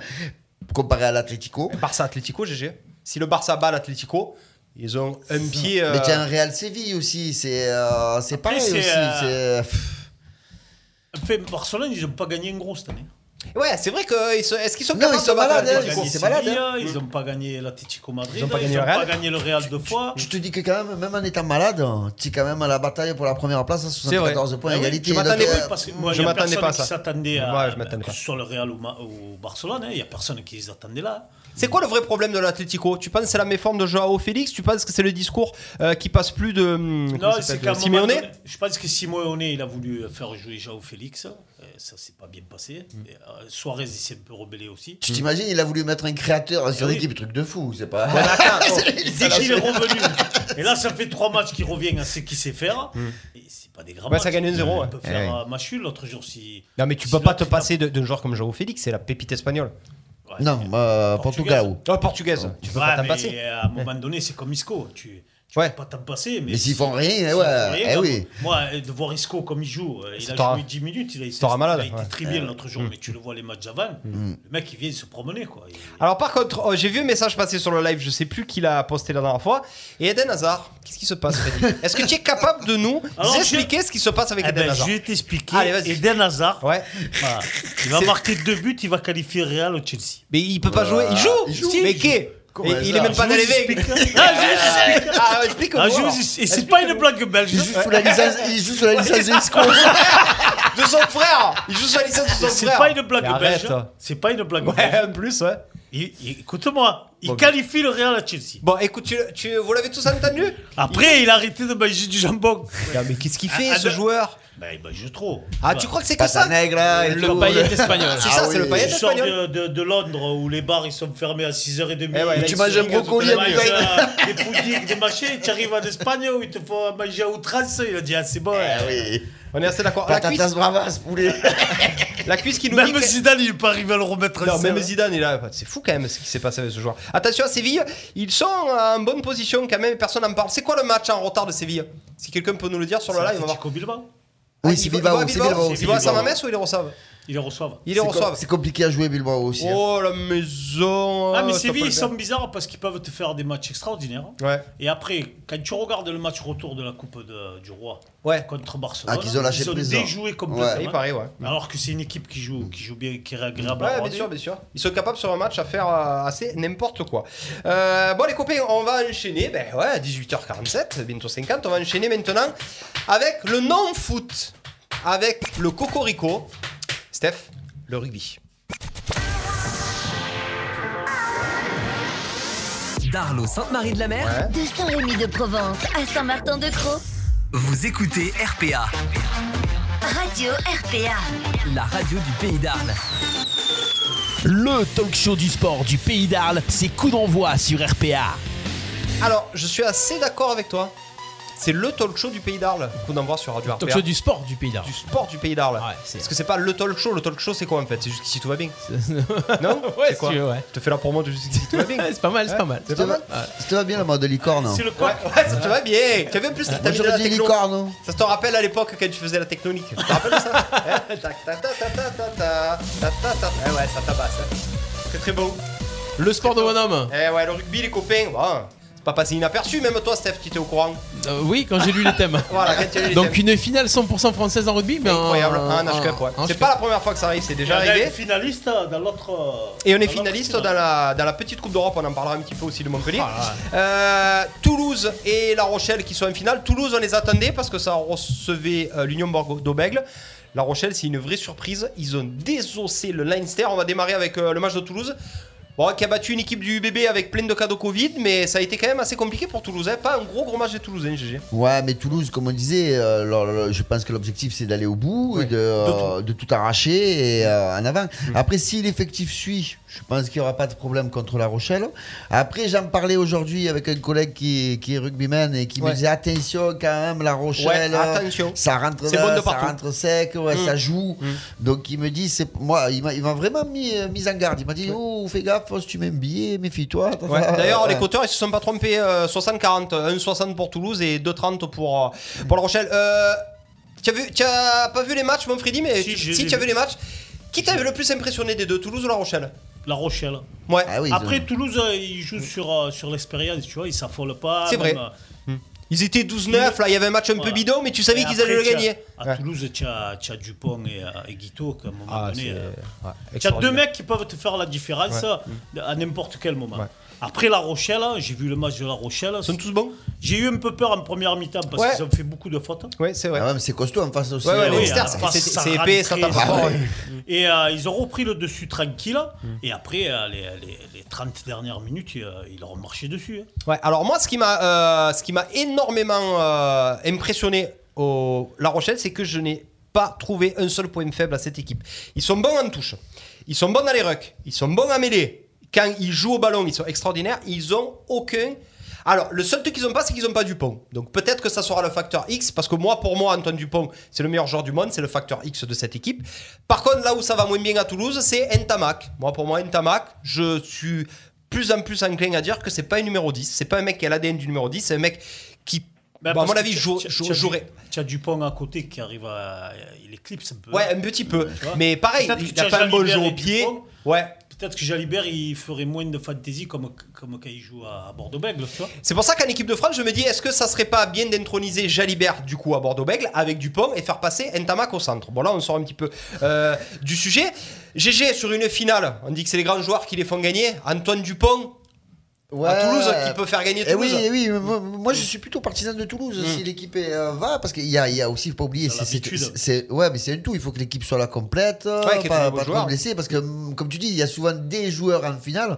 Speaker 8: comparé à l'Atlético.
Speaker 7: Barça Atlético, GG. Si le Barça bat l'Atlético, ils ont un pied. euh,
Speaker 8: Mais tiens, Real Séville aussi, c'est euh, c'est
Speaker 6: Après,
Speaker 8: pareil
Speaker 6: c'est,
Speaker 8: aussi.
Speaker 6: euh,
Speaker 8: c'est- pff,
Speaker 6: Fait, Barcelone, ils n'ont pas gagné un gros cette année.
Speaker 7: Ouais, c'est vrai que ils se- est-ce qu'ils sont
Speaker 8: Non,
Speaker 7: capables
Speaker 8: ils sont
Speaker 7: de battre
Speaker 8: malades,
Speaker 6: Ils
Speaker 8: hein,
Speaker 6: ont
Speaker 8: c'est
Speaker 7: l'Atlético
Speaker 6: gagné
Speaker 8: malade,
Speaker 6: Séville, ils n'ont pas gagné l'Atlético Madrid, ils
Speaker 7: Mm. Ils ont pas
Speaker 6: n'ont pas,
Speaker 7: gagné le Real.
Speaker 6: gagné le Real deux fois.
Speaker 8: Je te dis que quand même, même en étant malade, tu es quand même à la bataille pour la première place à
Speaker 7: vrai.
Speaker 8: 74 points
Speaker 7: Ah oui,
Speaker 8: égalité.
Speaker 7: tu m'attendais
Speaker 8: Donc,
Speaker 7: pas,
Speaker 8: euh,
Speaker 6: parce que moi,
Speaker 7: Je
Speaker 6: il y a
Speaker 7: m'attendais
Speaker 6: personne
Speaker 7: pas à
Speaker 6: qui
Speaker 7: ça.
Speaker 6: s'attendait
Speaker 7: Ouais,
Speaker 6: à,
Speaker 7: je m'attendais
Speaker 6: que
Speaker 7: pas.
Speaker 6: ce soit le Real ou, Ma- ou Barcelone, hein, il n'y a personne qui les attendait là.
Speaker 7: C'est quoi le vrai problème de l'Atlético Tu penses que c'est la méforme de Joao Félix Tu penses que c'est le discours euh, qui passe plus de hum, comment
Speaker 6: Non,
Speaker 7: ça
Speaker 6: c'est
Speaker 7: s'appelle,
Speaker 6: qu'à un
Speaker 7: de
Speaker 6: moment
Speaker 7: Simeone
Speaker 6: donné- Je pense que Simeone, il a voulu faire jouer Jao Félix. Et ça s'est pas bien passé.
Speaker 7: Mm.
Speaker 6: Et, euh, Suarez, il s'est un peu rebellé aussi.
Speaker 8: tu t'imagines, il a voulu mettre un créateur sur
Speaker 6: Oui.
Speaker 8: l'équipe, truc de fou, c'est pas.
Speaker 6: Dès qu'il est revenu. Et là, ça fait trois matchs qu'il revient à ce qu'il sait faire. Et c'est pas des grands
Speaker 7: Mm. Ouais,
Speaker 6: matchs.
Speaker 7: ça gagne 1-0,
Speaker 6: On
Speaker 7: ouais.
Speaker 6: peut
Speaker 7: Eh
Speaker 6: faire
Speaker 7: ouais.
Speaker 6: un match nul l'autre jour si.
Speaker 7: Non, mais tu
Speaker 6: si
Speaker 7: peux pas te
Speaker 6: l'autre est
Speaker 7: passer de- d'un joueur comme Joao Félix, c'est la pépite espagnole.
Speaker 6: Ouais,
Speaker 8: Non,
Speaker 6: mais-
Speaker 8: euh,
Speaker 6: Portugaise.
Speaker 8: Portugal.
Speaker 7: Oh, portugaise, tu peux
Speaker 6: Ouais,
Speaker 7: pas t'en
Speaker 6: mais
Speaker 7: passer.
Speaker 6: À un moment donné, c'est comme Isco. Tu, tu
Speaker 7: Ouais.
Speaker 6: peux pas t'en passer. Mais,
Speaker 8: Mais s'ils font rien, eh
Speaker 6: s'ils
Speaker 8: ouais,
Speaker 6: font rien,
Speaker 8: eh
Speaker 6: comme-
Speaker 8: oui.
Speaker 6: Moi, euh, de voir Isco comme il joue, euh, il
Speaker 7: Ça
Speaker 6: a
Speaker 7: t'aura-
Speaker 6: joué 10 minutes, il a,
Speaker 7: t'aura malade,
Speaker 6: il a été
Speaker 7: ouais. Mm.
Speaker 6: très bien l'autre jour, mais tu le vois les matchs avant, le mec il vient se promener. quoi. Il-
Speaker 7: Alors, par contre, oh, j'ai vu un message passer sur le live, je sais plus qui l'a posté la dernière fois. Et Eden Hazard, qu'est-ce qui se passe, Freddy Est-ce que tu es capable de nous
Speaker 6: Alors, je-
Speaker 7: expliquer ce qui se passe avec
Speaker 6: Eh
Speaker 7: Eden
Speaker 6: ben, je
Speaker 7: Hazard
Speaker 6: vais t'expliquer.
Speaker 7: Allez, vas-y.
Speaker 6: Eden Hazard,
Speaker 7: Ouais,
Speaker 6: voilà, il va
Speaker 7: C'est-
Speaker 6: marquer deux buts, il va qualifier Real au Chelsea.
Speaker 7: mais il peut pas jouer. Il joue,
Speaker 8: Il joue.
Speaker 7: Mais
Speaker 8: Il
Speaker 7: qui Et il est même pas
Speaker 6: Je vous
Speaker 7: d'arriver.
Speaker 6: explique.
Speaker 7: Ah, ah, explique
Speaker 6: Ah, je vous explique. Et c'est pas une blague belge.
Speaker 8: Il joue sous la licence, il joue sous la licence de Isco.
Speaker 7: De son frère Il joue sur la licence de son
Speaker 6: C'est
Speaker 7: frère
Speaker 6: pas une
Speaker 7: Mais
Speaker 6: blague
Speaker 7: arrête. hein.
Speaker 6: belge. hein. C'est pas une blague belge.
Speaker 7: Ouais, en plus, ouais.
Speaker 6: Il- il- Écoute-moi, il
Speaker 7: Bon.
Speaker 6: qualifie le Real à Chelsea.
Speaker 7: Bon, écoute, tu, tu- vous l'avez tous entendu
Speaker 6: Après, il a arrêté de manger du jambon.
Speaker 7: Non, mais qu'est-ce qu'il fait,
Speaker 6: Ah,
Speaker 7: ce
Speaker 6: de-
Speaker 7: joueur
Speaker 6: Bah, il mange trop.
Speaker 7: Ah, tu crois que c'est que ça
Speaker 8: Pata Negra et
Speaker 5: Le
Speaker 8: tout. euh,
Speaker 5: paillette espagnol.
Speaker 7: C'est ça,
Speaker 6: Ah
Speaker 7: c'est le paillet
Speaker 6: Je sors
Speaker 7: espagnol
Speaker 6: de, de- de Londres où les bars ils sont fermés à 6h30.
Speaker 7: Eh ouais, là,
Speaker 6: tu
Speaker 7: ils
Speaker 8: manges
Speaker 7: se
Speaker 8: un
Speaker 7: liguent tout à
Speaker 8: brocoli
Speaker 7: l'heure.
Speaker 8: avec-
Speaker 6: manges euh, des puddings, des machins. Tu arrives en Espagne où ils te font manger à outrance. Il a dit, ah, c'est bon.
Speaker 8: Ah
Speaker 6: hein.
Speaker 7: Eh
Speaker 8: oui.
Speaker 7: On est assez d'accord. La
Speaker 8: Patatas
Speaker 7: cuisse,
Speaker 8: bravas, poulet.
Speaker 7: la cuisse qui nous dit
Speaker 6: Même
Speaker 7: que-
Speaker 6: Zidane, il est pas arrivé à le remettre
Speaker 7: Non,
Speaker 6: en
Speaker 7: même
Speaker 6: selle.
Speaker 7: Zidane est là. C'est fou quand même ce qui s'est passé avec ce joueur. Attention à Séville, ils sont en bonne position quand même, personne n'en parle. C'est quoi le match en retard de Séville Si quelqu'un peut nous le dire sur le
Speaker 6: C'est
Speaker 7: live, on va voir.
Speaker 6: Atletico Bilbao.
Speaker 7: Ah,
Speaker 8: Oui,
Speaker 7: ils
Speaker 8: c'est
Speaker 7: vont-
Speaker 8: Bilbao,
Speaker 7: ils vont
Speaker 8: c'est
Speaker 7: à
Speaker 8: Bilbao.
Speaker 7: Ils vont à
Speaker 8: c'est Bilbao.
Speaker 7: Saint-Mamès ou ils les reçoivent
Speaker 6: Ils les reçoivent.
Speaker 7: Ils les
Speaker 8: C'est com-
Speaker 7: reçoivent.
Speaker 8: C'est compliqué à jouer Bilbao aussi. hein.
Speaker 7: Oh la maison
Speaker 6: Ah, mais
Speaker 7: Oh, ça
Speaker 6: Séville,
Speaker 7: peut le
Speaker 6: ils sont bizarres parce qu'ils peuvent te faire des matchs extraordinaires.
Speaker 7: faire. Ouais,
Speaker 6: Et après, quand tu regardes le match retour de la Coupe de- du Roi
Speaker 7: ouais.
Speaker 6: contre Barcelone,
Speaker 8: Ah, qu'ils ont lâché prise, hein.
Speaker 6: déjoué complètement.
Speaker 8: Ouais,
Speaker 7: Il paraît, ouais.
Speaker 6: Alors que c'est une équipe qui joue, qui joue bien, qui est agréable à
Speaker 7: Ouais, bien
Speaker 6: regarder.
Speaker 7: sûr, bien sûr. Ils sont capables sur un match à faire euh, assez n'importe quoi. Euh, bon, les copains, on va enchaîner. Ben ouais, 18h47, bientôt 50. On va enchaîner maintenant avec le non-foot, avec le cocorico. Steph, le rugby.
Speaker 11: D'Arlo Sainte-Marie de la Mer,
Speaker 7: Ouais.
Speaker 12: De Saint-Rémy de Provence à Saint-Martin-de-Croix,
Speaker 11: vous écoutez RPA,
Speaker 12: Radio RPA.
Speaker 11: la radio du pays d'Arles.
Speaker 5: Le talk show du sport du pays d'Arles, c'est coup d'envoi sur RPA.
Speaker 7: Alors, je suis assez d'accord avec toi. C'est le talk show du pays d'Arles qu'on envoie sur Radio
Speaker 5: Talk
Speaker 7: RPA.
Speaker 5: show du sport du pays d'Arles.
Speaker 7: Du sport du pays d'Arles.
Speaker 5: Ouais, c'est-
Speaker 7: Parce que c'est pas le talk show, le talk show c'est quoi en fait C'est juste si tout va bien. non
Speaker 5: Ouais,
Speaker 7: C'est quoi
Speaker 5: si tu veux, ouais.
Speaker 7: Je te fais la promo de jusqu'ici tout va bien.
Speaker 5: Ouais, c'est pas mal, c'est pas mal.
Speaker 8: Ça te va Ça te va bien la mode de licorne hein
Speaker 6: C'est le
Speaker 7: Ouais,
Speaker 6: quoi
Speaker 7: ouais, ça te va bien. Tu as vu en plus, t'as
Speaker 8: Moi
Speaker 7: mis de la
Speaker 8: j'aurais dit
Speaker 7: techno.
Speaker 8: licorne. hein.
Speaker 7: Ça te rappelle à l'époque quand tu faisais la technonique. Tu te rappelles ça Hein Tac, tac, tac, tac, tac, tac, tac, tac, tac, tac. Eh ouais, ça tabasse. hein. Très très beau.
Speaker 5: Le sport de bonhomme.
Speaker 7: Eh ouais, le rugby, les copains. Bon, c'est pas passé inaperçu, même toi, Steph, tu étais au courant.
Speaker 5: Euh, oui, quand j'ai lu les thèmes.
Speaker 7: Voilà, quand tu as eu les
Speaker 5: Donc
Speaker 7: thèmes.
Speaker 5: une finale 100% française en rugby, mais un-
Speaker 7: Incroyable, un H-Cup, ouais.
Speaker 5: un
Speaker 7: C'est
Speaker 5: H-Cup.
Speaker 7: pas la première fois que ça arrive, c'est déjà
Speaker 6: Il y en a
Speaker 7: arrivé.
Speaker 6: une finaliste dans l'autre. euh,
Speaker 7: Et on est
Speaker 6: dans
Speaker 7: finaliste
Speaker 6: l'autre
Speaker 7: dans
Speaker 6: finale.
Speaker 7: la, dans la petite Coupe d'Europe, on en parlera un petit peu aussi de Montpellier.
Speaker 5: Ah,
Speaker 7: Euh, Toulouse et La Rochelle qui sont en finale. Toulouse, on les attendait parce que ça recevait euh, l'Union Borgo- d'Aubègle. La Rochelle, c'est une vraie surprise. Ils ont désossé le Leinster. On va démarrer avec euh, le match de Toulouse. Bon, qui a battu une équipe du UBB avec plein de cas de Covid, mais ça a été quand même assez compliqué pour Toulouse. hein. Pas un gros gros match de Toulouse, hein, GG.
Speaker 8: Ouais, mais Toulouse, comme on disait, euh, leur- leur- je pense que l'objectif c'est d'aller au bout,
Speaker 7: Oui,
Speaker 8: et de, euh, de tout arracher et euh, en avant. Après, si l'effectif suit, je pense qu'il n'y aura pas de problème contre La Rochelle. Après, j'en parlais aujourd'hui avec un collègue qui, qui est rugbyman et qui
Speaker 7: Ouais.
Speaker 8: me disait attention quand même, La Rochelle. euh,
Speaker 7: Ouais, attention.
Speaker 8: Ça rentre
Speaker 7: C'est
Speaker 8: là,
Speaker 7: bon de
Speaker 8: ça
Speaker 7: partout. Mm.
Speaker 8: rentre sec, ouais, ça joue. Donc il me dit, c'est moi, il m'a il m'a vraiment mis, euh, mis en garde. Il m'a dit, oh, fais gaffe, si tu mets un billet, méfie-toi.
Speaker 7: Ouais. D'ailleurs, les
Speaker 8: Ouais.
Speaker 7: coteurs, ils se sont pas trompés. euh, 60-40. 1,60 pour Toulouse et 2,30 pour, euh, pour La Rochelle. Euh, tu as, vu- tu as pas vu les matchs, mon Freddy, mais
Speaker 6: Si,
Speaker 7: tu,
Speaker 6: je
Speaker 7: si,
Speaker 6: les
Speaker 7: tu as
Speaker 6: ai
Speaker 7: vu
Speaker 6: vus.
Speaker 7: les matchs. Qui t'a le plus impressionné des deux, Toulouse ou La Rochelle
Speaker 6: La Rochelle.
Speaker 7: Ouais.
Speaker 8: Ah oui, ils
Speaker 6: Après,
Speaker 8: ont-
Speaker 6: Toulouse, euh, ils jouent sur, euh, sur l'expérience, tu vois, ils s'affolent pas.
Speaker 7: C'est vrai.
Speaker 6: même, euh,
Speaker 7: Ils étaient 12-9, là, il y avait un match un peu
Speaker 6: Voilà.
Speaker 7: bidon, mais tu savais
Speaker 6: et
Speaker 7: qu'ils
Speaker 6: après,
Speaker 7: allaient le
Speaker 6: t'as-
Speaker 7: gagner.
Speaker 6: À
Speaker 7: Ouais.
Speaker 6: Toulouse, tu as, tu as Dupont et, euh, et Guito, qu'à un moment
Speaker 7: Ah, c'est-
Speaker 6: donné. euh,
Speaker 7: ouais,
Speaker 6: tu as deux
Speaker 7: extraordinaire.
Speaker 6: mecs qui peuvent te faire la différence euh, à n'importe quel moment.
Speaker 7: Ouais.
Speaker 6: Après La Rochelle, hein, j'ai vu le match de La Rochelle.
Speaker 7: Ils sont tous bons
Speaker 6: J'ai eu un peu peur en première mi-temps parce
Speaker 7: Ouais.
Speaker 6: qu'ils ont fait beaucoup de fautes.
Speaker 7: Ouais, c'est vrai.
Speaker 8: Ah ouais, mais c'est costaud en face aussi.
Speaker 7: Ouais, ouais,
Speaker 8: hein.
Speaker 6: Oui,
Speaker 7: Leinster,
Speaker 6: à la
Speaker 7: c'est-
Speaker 6: passe,
Speaker 7: c'est-
Speaker 6: ça
Speaker 7: c'est épais, ah, ça Ah
Speaker 6: rentrait,
Speaker 7: tape fort,
Speaker 6: ça-
Speaker 7: ouais.
Speaker 6: Et euh, ils ont repris le dessus tranquille.
Speaker 7: Mm.
Speaker 6: Et après, euh, les, les- les 30 dernières minutes, euh, ils leur ont marché dessus. hein.
Speaker 7: Ouais, alors moi, ce qui m'a, euh, ce qui m'a énormément euh, impressionné au La Rochelle, c'est que je n'ai pas trouvé un seul point faible à cette équipe. Ils sont bons en touche, ils sont bons dans les rucks, ils sont bons à mêler. Quand ils jouent au ballon, ils sont extraordinaires. Ils ont aucun. Alors, le seul truc qu'ils n'ont pas, c'est qu'ils n'ont pas Dupont. Donc, peut-être que ça sera le facteur X, parce que moi, pour moi, Antoine Dupont, c'est le meilleur joueur du monde, c'est le facteur X de cette équipe. Par contre, là où ça va moins bien à Toulouse, c'est Ntamak. Moi, pour moi, Ntamak, je suis plus en plus enclin à dire que c'est pas un numéro 10, c'est pas un mec qui a l'ADN du numéro 10, c'est un mec qui,
Speaker 6: Ben,
Speaker 7: bon, Bah, à
Speaker 6: parce
Speaker 7: mon
Speaker 6: que
Speaker 7: avis,
Speaker 6: tu-
Speaker 7: jou-
Speaker 6: tu-
Speaker 7: jou-
Speaker 6: tu as du-
Speaker 7: jouerait.
Speaker 6: Tu as Dupont à côté qui arrive à. Il éclipse un peu.
Speaker 7: Ouais, euh, un petit peu.
Speaker 6: Tu vois
Speaker 7: Mais pareil,
Speaker 6: Peut-être que
Speaker 7: il
Speaker 6: tu
Speaker 7: n'a
Speaker 6: as
Speaker 7: pas un bon
Speaker 6: Jalibert
Speaker 7: jeu
Speaker 6: et
Speaker 7: au pied.
Speaker 6: Dupont.
Speaker 7: Ouais.
Speaker 6: Peut-être que Jalibert, il ferait moins de fantaisie comme, comme quand il joue à, à Bordeaux-Bègle, tu vois.
Speaker 7: C'est pour ça qu'en équipe de France, je me dis, est-ce que ça serait pas bien d'introniser Jalibert du coup à Bordeaux-Bègle avec Dupont et faire passer Ntamak au centre Bon là, on sort un petit peu euh, du sujet. GG sur une finale, on dit que c'est les grands joueurs qui les font gagner. Antoine Dupont,
Speaker 8: Ouais.
Speaker 7: À Toulouse, qui peut faire gagner
Speaker 8: Eh
Speaker 7: Toulouse. Mm.
Speaker 8: oui, eh oui, moi, moi, je suis plutôt partisan de Toulouse si l'équipe euh, va, parce qu'il y a, il y a aussi, faut pas oublier, c'est, c'est, c'est- ouais, mais c'est un tout. Il faut que l'équipe soit là complète, euh,
Speaker 7: Ouais, qu'il y ait des
Speaker 8: pas,
Speaker 7: beaux
Speaker 8: pas trop
Speaker 7: joueurs.
Speaker 8: blessés, parce que hum, comme tu dis, il y a souvent des joueurs en finale,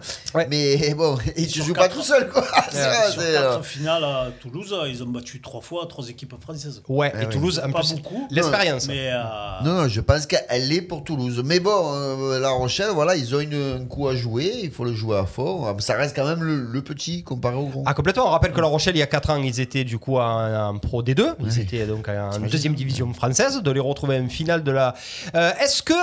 Speaker 8: mais bon, et tu joues pas tout seul, quoi. C'est vrai,
Speaker 6: Sur
Speaker 8: c'est,
Speaker 6: quatre
Speaker 8: euh,
Speaker 6: finales à Toulouse, ils ont battu trois fois trois équipes françaises.
Speaker 7: Ouais,
Speaker 8: Eh
Speaker 7: et Toulouse, un
Speaker 6: pas
Speaker 7: peu-
Speaker 6: beaucoup.
Speaker 7: l'expérience.
Speaker 6: Mais euh,
Speaker 8: Non, non, je pense qu'elle est pour Toulouse. Mais bon, euh, La Rochelle, voilà, ils ont une, un coup à jouer, il faut le jouer à fond. Ah, mais Ça reste quand même le, le petit comparé au grand.
Speaker 7: Ah, complètement. On rappelle que La Rochelle, il y a 4 ans, ils étaient du coup en, en Pro D2. Ils étaient donc en deuxième division française. De les retrouver en finale de la. Euh, Est-ce que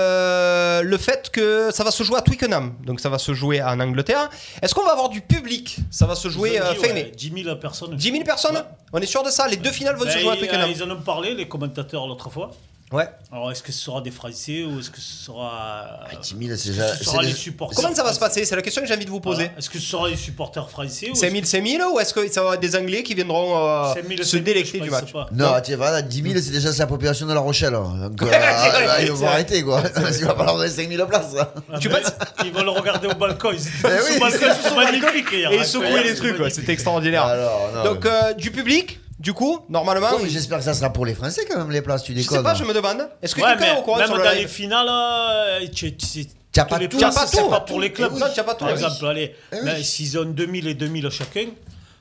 Speaker 7: euh, le fait que ça va se jouer à Twickenham, donc ça va se jouer en Angleterre, est-ce qu'on va avoir du public Ça va se jouer
Speaker 6: ils ont
Speaker 7: euh,
Speaker 6: dit,
Speaker 7: fin
Speaker 6: ouais,
Speaker 7: mai.
Speaker 6: 10 000 personnes.
Speaker 7: 10 000 personnes On est sûr de ça Les deux finales vont
Speaker 6: Ben,
Speaker 7: se jouer à
Speaker 6: ils-
Speaker 7: Twickenham.
Speaker 6: Ils en ont parlé, les commentateurs, l'autre fois.
Speaker 7: Ouais.
Speaker 6: Alors, est-ce que ce sera des Français ou est-ce que ce sera. euh,
Speaker 8: 10 000,
Speaker 6: est-ce que
Speaker 8: c'est Ah, déjà-
Speaker 6: ce sera
Speaker 8: c'est
Speaker 6: les
Speaker 8: des-
Speaker 6: supporters
Speaker 7: Comment ça va se passer C'est la question que j'ai envie de vous poser.
Speaker 6: Voilà. Est-ce que ce sera les supporters français ou
Speaker 7: C'est
Speaker 6: est-ce
Speaker 7: 1000, c'est 1000 ou est-ce que ça va être des Anglais qui viendront euh,
Speaker 6: C'est 1000,
Speaker 7: se
Speaker 6: c'est 1000,
Speaker 7: délecter
Speaker 6: je
Speaker 7: du
Speaker 6: pense
Speaker 7: match
Speaker 6: pas.
Speaker 8: Non, tu vois, là, 10 000, c'est déjà la population de La Rochelle. hein. Donc, euh,
Speaker 7: vrai,
Speaker 8: là, ils
Speaker 7: c'est
Speaker 8: vont
Speaker 7: vrai.
Speaker 8: arrêter, quoi. Il va falloir donner 5 000 places. hein.
Speaker 6: Ah, mais Ils vont le regarder au balcon. Ils étaient
Speaker 8: Eh
Speaker 6: sous
Speaker 8: oui,
Speaker 6: balcon,
Speaker 8: c'est
Speaker 6: ils sont magnifiques. hier,
Speaker 7: et ils
Speaker 6: incroyable,
Speaker 7: secouaient les
Speaker 6: c'est
Speaker 7: trucs, ouais,
Speaker 6: magnifique.
Speaker 7: c'était extraordinaire.
Speaker 8: non,
Speaker 7: Donc euh, du public, du coup, normalement.
Speaker 8: Ouais, mais j'espère que ça sera pour les Français quand même les places, tu
Speaker 7: Je
Speaker 8: déconnes. hein.
Speaker 7: sais pas, je me demande. Est-ce que
Speaker 6: Ouais,
Speaker 7: quelqu'un est
Speaker 6: mais
Speaker 7: au courant
Speaker 6: même
Speaker 7: sur
Speaker 6: dans
Speaker 7: le
Speaker 6: les
Speaker 7: live
Speaker 6: finales, euh, tu, tu,
Speaker 8: T'as pas
Speaker 6: tous les
Speaker 8: tout,
Speaker 6: places,
Speaker 8: t'as pas
Speaker 6: c'est
Speaker 8: tout.
Speaker 6: pas pour les clubs.
Speaker 8: Eh oui, t'as pas tout,
Speaker 6: Par
Speaker 8: eh oui.
Speaker 6: exemple, allez,
Speaker 8: Eh oui.
Speaker 6: là, s'ils ont 2000 et 2000 à chacun.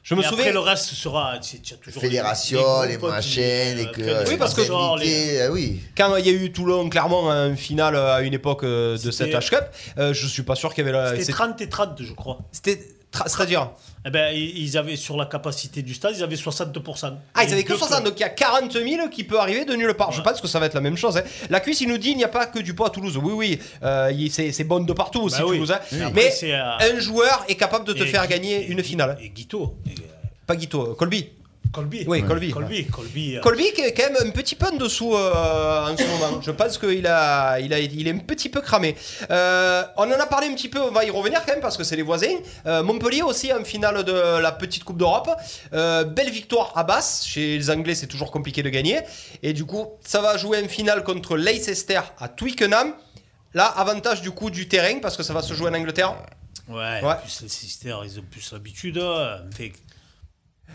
Speaker 7: Je me
Speaker 6: et
Speaker 7: souviens-
Speaker 6: Après, le reste sera. tu sais, tu as toujours les-
Speaker 8: Fédération, les,
Speaker 6: groupes qui-
Speaker 8: machines, les
Speaker 6: euh,
Speaker 8: clubs.
Speaker 7: Oui, parce que-
Speaker 8: oui.
Speaker 7: Quand il y a eu Toulon, clairement, en finale euh, à une époque euh, de cette
Speaker 6: C'était-
Speaker 7: H-Cup, euh, je suis pas sûr qu'il y avait la.
Speaker 6: C'était
Speaker 7: c'est-
Speaker 6: 30 et 30, je crois.
Speaker 7: C'était. tra- C'est-à-dire
Speaker 6: Eh ben, ils ils avaient sur la capacité du stade, ils avaient 60%.
Speaker 7: Ah,
Speaker 6: Les
Speaker 7: ils avaient que
Speaker 6: deux
Speaker 7: 60,
Speaker 6: clubs.
Speaker 7: donc il y a 40 000 qui peut arriver de nulle part. Je pense que ça va être la même chose. hein. La cuisse, il nous dit il n'y a pas que du pot à Toulouse. Oui, oui, euh, il- c'est c'est bon de partout aussi,
Speaker 6: Bah oui.
Speaker 7: Toulouse. hein.
Speaker 6: Mais après,
Speaker 7: Mais
Speaker 6: c'est, euh,
Speaker 7: un joueur est capable de te
Speaker 6: et
Speaker 7: faire
Speaker 6: Gui-
Speaker 7: gagner
Speaker 6: et
Speaker 7: une finale.
Speaker 6: Et Guito. et, euh,
Speaker 7: Pas Guito, euh, Colby.
Speaker 6: Colby.
Speaker 7: Oui, Colby.
Speaker 6: Colby. Colby. euh,
Speaker 7: Colby qui est quand même un petit peu en dessous euh, en ce moment. Je pense qu'il a, il a, il est un petit peu cramé. Euh, on en a parlé un petit peu, on va y revenir quand même parce que c'est les voisins. Euh, Montpellier aussi en finale de la petite Coupe d'Europe. Euh, belle victoire à Basse. Chez les Anglais, c'est toujours compliqué de gagner. Et du coup, ça va jouer en finale contre Leicester à Twickenham. Là, avantage du coup du terrain parce que ça va se jouer en Angleterre.
Speaker 6: Ouais,
Speaker 7: Ouais.
Speaker 6: en plus les sisters, ils ont plus l'habitude. hein. Fait que-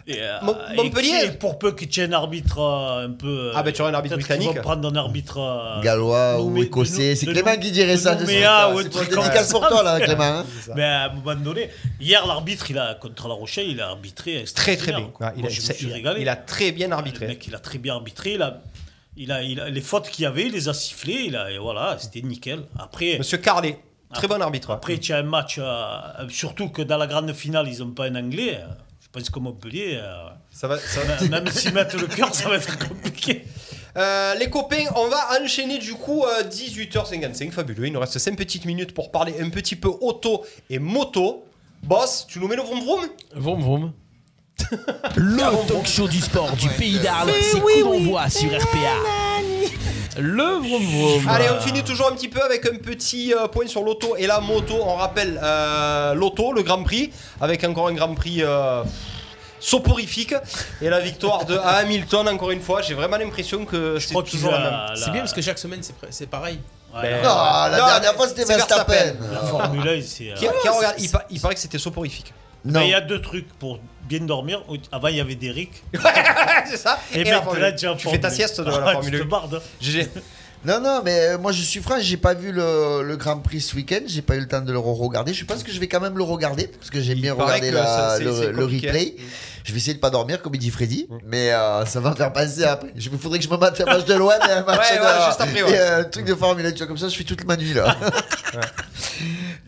Speaker 6: Et, euh,
Speaker 7: Mon-
Speaker 6: et
Speaker 7: Montpellier-
Speaker 6: qui- et pour peu qu'il y ait un arbitre euh, un peu. euh,
Speaker 7: Ah, ben, tu aurais un arbitre
Speaker 6: peut-être qu'ils vont
Speaker 7: britannique.
Speaker 6: prendre un arbitre. euh,
Speaker 8: Gallois
Speaker 6: de
Speaker 8: ou
Speaker 6: Noumé- de
Speaker 8: écossais.
Speaker 6: Nou-
Speaker 8: C'est
Speaker 6: de
Speaker 8: Clément
Speaker 6: Nou-
Speaker 8: qui dirait
Speaker 6: de
Speaker 8: ça. de
Speaker 6: Nouméa
Speaker 8: son-
Speaker 6: ou un
Speaker 8: C'est
Speaker 6: truc
Speaker 8: pour
Speaker 6: comme
Speaker 8: dédicace
Speaker 6: ça.
Speaker 8: pour toi, là, Clément. hein.
Speaker 6: Mais à un moment donné, hier, l'arbitre, il a, contre la Rochelle, il a arbitré.
Speaker 7: Très très bien.
Speaker 6: extraordinaire.
Speaker 7: Ouais, il,
Speaker 6: Moi,
Speaker 7: a,
Speaker 6: je me
Speaker 7: c'est-
Speaker 6: suis
Speaker 7: il a-
Speaker 6: régalé.
Speaker 7: il a très bien
Speaker 6: Le
Speaker 7: arbitré.
Speaker 6: mec, il a très bien arbitré. Il a, il a, il a- les fautes qu'il y avait, il les a sifflées. Il a, et voilà, c'était nickel. Après,
Speaker 7: Monsieur Carlet, très bon arbitre.
Speaker 6: après, tu as un match, euh, surtout que dans la grande finale, ils n'ont pas un Anglais. euh, Je pense que Montpellier, euh,
Speaker 7: Ça va, ça va-
Speaker 6: même- même s'ils mettent le cœur, ça va être compliqué.
Speaker 7: Euh, les copains, on va enchaîner du coup euh, à 18h55, fabuleux. Il nous reste 5 petites minutes pour parler un petit peu auto et moto. Boss, tu nous mets le vroom vroom
Speaker 5: Vroom vroom. Le talk show du sport du pays d'Arles,
Speaker 7: Mais
Speaker 5: c'est
Speaker 7: oui,
Speaker 5: coup
Speaker 7: oui.
Speaker 5: d'envoi sur RPA. Le vroom vroom.
Speaker 8: Bah.
Speaker 7: Allez, on finit toujours un petit peu avec un petit euh, point sur l'auto et la moto. On rappelle euh, l'auto, le Grand Prix, avec encore un Grand Prix euh, soporifique. Et la victoire de Hamilton, encore une fois. J'ai vraiment l'impression que c'est
Speaker 6: crois qu'il
Speaker 7: toujours la
Speaker 6: a-
Speaker 7: même.
Speaker 5: C'est bien parce que chaque semaine c'est pr- c'est pareil.
Speaker 6: Ouais,
Speaker 7: Ben,
Speaker 6: la,
Speaker 8: Ah, la
Speaker 7: Non,
Speaker 8: dernière fois, c'était
Speaker 7: c'est
Speaker 8: Verstappen. Ah,
Speaker 6: la Formule 1, c'est. euh,
Speaker 7: Qui- qui- regarde, il, pa- il paraît que c'était soporifique.
Speaker 8: Non.
Speaker 6: mais il y a deux trucs pour bien dormir. Avant, il y avait des rics.
Speaker 7: c'est ça.
Speaker 6: Et,
Speaker 7: la
Speaker 6: maintenant,
Speaker 7: Formule un.
Speaker 6: tu as
Speaker 7: tu fais
Speaker 6: ben, Formule
Speaker 7: ta
Speaker 6: un.
Speaker 7: sieste dans la
Speaker 6: Ah,
Speaker 7: Formule
Speaker 6: Tu te
Speaker 7: 1.
Speaker 6: barres, hein.
Speaker 7: GG.
Speaker 8: Non, non, mais euh, moi je suis franc, j'ai pas vu le, le Grand Prix ce week-end, j'ai pas eu le temps de le re-regarder. Je pense que je vais quand même le regarder, parce que j'aime bien
Speaker 7: paraît
Speaker 8: regarder
Speaker 7: que
Speaker 8: la-
Speaker 7: ça, c'est- c'est
Speaker 8: le, le
Speaker 7: compliqué.
Speaker 8: replay.
Speaker 7: Mm.
Speaker 8: Je vais essayer de pas dormir, comme il dit Freddy, mais euh, ça va me faire passer après. Il faudrait que je me mate un match de l'OM et un match
Speaker 7: Ouais,
Speaker 8: de-
Speaker 7: ouais, juste après, ouais.
Speaker 8: et, euh, un truc de Formule 1, tu vois, comme ça je fais toute ma nuit là.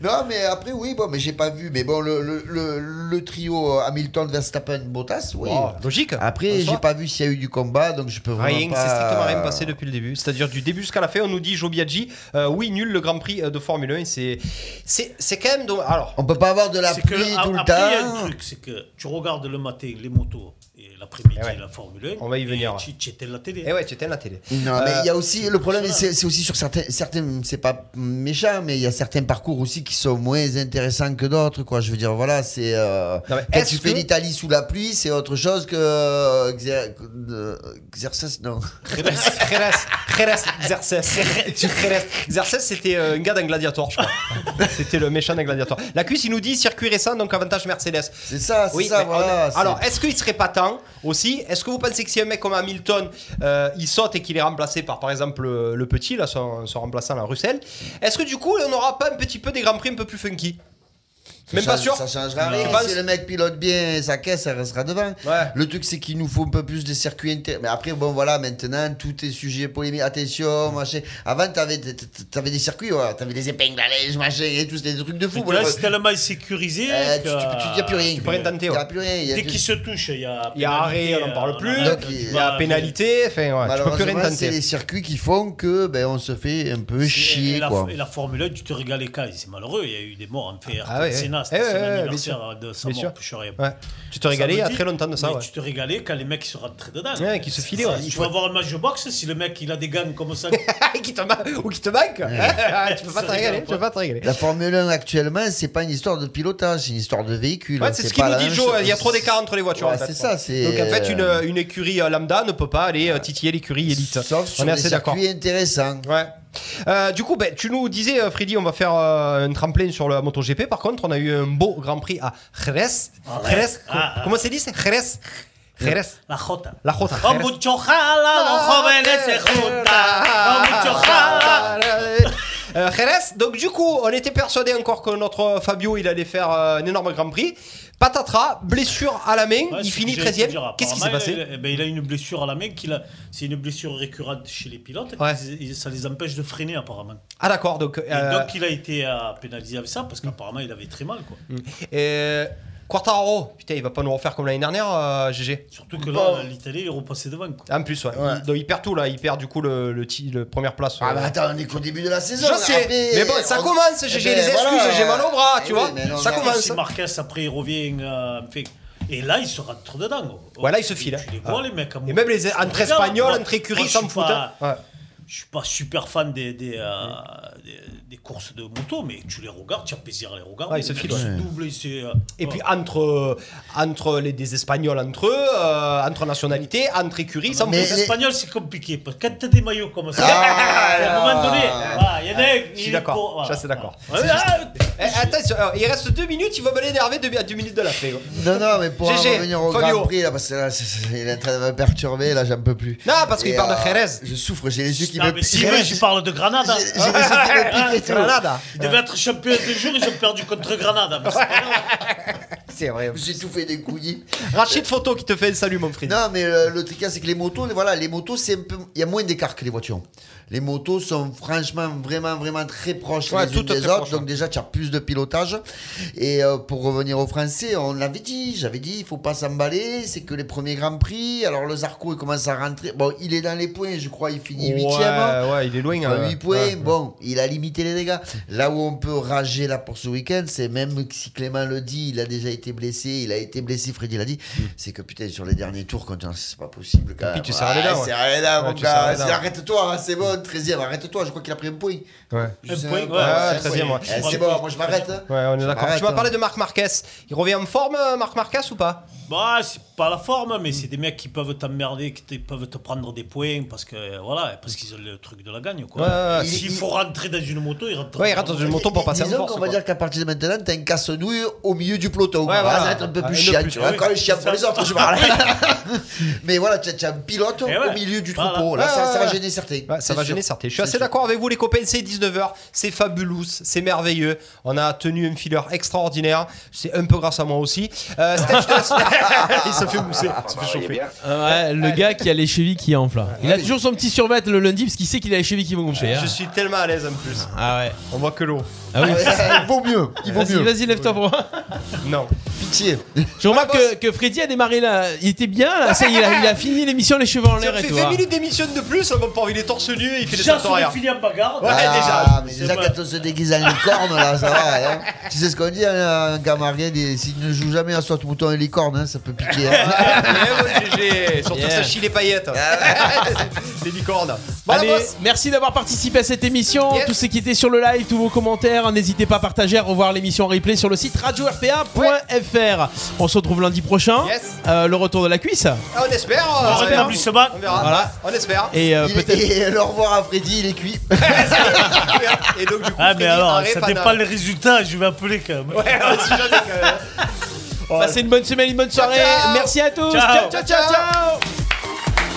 Speaker 8: Non, mais après, oui, bon, mais j'ai pas vu. Mais bon, le, le, le, le trio euh, Hamilton, Verstappen, Bottas, oui.
Speaker 7: Oh, logique.
Speaker 8: Après,
Speaker 7: Bonsoir.
Speaker 8: j'ai pas vu s'il y a eu du combat, donc je peux vraiment
Speaker 7: Rien,
Speaker 8: pas...
Speaker 7: c'est strictement rien passé depuis le début. C'est-à-dire du début jusqu'à la fin, on nous dit Jobiaggi, euh, oui, nul le Grand Prix euh, de Formule 1. C'est, c'est, c'est quand même. do- Alors,
Speaker 8: On peut pas avoir de la
Speaker 6: C'est
Speaker 8: pluie
Speaker 6: que, a-
Speaker 8: tout le
Speaker 6: après, il y a
Speaker 8: temps.
Speaker 6: un truc, c'est que tu regardes le matin les motos et l'après-midi
Speaker 7: Eh ouais.
Speaker 6: la Formule 1.
Speaker 7: On va y venir,
Speaker 6: Et tu, tu étais la télé.
Speaker 7: eh ouais, tu éteins la télé.
Speaker 8: Non, mais
Speaker 7: Euh,
Speaker 8: il y a aussi le problème, c'est c'est aussi sur certains, certains c'est pas méchant, mais il y a certains parcours aussi qui sont moins intéressants que d'autres, quoi. Je veux dire, voilà, c'est euh,
Speaker 7: Non, mais
Speaker 8: quand
Speaker 7: est-ce
Speaker 8: tu fais
Speaker 7: que-
Speaker 8: l'Italie sous la pluie, c'est autre chose que euh, exer- euh, exercice, non.
Speaker 7: Jerez, Jerez, Jerez Xerxes. Jerez Xerxes, c'était euh, un gars d'un gladiator, je crois. c'était le méchant d'un gladiator. La cuisse, il nous dit circuit récent, donc avantage Mercedes.
Speaker 8: C'est ça, c'est
Speaker 7: Oui,
Speaker 8: ça,
Speaker 7: mais on-
Speaker 8: voilà. c'est-
Speaker 7: Alors, est-ce qu'il serait pas temps aussi Est-ce que vous pensez que si un mec comme Hamilton euh, il saute et qu'il est remplacé par par exemple euh, le, le petit, là, son, son remplaçant, la Russell, est-ce que du coup on n'aura pas un petit peu des grands prix un peu plus funky Même
Speaker 8: Ça
Speaker 7: pas
Speaker 8: change-
Speaker 7: sûr
Speaker 8: Ça changera
Speaker 7: Non.
Speaker 8: rien.
Speaker 7: Tu penses
Speaker 8: Si le mec pilote bien sa caisse, ça restera devant. Le truc, c'est qu'il nous faut un peu plus de circuits internes. Mais après, bon, voilà, maintenant, tout est sujet polémique. Attention, machin. Avant, t'avais, des- t'avais des circuits, voilà. t'avais des épingles à linge, machin, et tout, c'était des trucs de fou.
Speaker 6: Mais
Speaker 8: voilà.
Speaker 6: là, c'est tellement sécurisé.
Speaker 8: Euh,
Speaker 7: Eh,
Speaker 6: que-
Speaker 8: tu- tu- tu dis plus rien. Tu peux rien tenter,
Speaker 6: Il y a
Speaker 8: ouais.
Speaker 6: plus
Speaker 8: rien. il y a
Speaker 6: Dès
Speaker 8: du-
Speaker 6: qu'ils se touchent, il y a.
Speaker 7: Il y a
Speaker 6: pénalité,
Speaker 7: arrêt, on n'en parle
Speaker 6: euh,
Speaker 7: plus.
Speaker 6: voilà,
Speaker 7: il y
Speaker 6: voilà,
Speaker 7: a Bah, pénalité, enfin, ouais, tu peux plus rien
Speaker 8: Malheureusement, c'est les
Speaker 7: tenter.
Speaker 8: circuits qui font que ben, on se fait un peu
Speaker 6: et
Speaker 8: chier.
Speaker 6: la,
Speaker 8: Quoi.
Speaker 6: et la Formule 1, tu te régales les cas. C'est malheureux, il y a eu des morts en fait.
Speaker 7: Ah ouais,
Speaker 6: Senna,
Speaker 7: ouais.
Speaker 6: c'était
Speaker 7: Eh ouais,
Speaker 6: son
Speaker 7: ouais, ouais, bien
Speaker 6: anniversaire
Speaker 7: sûr.
Speaker 6: de sa
Speaker 7: Bien
Speaker 6: mort,
Speaker 7: sûr.
Speaker 6: puis je serais-
Speaker 7: Ouais. Tu te régalais il y a
Speaker 6: Samedi,
Speaker 7: très longtemps de ça,
Speaker 6: mais
Speaker 7: ouais.
Speaker 6: Tu te régalais quand les mecs se rentraient dedans.
Speaker 7: Ouais, qui se filaient,
Speaker 6: Ça,
Speaker 7: ouais.
Speaker 6: Tu
Speaker 7: Il
Speaker 6: vas
Speaker 7: faut-
Speaker 6: avoir un match de boxe si le mec il a des gants comme ça.
Speaker 7: qui te ou qui te manque. Ah, tu peux pas te régaler, tu peux pas te régaler.
Speaker 8: La Formule 1 actuellement, c'est pas une histoire de pilotage, c'est une histoire de véhicule.
Speaker 7: Ouais, c'est ce qu'il
Speaker 8: pas
Speaker 7: nous
Speaker 8: la
Speaker 7: dit
Speaker 8: même
Speaker 7: Joe,
Speaker 8: chose.
Speaker 7: il y a trop d'écart entre les voitures.
Speaker 8: Ouais,
Speaker 7: en fait.
Speaker 8: c'est ça, c'est-
Speaker 7: Donc en fait, une, une écurie euh, lambda ne peut pas aller euh, titiller l'écurie élite.
Speaker 8: Sauf
Speaker 7: on
Speaker 8: sur
Speaker 7: est
Speaker 8: des
Speaker 7: assez d'accord.
Speaker 8: circuits intéressants.
Speaker 7: Ouais. Euh, du coup, ben, tu nous disais, euh, Freddy, on va faire euh, un tremplin sur la MotoGP. Par contre, on a eu un beau Grand Prix à Jerez.
Speaker 6: Ah ouais.
Speaker 7: Jerez.
Speaker 6: Ah,
Speaker 7: co-
Speaker 6: ah.
Speaker 7: Comment c'est dit c'est Jerez. Jerez.
Speaker 6: La Jota.
Speaker 7: La eh, Jota.
Speaker 6: Con
Speaker 7: Jerez.
Speaker 6: mucho jala, los
Speaker 7: Ah,
Speaker 6: jóvenes se juntan.
Speaker 7: eh,
Speaker 6: Con mucho jala.
Speaker 7: Euh, Jerez. Donc du coup, on était persuadé encore que notre Fabio, il allait faire euh, un énorme Grand Prix. Patatras, blessure à la main,
Speaker 6: Ouais,
Speaker 7: eh. il
Speaker 6: c'est ce
Speaker 7: finit
Speaker 6: que j'allais
Speaker 7: 13
Speaker 6: te dire.
Speaker 7: e Qu'est-ce qui s'est
Speaker 6: Apparemment,
Speaker 7: passé
Speaker 6: il, eh ben, il a une blessure à la main. qu'il a- C'est une blessure récurrente chez les pilotes. Ils- ils- Ça les empêche de freiner, apparemment.
Speaker 7: Ah d'accord, donc...
Speaker 6: Et
Speaker 7: euh,
Speaker 6: donc, il a été euh, pénalisé avec ça parce qu'apparemment, il avait très mal. Quoi.
Speaker 7: euh, Quartararo, putain, il va pas nous refaire comme l'année dernière, euh, GG.
Speaker 6: Surtout que là, l'Italie, il est repassé devant. Quoi.
Speaker 7: En plus, ouais. Il, donc, il perd tout là, il perd du coup le, le, ti- le première place.
Speaker 8: Ah
Speaker 7: euh.
Speaker 8: bah attends, on est qu'au début de la saison.
Speaker 7: Je sais,
Speaker 8: Après,
Speaker 7: mais bon, ça
Speaker 8: on-
Speaker 7: commence,
Speaker 8: Eh
Speaker 7: GG,
Speaker 8: ben,
Speaker 7: les excuses,
Speaker 8: voilà.
Speaker 7: j'ai mal au bras,
Speaker 8: Eh
Speaker 7: tu
Speaker 8: oui,
Speaker 7: vois.
Speaker 8: mais non,
Speaker 7: Ça
Speaker 8: mais-
Speaker 7: commence.
Speaker 6: Si Marquez, après, il revient. euh, fait- et là, il se rentre dedans. gros.
Speaker 7: Ouais, là, il se file.
Speaker 6: Tu les
Speaker 7: hein.
Speaker 6: vois, les mecs.
Speaker 7: Et même les entre espagnols, entre écuries,
Speaker 6: sans
Speaker 7: s'en foutent. hein.
Speaker 6: Je suis pas super fan des, des, euh, des, des courses de moto, mais tu les regardes, tu as plaisir à les regarder.
Speaker 7: Ouais, ils se filent, ouais.
Speaker 6: doublent, ils se, euh,
Speaker 7: Et
Speaker 6: ouais.
Speaker 7: puis ah, entre, entre les, des Espagnols entre eux, euh, entre nationalités, entre écuries, ça me
Speaker 6: mais
Speaker 7: fout.
Speaker 6: les Espagnols, c'est compliqué. Parce que quand t'as des maillots comme ça, à un moment donné, voilà, il y en a un.
Speaker 7: Ah, Je suis
Speaker 6: il est
Speaker 7: d'accord,
Speaker 6: pour- voilà.
Speaker 7: ça c'est d'accord.
Speaker 6: Ouais, ah,
Speaker 7: C'est
Speaker 6: ouais,
Speaker 7: Eh, attention, alors, il reste deux minutes, il va me l'énerver deux, à deux minutes de la fin. quoi.
Speaker 8: Non, non, mais pour en
Speaker 7: GG,
Speaker 8: revenir au
Speaker 7: Fabio.
Speaker 8: Grand Prix, là, parce que là, c'est- c'est- il est en train de me perturber, là, j'en peux plus.
Speaker 7: Non, parce qu'il
Speaker 8: Et,
Speaker 7: parle de
Speaker 8: euh,
Speaker 7: Jerez.
Speaker 8: Je souffre, j'ai les yeux qui
Speaker 6: Non,
Speaker 8: me
Speaker 6: mais si, mais je parle de Granada.
Speaker 8: j'ai les yeux qui me piquent et tout.
Speaker 7: Granada.
Speaker 6: Ils devaient être champions de jour, ils ont perdu contre Granada. mais c'est pas grave.
Speaker 7: C'est vrai.
Speaker 8: J'ai tout fait des couillis.
Speaker 7: Rachid Photo qui te fait le salut, mon frère.
Speaker 8: Non, mais euh, le truc, c'est que les motos, les- voilà, les motos, c'est un peu. Il y a moins d'écart que les voitures. Les motos sont franchement, vraiment, vraiment très proches
Speaker 7: Ouais,
Speaker 8: les
Speaker 7: tout
Speaker 8: unes
Speaker 7: à
Speaker 8: des
Speaker 7: fait
Speaker 8: autres.
Speaker 7: proches,
Speaker 8: Donc,
Speaker 7: ouais.
Speaker 8: déjà, tu as plus de pilotage. Et euh, pour revenir aux Français, on l'avait dit, j'avais dit, il faut pas s'emballer. C'est que les premiers Grands Prix. Alors, le Zarco, il commence à rentrer. Bon, il est dans les points, je crois, il finit 8
Speaker 7: Ouais, ouais, il est loin. hein.
Speaker 8: 8 points,
Speaker 7: Ouais.
Speaker 8: bon, il a limité les dégâts. Là où on peut rager là pour ce week-end, c'est même si Clément le dit, il a déjà été blessé, il a été blessé, Freddy l'a dit, c'est que putain, sur les derniers tours, quand on- c'est pas possible. Quand
Speaker 7: Hmm. puis
Speaker 8: même.
Speaker 7: tu serres les dents, ouais.
Speaker 8: serres les dents,
Speaker 7: Ouais,
Speaker 8: mon
Speaker 7: tu
Speaker 8: gars.
Speaker 7: serres les
Speaker 8: C'est-
Speaker 7: dents.
Speaker 8: Arrête-toi, hein, c'est bon, 13ème, arrête-toi, je crois qu'il a pris un point.
Speaker 7: Ouais.
Speaker 8: Je sais
Speaker 6: point,
Speaker 8: même pas,
Speaker 6: ouais,
Speaker 8: ouais,
Speaker 7: ouais,
Speaker 8: un
Speaker 7: 13e,
Speaker 8: point.
Speaker 7: ouais.
Speaker 8: Eh, C'est bon, moi je m'arrête. hein.
Speaker 7: Ouais, on est d'accord.
Speaker 8: m'arrête,
Speaker 7: Tu m'as
Speaker 8: hein.
Speaker 7: parlé de Marc Marquez. Il revient en forme, euh, Marc Marquez, ou pas
Speaker 6: Bah, c'est pas la forme, mais c'est des mecs qui peuvent t'emmerder, qui te- peuvent te prendre des points parce que voilà, parce qu'ils ont le truc de la gagne quoi.
Speaker 7: Ouais, ouais, ouais.
Speaker 6: Et S'il
Speaker 7: Il-
Speaker 6: faut rentrer dans une moto, ils rentrent.
Speaker 7: Ouais, il rentre dans une moto pour passer en
Speaker 8: Disons
Speaker 7: force.
Speaker 8: qu'on va
Speaker 7: quoi.
Speaker 8: dire qu'à partir de maintenant, t'as un casse-nouille au milieu du peloton.
Speaker 7: Ouais,
Speaker 8: Ah,
Speaker 7: voilà.
Speaker 8: Ça va être un peu
Speaker 7: Ah,
Speaker 8: plus
Speaker 7: le
Speaker 8: chiant,
Speaker 7: plus-
Speaker 8: tu vois.
Speaker 7: oui.
Speaker 8: Encore le chien pour les autres, je parle. Mais voilà, tu as- tu as un pilote
Speaker 6: Et ouais.
Speaker 8: au milieu du
Speaker 6: Voilà.
Speaker 8: troupeau. Là,
Speaker 7: Ouais,
Speaker 8: ça, ça
Speaker 7: ouais,
Speaker 8: va
Speaker 7: ouais.
Speaker 8: gêner certains.
Speaker 7: Ouais, Bah, ça
Speaker 8: C'est
Speaker 7: va
Speaker 8: sûr.
Speaker 7: gêner certains. Je suis
Speaker 8: C'est
Speaker 7: assez
Speaker 8: sûr.
Speaker 7: d'accord avec vous, les copains. C'est 19h, c'est fabulous, c'est merveilleux. On a tenu un filler extraordinaire. C'est un peu grâce à moi aussi. Euh, Steph, je te laisse- il se fait mousser, il se fait chauffer.
Speaker 5: Euh, Ouais, le gars qui a les chevilles qui enflent. là. Il a toujours son petit survêt le lundi parce qu'il sait qu'il a les chevilles qui vont gonfler. hein.
Speaker 7: Je suis tellement à l'aise en plus.
Speaker 5: Ah ouais.
Speaker 7: On voit que l'eau.
Speaker 5: Ah oui.
Speaker 8: Il vaut mieux, il vaut
Speaker 5: Vas-y,
Speaker 8: mieux.
Speaker 5: vas-y, lève-toi pour moi.
Speaker 7: Non.
Speaker 8: Pitié.
Speaker 5: Je remarque que, que Freddy a démarré là. Il était bien là. Ça, y est, il a, il a fini l'émission les cheveux en
Speaker 7: Ça
Speaker 5: l'air et
Speaker 7: fait
Speaker 5: tout.
Speaker 7: 20
Speaker 5: hein.
Speaker 7: minutes d'émission de plus, hein, on va pas il est torse nu et il fait des
Speaker 6: Chasse
Speaker 7: saltos
Speaker 6: les
Speaker 7: arrière.
Speaker 6: filets en bagarre.
Speaker 7: Ouais,
Speaker 8: Ah,
Speaker 7: déjà.
Speaker 8: mais
Speaker 6: C'est
Speaker 8: déjà,
Speaker 6: pas-
Speaker 8: quand on se déguise en licorne, là, ça va. hein. Tu sais ce qu'on dit, hein, un camargue, il- s'il ne joue jamais à soit mouton et licorne, hein, ça peut piquer. hein.
Speaker 7: Ouais, mon GG. Surtout
Speaker 5: Yeah.
Speaker 7: ça chie les paillettes. les licornes. Voilà,
Speaker 5: Allez,
Speaker 7: boss.
Speaker 5: merci d'avoir participé à cette émission.
Speaker 7: Yes.
Speaker 5: Tous ceux qui étaient sur le live, tous vos commentaires, n'hésitez pas à partager, à revoir l'émission en replay sur le site radio-rpa.fr. faire. On se retrouve lundi prochain. Euh, le retour de la cuisse.
Speaker 7: On espère.
Speaker 5: On
Speaker 7: euh,
Speaker 5: espère.
Speaker 7: On verra.
Speaker 5: Voilà.
Speaker 7: On espère.
Speaker 5: Et, euh,
Speaker 8: Il-
Speaker 5: peut-être-
Speaker 8: et le au revoir à Freddy, il est cuit.
Speaker 7: Et donc, du coup,
Speaker 9: Ah, mais
Speaker 7: Freddy
Speaker 9: alors,
Speaker 7: arrête
Speaker 9: ça
Speaker 7: pas
Speaker 9: n'est pas les résultats, je vais appeler quand même.
Speaker 7: Ouais, on sait jamais que-
Speaker 5: Passez une bonne semaine, une bonne soirée. Merci à tous.
Speaker 9: Ciao.
Speaker 5: ciao, ciao. ciao.